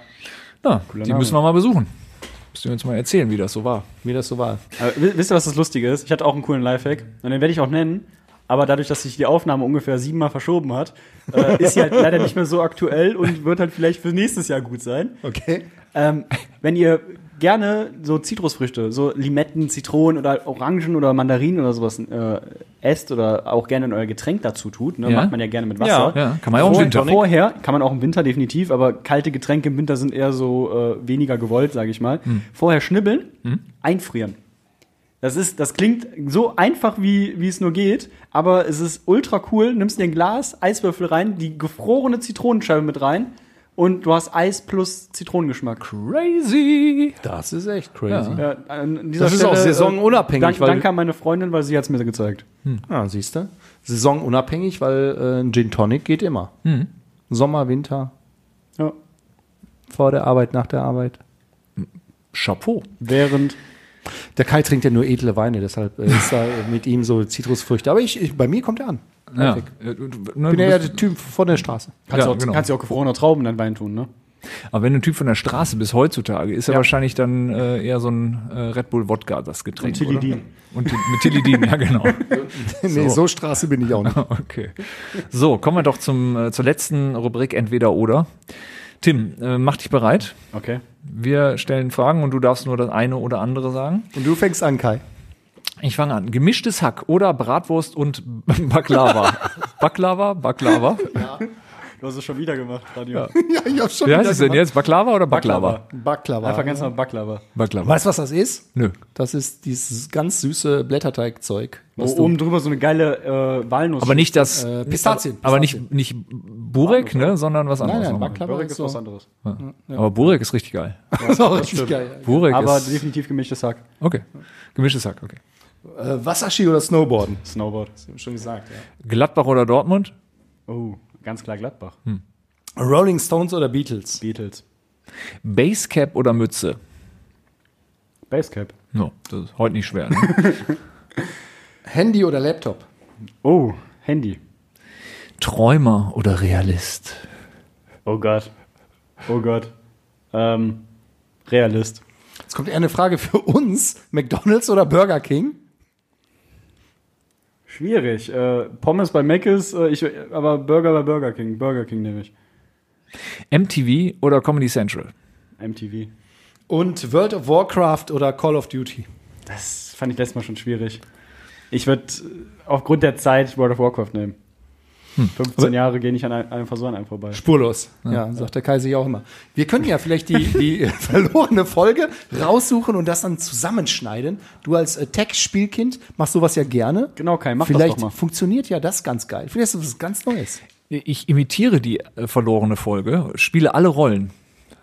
[SPEAKER 1] Na, die
[SPEAKER 3] Name.
[SPEAKER 1] müssen wir mal besuchen. Müsst ihr uns mal erzählen, wie das so war.
[SPEAKER 2] wie das so war.
[SPEAKER 3] Aber wi- wisst ihr, was das Lustige ist? Ich hatte auch einen coolen Lifehack und den werde ich auch nennen. Aber dadurch, dass sich die Aufnahme ungefähr siebenmal verschoben hat, äh, ist sie halt leider nicht mehr so aktuell und wird halt vielleicht für nächstes Jahr gut sein.
[SPEAKER 2] Okay.
[SPEAKER 3] Ähm, wenn ihr gerne so Zitrusfrüchte, so Limetten, Zitronen oder Orangen oder Mandarinen oder sowas äh, esst oder auch gerne in euer Getränk dazu tut, ne,
[SPEAKER 1] Ja.
[SPEAKER 3] macht man ja gerne mit Wasser.
[SPEAKER 1] Ja, ja. Kann man ja auch im
[SPEAKER 3] Vor-
[SPEAKER 1] Winter.
[SPEAKER 3] Vorher kann man auch im Winter definitiv, aber kalte Getränke im Winter sind eher so äh, weniger gewollt, sage ich mal.
[SPEAKER 1] Hm.
[SPEAKER 3] Vorher schnibbeln, einfrieren. Das ist, das klingt so einfach, wie, wie es nur geht, aber es ist ultra cool. Nimmst dir ein Glas, Eiswürfel rein, die gefrorene Zitronenscheibe mit rein und du hast Eis plus Zitronengeschmack.
[SPEAKER 1] Crazy!
[SPEAKER 2] Das ist echt crazy.
[SPEAKER 3] Ja, an dieser
[SPEAKER 2] Das ist auch
[SPEAKER 3] Stelle, äh,
[SPEAKER 2] saisonunabhängig,
[SPEAKER 3] Dank,
[SPEAKER 2] weil-
[SPEAKER 3] danke an meine Freundin, weil sie hat es mir gezeigt.
[SPEAKER 2] Ah, siehst du? Saisonunabhängig, weil äh, ein Gin Tonic geht immer. Sommer, Winter,
[SPEAKER 3] Ja.
[SPEAKER 2] vor der Arbeit, nach der Arbeit.
[SPEAKER 1] Chapeau.
[SPEAKER 3] Während
[SPEAKER 2] Der Kai trinkt ja nur edle Weine, deshalb äh, ist da äh, mit ihm so Zitrusfrüchte. Aber ich, ich, bei mir kommt er an.
[SPEAKER 1] Ja.
[SPEAKER 2] Perfekt.
[SPEAKER 1] Äh, du- du- ne,
[SPEAKER 2] Bin
[SPEAKER 1] du
[SPEAKER 2] ja
[SPEAKER 1] bist-
[SPEAKER 2] der Typ von der Straße.
[SPEAKER 3] kannst,
[SPEAKER 1] Ja,
[SPEAKER 3] du auch,
[SPEAKER 1] genau.
[SPEAKER 3] kannst du auch gefrorene Trauben in deinen Wein tun, ne?
[SPEAKER 1] Aber wenn du ein Typ von der Straße bist heutzutage, ist er wahrscheinlich dann äh, eher so ein äh, Red Bull Wodka, das Getränk.
[SPEAKER 3] Und Tilidin.
[SPEAKER 1] Oder? Und Til- mit Tilidin, ja genau.
[SPEAKER 2] nee, so Straße bin ich auch nicht.
[SPEAKER 1] Okay. So, kommen wir doch zum, äh, zur letzten Rubrik Entweder oder. Tim, äh, mach dich bereit.
[SPEAKER 3] Okay.
[SPEAKER 1] Wir stellen Fragen und du darfst nur das eine oder andere sagen.
[SPEAKER 2] Und du fängst an, Kai.
[SPEAKER 1] Ich fange an. Gemischtes Hack oder Bratwurst und Baklava. Baklava? Baklava?
[SPEAKER 3] Du hast es schon wieder gemacht, Radio.
[SPEAKER 2] Ja, ich hab schon
[SPEAKER 1] Wie heißt es denn jetzt? Baklava oder Baklava?
[SPEAKER 3] Baklava.
[SPEAKER 2] Baklava.
[SPEAKER 3] Einfach ganz normal Baklava.
[SPEAKER 1] Baklava.
[SPEAKER 2] weißt du, was das ist?
[SPEAKER 1] Nö.
[SPEAKER 2] Das ist dieses ganz süße Blätterteigzeug.
[SPEAKER 3] Wo oben drüber so eine geile äh, Walnuss.
[SPEAKER 1] Aber nicht das.
[SPEAKER 2] Äh, Pistazien.
[SPEAKER 1] Aber
[SPEAKER 2] Pistazien.
[SPEAKER 1] nicht, nicht Burek, ne, sondern was anderes.
[SPEAKER 2] Nein, nein,
[SPEAKER 1] nochmal.
[SPEAKER 2] Baklava
[SPEAKER 3] Burek
[SPEAKER 2] ist
[SPEAKER 3] ist
[SPEAKER 2] so.
[SPEAKER 3] was anderes.
[SPEAKER 1] Aber Burek ist richtig geil.
[SPEAKER 2] Das ist auch richtig geil.
[SPEAKER 1] Burek
[SPEAKER 3] Aber
[SPEAKER 1] ist.
[SPEAKER 3] definitiv gemischtes Hack.
[SPEAKER 1] Okay. Gemischtes Hack, okay.
[SPEAKER 2] Äh, Wasserski oder Snowboarden?
[SPEAKER 3] Snowboard.
[SPEAKER 2] Schon gesagt, ja.
[SPEAKER 1] Gladbach oder Dortmund?
[SPEAKER 3] Oh, ganz klar Gladbach.
[SPEAKER 2] Hm. Rolling Stones oder Beatles?
[SPEAKER 3] Beatles.
[SPEAKER 1] Basecap oder Mütze?
[SPEAKER 3] Basecap.
[SPEAKER 1] No, das ist heute nicht schwer. Ne?
[SPEAKER 2] Handy oder Laptop?
[SPEAKER 3] Oh, Handy.
[SPEAKER 1] Träumer oder Realist?
[SPEAKER 3] Oh Gott. Oh Gott. Ähm, Realist.
[SPEAKER 2] Jetzt kommt eher eine Frage für uns. McDonalds oder Burger King?
[SPEAKER 3] Schwierig. Äh, Pommes bei Mc's, äh, ich, aber Burger bei Burger King. Burger King nehme ich.
[SPEAKER 1] MTV oder Comedy Central?
[SPEAKER 3] MTV.
[SPEAKER 2] Und World of Warcraft oder Call of Duty?
[SPEAKER 3] Das fand ich letztes Mal schon schwierig. Ich würde aufgrund der Zeit World of Warcraft nehmen.
[SPEAKER 1] Hm.
[SPEAKER 3] 15 Jahre gehen nicht an ein- einem Versuch an einem vorbei.
[SPEAKER 2] Spurlos. Ja, sagt der Kaiser ja auch immer. Wir können ja vielleicht die, die verlorene Folge raussuchen und das dann zusammenschneiden. Du als äh, Tech-Spielkind machst sowas ja gerne.
[SPEAKER 3] Genau, Kai, mach das
[SPEAKER 2] vielleicht
[SPEAKER 3] doch mal.
[SPEAKER 2] funktioniert ja das ganz geil. Vielleicht ist das was ganz Neues.
[SPEAKER 1] Ich imitiere die äh, verlorene Folge, spiele alle Rollen.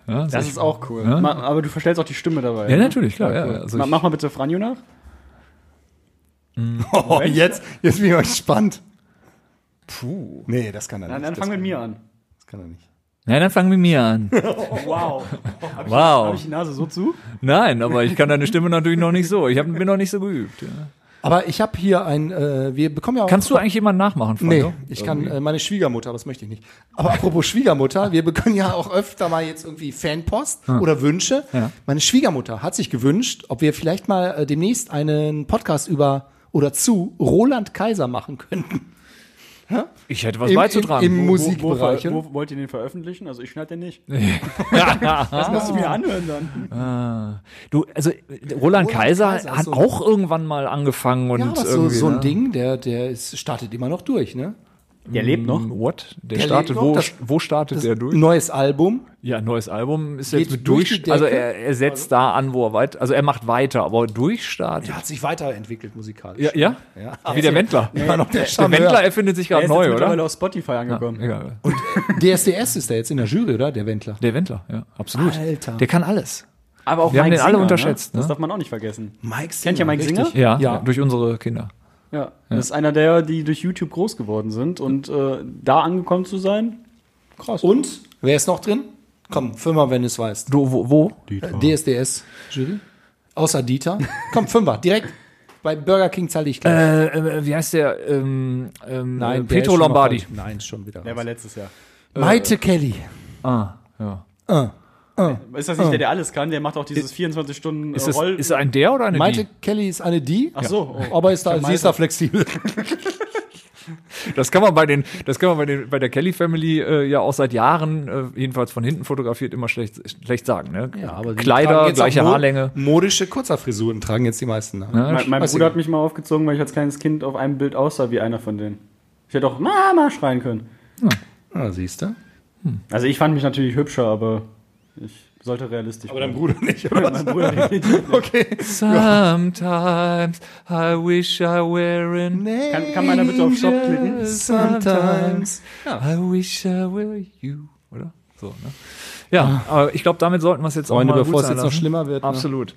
[SPEAKER 1] Ja, so
[SPEAKER 3] Das
[SPEAKER 1] ich-
[SPEAKER 3] ist auch cool. Ma- aber du verstellst auch die Stimme dabei.
[SPEAKER 1] ja
[SPEAKER 3] ne?
[SPEAKER 1] natürlich, klar. Ja, also
[SPEAKER 3] Ma
[SPEAKER 1] ich,
[SPEAKER 3] mach mal bitte Franjo nach.
[SPEAKER 2] Oh, jetzt, jetzt bin ich mal gespannt. Puh. Nee, das kann er
[SPEAKER 3] Dann,
[SPEAKER 2] nicht.
[SPEAKER 3] dann fang mit mir an.
[SPEAKER 2] Das kann er nicht.
[SPEAKER 1] nein, dann fangen wir mir an.
[SPEAKER 3] Wow. Habe
[SPEAKER 1] Wow.
[SPEAKER 3] ich die Nase so zu?
[SPEAKER 1] Nein, aber ich kann deine Stimme natürlich noch nicht so. Ich hab, bin noch nicht so geübt. Ja.
[SPEAKER 2] Aber ich habe hier ein, äh, wir bekommen ja auch.
[SPEAKER 1] Kannst du eigentlich jemanden nachmachen,
[SPEAKER 2] Nee,
[SPEAKER 1] Franjo?
[SPEAKER 2] ich kann äh, meine Schwiegermutter, aber das möchte ich nicht. Aber apropos Schwiegermutter, wir bekommen ja auch öfter mal jetzt irgendwie Fanpost oder Wünsche.
[SPEAKER 1] Ah. Ja.
[SPEAKER 2] Meine Schwiegermutter hat sich gewünscht, ob wir vielleicht mal äh, demnächst einen Podcast über oder zu Roland Kaiser machen könnten.
[SPEAKER 1] Ich hätte was
[SPEAKER 2] Im-
[SPEAKER 1] beizutragen.
[SPEAKER 2] im- im
[SPEAKER 1] Wo- wo-
[SPEAKER 2] Musik-
[SPEAKER 3] Wo,
[SPEAKER 2] Musikbereich,
[SPEAKER 3] wo,
[SPEAKER 2] ne?
[SPEAKER 3] wo wollt ihr den veröffentlichen? Also ich schneide den nicht. Das musst du mir anhören dann.
[SPEAKER 1] Du, also äh, Roland, Kaiser,
[SPEAKER 2] Kaiser ist
[SPEAKER 1] hat
[SPEAKER 2] so-
[SPEAKER 1] auch irgendwann mal angefangen und
[SPEAKER 2] Ja, aber so,
[SPEAKER 1] irgendwie,
[SPEAKER 2] so ein
[SPEAKER 1] ne?
[SPEAKER 2] Ding, der, der ist, startet immer noch durch, ne?
[SPEAKER 3] Der lebt noch.
[SPEAKER 1] What? Der,
[SPEAKER 2] Der
[SPEAKER 1] startet,
[SPEAKER 2] lebt noch,
[SPEAKER 1] wo,
[SPEAKER 2] das-
[SPEAKER 1] wo startet der durch?
[SPEAKER 2] Neues Album.
[SPEAKER 1] Ja, neues Album ist
[SPEAKER 2] Geht
[SPEAKER 1] jetzt mit
[SPEAKER 2] durch
[SPEAKER 1] durch.
[SPEAKER 2] die Decke.
[SPEAKER 1] Also er, er setzt da an, wo er weit, also er macht weiter, aber durchstartet.
[SPEAKER 2] Der hat sich weiterentwickelt musikalisch.
[SPEAKER 1] Ja, ja? Wie der Wendler.
[SPEAKER 2] Immer noch der,
[SPEAKER 1] Der
[SPEAKER 2] Charmeur.
[SPEAKER 1] Wendler erfindet sich gerade neu,
[SPEAKER 3] mittlerweile
[SPEAKER 1] oder?
[SPEAKER 3] auf Spotify angekommen.
[SPEAKER 1] Ja,
[SPEAKER 2] DSDS ist da jetzt in der Jury, oder? Der Wendler.
[SPEAKER 1] der Wendler, ja, absolut.
[SPEAKER 2] Alter.
[SPEAKER 1] Der kann alles.
[SPEAKER 3] Aber auch
[SPEAKER 1] Wir haben
[SPEAKER 3] Mike
[SPEAKER 1] den alle
[SPEAKER 3] Singer,
[SPEAKER 1] unterschätzt,
[SPEAKER 3] Ne? Das
[SPEAKER 1] ne?
[SPEAKER 3] darf man auch nicht vergessen.
[SPEAKER 2] Mike
[SPEAKER 3] Kennt ihr Mike Singer?
[SPEAKER 1] Ja,
[SPEAKER 2] Ja.
[SPEAKER 1] ja. durch unsere Kinder.
[SPEAKER 3] Ja, das ist einer der, die durch YouTube groß geworden sind und äh, da angekommen zu sein.
[SPEAKER 2] Krass. Und wer ist noch drin? Komm, Fünfer, wenn du es weißt. Äh,
[SPEAKER 1] Du, wo? wo?
[SPEAKER 2] DSDS, Jury. Außer Dieter. Komm, Fünfer, direkt. Bei Burger King zahle ich gleich.
[SPEAKER 1] Äh, äh, wie heißt der? Ähm, ähm,
[SPEAKER 2] Nein,
[SPEAKER 1] äh,
[SPEAKER 2] der ist
[SPEAKER 1] Pietro
[SPEAKER 2] schon mal
[SPEAKER 1] Lombardi.
[SPEAKER 2] falsch. Nein, ist schon wieder.
[SPEAKER 3] Der
[SPEAKER 2] raus.
[SPEAKER 3] war letztes Jahr.
[SPEAKER 2] Maite Kelly.
[SPEAKER 1] Ah, ja.
[SPEAKER 3] Ist das nicht der, der alles kann? Der macht auch dieses 24 Stunden
[SPEAKER 1] Ist, das,
[SPEAKER 3] Roll.
[SPEAKER 1] ist ein der oder eine
[SPEAKER 2] Maite Kelly ist eine die.
[SPEAKER 3] Ach so. Oh.
[SPEAKER 2] Aber ist da, sie ist da flexibel.
[SPEAKER 1] die? Das kann man bei den, das kann man bei den, bei der Kelly Family äh, ja auch seit Jahren, äh, jedenfalls von hinten fotografiert, immer schlecht, schlecht sagen. Ne?
[SPEAKER 2] die tragen
[SPEAKER 1] Kleider,
[SPEAKER 2] jetzt auch
[SPEAKER 1] gleiche
[SPEAKER 2] mo-
[SPEAKER 1] Haarlänge.
[SPEAKER 2] Modische Kurzhaarfrisuren tragen jetzt die meisten. Ne?
[SPEAKER 1] Ne?
[SPEAKER 3] Mein, mein
[SPEAKER 2] Weiß
[SPEAKER 3] Bruder
[SPEAKER 2] ich.
[SPEAKER 3] hat mich mal aufgezogen, weil ich als kleines Kind auf einem Bild aussah wie einer von denen. Ich hätte auch Mama schreien können.
[SPEAKER 2] Ah, siehst du?
[SPEAKER 3] Also ich fand mich natürlich hübscher, aber ich sollte realistisch aber bleiben.
[SPEAKER 2] Bruder nicht, oder?
[SPEAKER 3] Mein Bruder
[SPEAKER 2] Okay.
[SPEAKER 1] Sometimes I wish I were an
[SPEAKER 3] kann, kann meiner bitte auf Stopp klicken?
[SPEAKER 2] Sometimes.
[SPEAKER 1] I wish I were you, oder? So, ne? Ja, aber ich glaube, damit sollten wir es jetzt
[SPEAKER 2] Freunde,
[SPEAKER 1] auch mal gut
[SPEAKER 2] bevor es
[SPEAKER 1] sein
[SPEAKER 2] jetzt noch
[SPEAKER 1] lassen.
[SPEAKER 2] schlimmer wird, ne?
[SPEAKER 1] Absolut.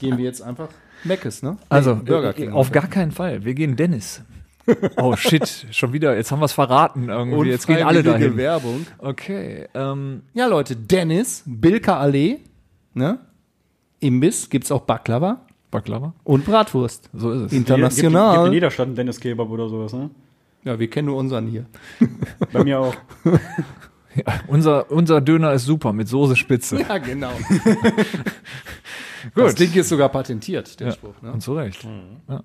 [SPEAKER 2] Gehen wir jetzt einfach. Meckes, ne?
[SPEAKER 1] Also,
[SPEAKER 2] Nee, Burger King.
[SPEAKER 1] auf gar keinen Fall. Wir gehen Dennis. Oh shit, schon wieder. Jetzt haben wir es verraten irgendwie. Jetzt gehen alle
[SPEAKER 2] Unfreiwillige
[SPEAKER 1] dahin.
[SPEAKER 2] Werbung.
[SPEAKER 1] Okay. Ähm,
[SPEAKER 2] Ja, Leute, Dennis, Bilka Allee, ne? Imbiss, gibt's auch Baklava
[SPEAKER 1] Baklava?
[SPEAKER 2] und Bratwurst.
[SPEAKER 1] So ist es.
[SPEAKER 3] Gibt, gibt
[SPEAKER 2] International.
[SPEAKER 3] in jeder Stadt einen Dennis Kebab oder sowas, ne?
[SPEAKER 2] ja, wir kennen nur unseren hier.
[SPEAKER 3] Bei mir auch.
[SPEAKER 1] Unser, unser Döner ist super mit Soße Spitze.
[SPEAKER 2] Ja, genau. Gut. Das
[SPEAKER 1] Gut.
[SPEAKER 2] Ding ist sogar patentiert, der
[SPEAKER 1] Ja, Mhm.
[SPEAKER 2] Spruch. Ne?
[SPEAKER 1] Und zu Recht. Ja.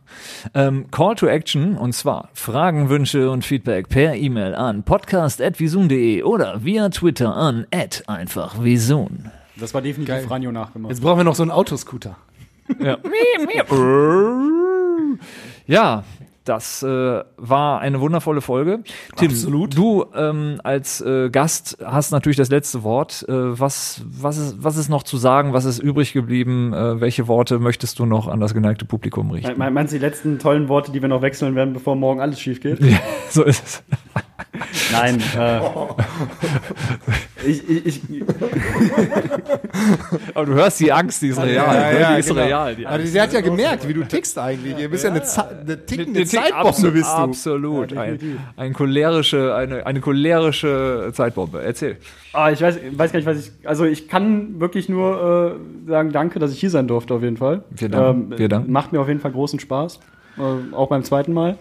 [SPEAKER 1] Ähm, Call to Action und zwar Fragen, Wünsche und Feedback per E-Mail an podcast.visum.de oder via Twitter an einfachvisum.
[SPEAKER 3] Das war definitiv Franjo nachgemacht.
[SPEAKER 2] Jetzt brauchen wir noch so einen Autoscooter.
[SPEAKER 1] Ja. ja, das äh, war eine wundervolle Folge. Tim, Absolut. du ähm, als äh, Gast hast natürlich das letzte Wort. Äh, was, was, ist, was ist noch zu sagen? Was ist übrig geblieben? Äh, welche Worte möchtest du noch an das geneigte Publikum richten?
[SPEAKER 3] Me- me- Meinst du die letzten tollen Worte, die wir noch wechseln werden, bevor morgen alles schief geht?
[SPEAKER 1] Ja, so ist es.
[SPEAKER 3] Nein. Äh, ich, ich, ich,
[SPEAKER 1] Aber du hörst die Angst, die ist real. ne? die ist
[SPEAKER 2] genau.
[SPEAKER 1] real. Die
[SPEAKER 2] Also, sie hat ja gemerkt, wie du tickst eigentlich. Du bist ja eine, Za- eine tickende Zeitbombe,
[SPEAKER 1] Absolut,
[SPEAKER 2] bist du.
[SPEAKER 1] absolut. ein, ein cholerische, eine, eine cholerische Zeitbombe. Erzähl.
[SPEAKER 3] ah, ich weiß, weiß gar nicht, was ich. Also ich kann wirklich nur äh, sagen, danke, dass ich hier sein durfte auf jeden Fall. Ähm,
[SPEAKER 1] Wir danken, wir danken.
[SPEAKER 3] Macht mir auf jeden Fall großen Spaß. Äh, auch beim zweiten Mal.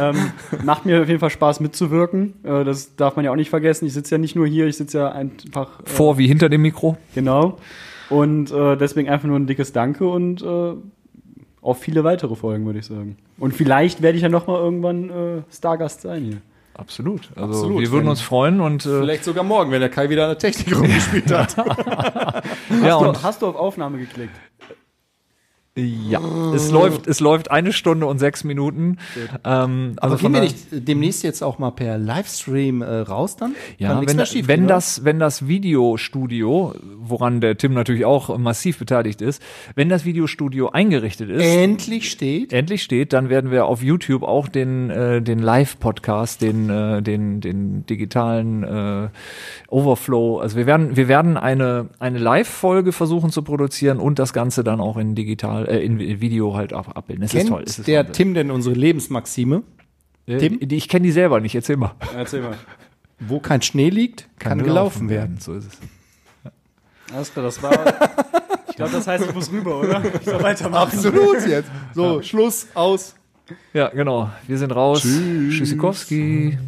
[SPEAKER 3] ähm, macht mir auf jeden Fall Spaß mitzuwirken. Äh, das darf man ja auch nicht vergessen. Ich sitze ja nicht nur hier, ich sitze ja einfach äh,
[SPEAKER 1] Vor wie hinter dem Mikro.
[SPEAKER 3] Genau. Und äh, deswegen einfach nur ein dickes Danke und äh, auf viele weitere Folgen, würde ich sagen. Und vielleicht werde ich ja nochmal irgendwann äh, Stargast sein hier.
[SPEAKER 1] Absolut. Also
[SPEAKER 2] Absolut.
[SPEAKER 1] wir würden uns freuen und äh,
[SPEAKER 2] Vielleicht sogar morgen, wenn der Kai wieder eine Technik rumgespielt hat.
[SPEAKER 1] ja
[SPEAKER 3] Hast du-
[SPEAKER 1] und
[SPEAKER 3] hast du auf Aufnahme geklickt?
[SPEAKER 1] ja. Es läuft, es läuft eine Stunde und sechs Minuten. Ähm, also
[SPEAKER 2] Aber gehen
[SPEAKER 1] von
[SPEAKER 2] wir
[SPEAKER 1] daher-
[SPEAKER 2] nicht demnächst jetzt auch mal per Livestream äh, raus dann? Kann
[SPEAKER 1] Ja,
[SPEAKER 2] nichts
[SPEAKER 1] wenn,
[SPEAKER 2] mehr schief
[SPEAKER 1] wenn
[SPEAKER 2] gehen,
[SPEAKER 1] das, wenn das Videostudio, woran der Tim natürlich auch massiv beteiligt ist, wenn das Videostudio eingerichtet ist,
[SPEAKER 2] oder? endlich steht.
[SPEAKER 1] endlich steht, dann werden wir auf YouTube auch den, äh, den Live-Podcast, den, äh, den, den digitalen äh, Overflow. Also wir werden, wir werden eine, eine Live-Folge versuchen zu produzieren und das Ganze dann auch in digital, äh, in Video halt ab, abbilden. Es
[SPEAKER 2] Kennt
[SPEAKER 1] ist toll. Es ist
[SPEAKER 2] der
[SPEAKER 1] Wahnsinn.
[SPEAKER 2] Tim denn unsere Lebensmaxime?
[SPEAKER 1] Äh,
[SPEAKER 2] Tim?
[SPEAKER 1] die- Ich kenne die selber nicht, erzähl mal.
[SPEAKER 3] Erzähl mal.
[SPEAKER 2] Wo kein Schnee liegt, kann, gelaufen werden.
[SPEAKER 1] So ist es.
[SPEAKER 3] Alles klar, das war. Ich glaube, das heißt, ich muss rüber, oder? Ich soll weitermachen.
[SPEAKER 2] Absolut jetzt. So, Schluss, aus.
[SPEAKER 1] Ja, genau. Wir sind raus. Tschüss. Tschüssikowski.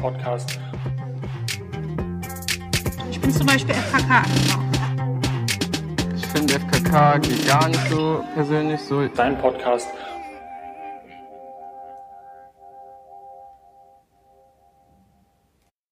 [SPEAKER 4] Podcast.
[SPEAKER 5] Ich bin zum Beispiel FKK.
[SPEAKER 6] Ich finde FKK geht gar nicht so persönlich so.
[SPEAKER 4] Dein Podcast.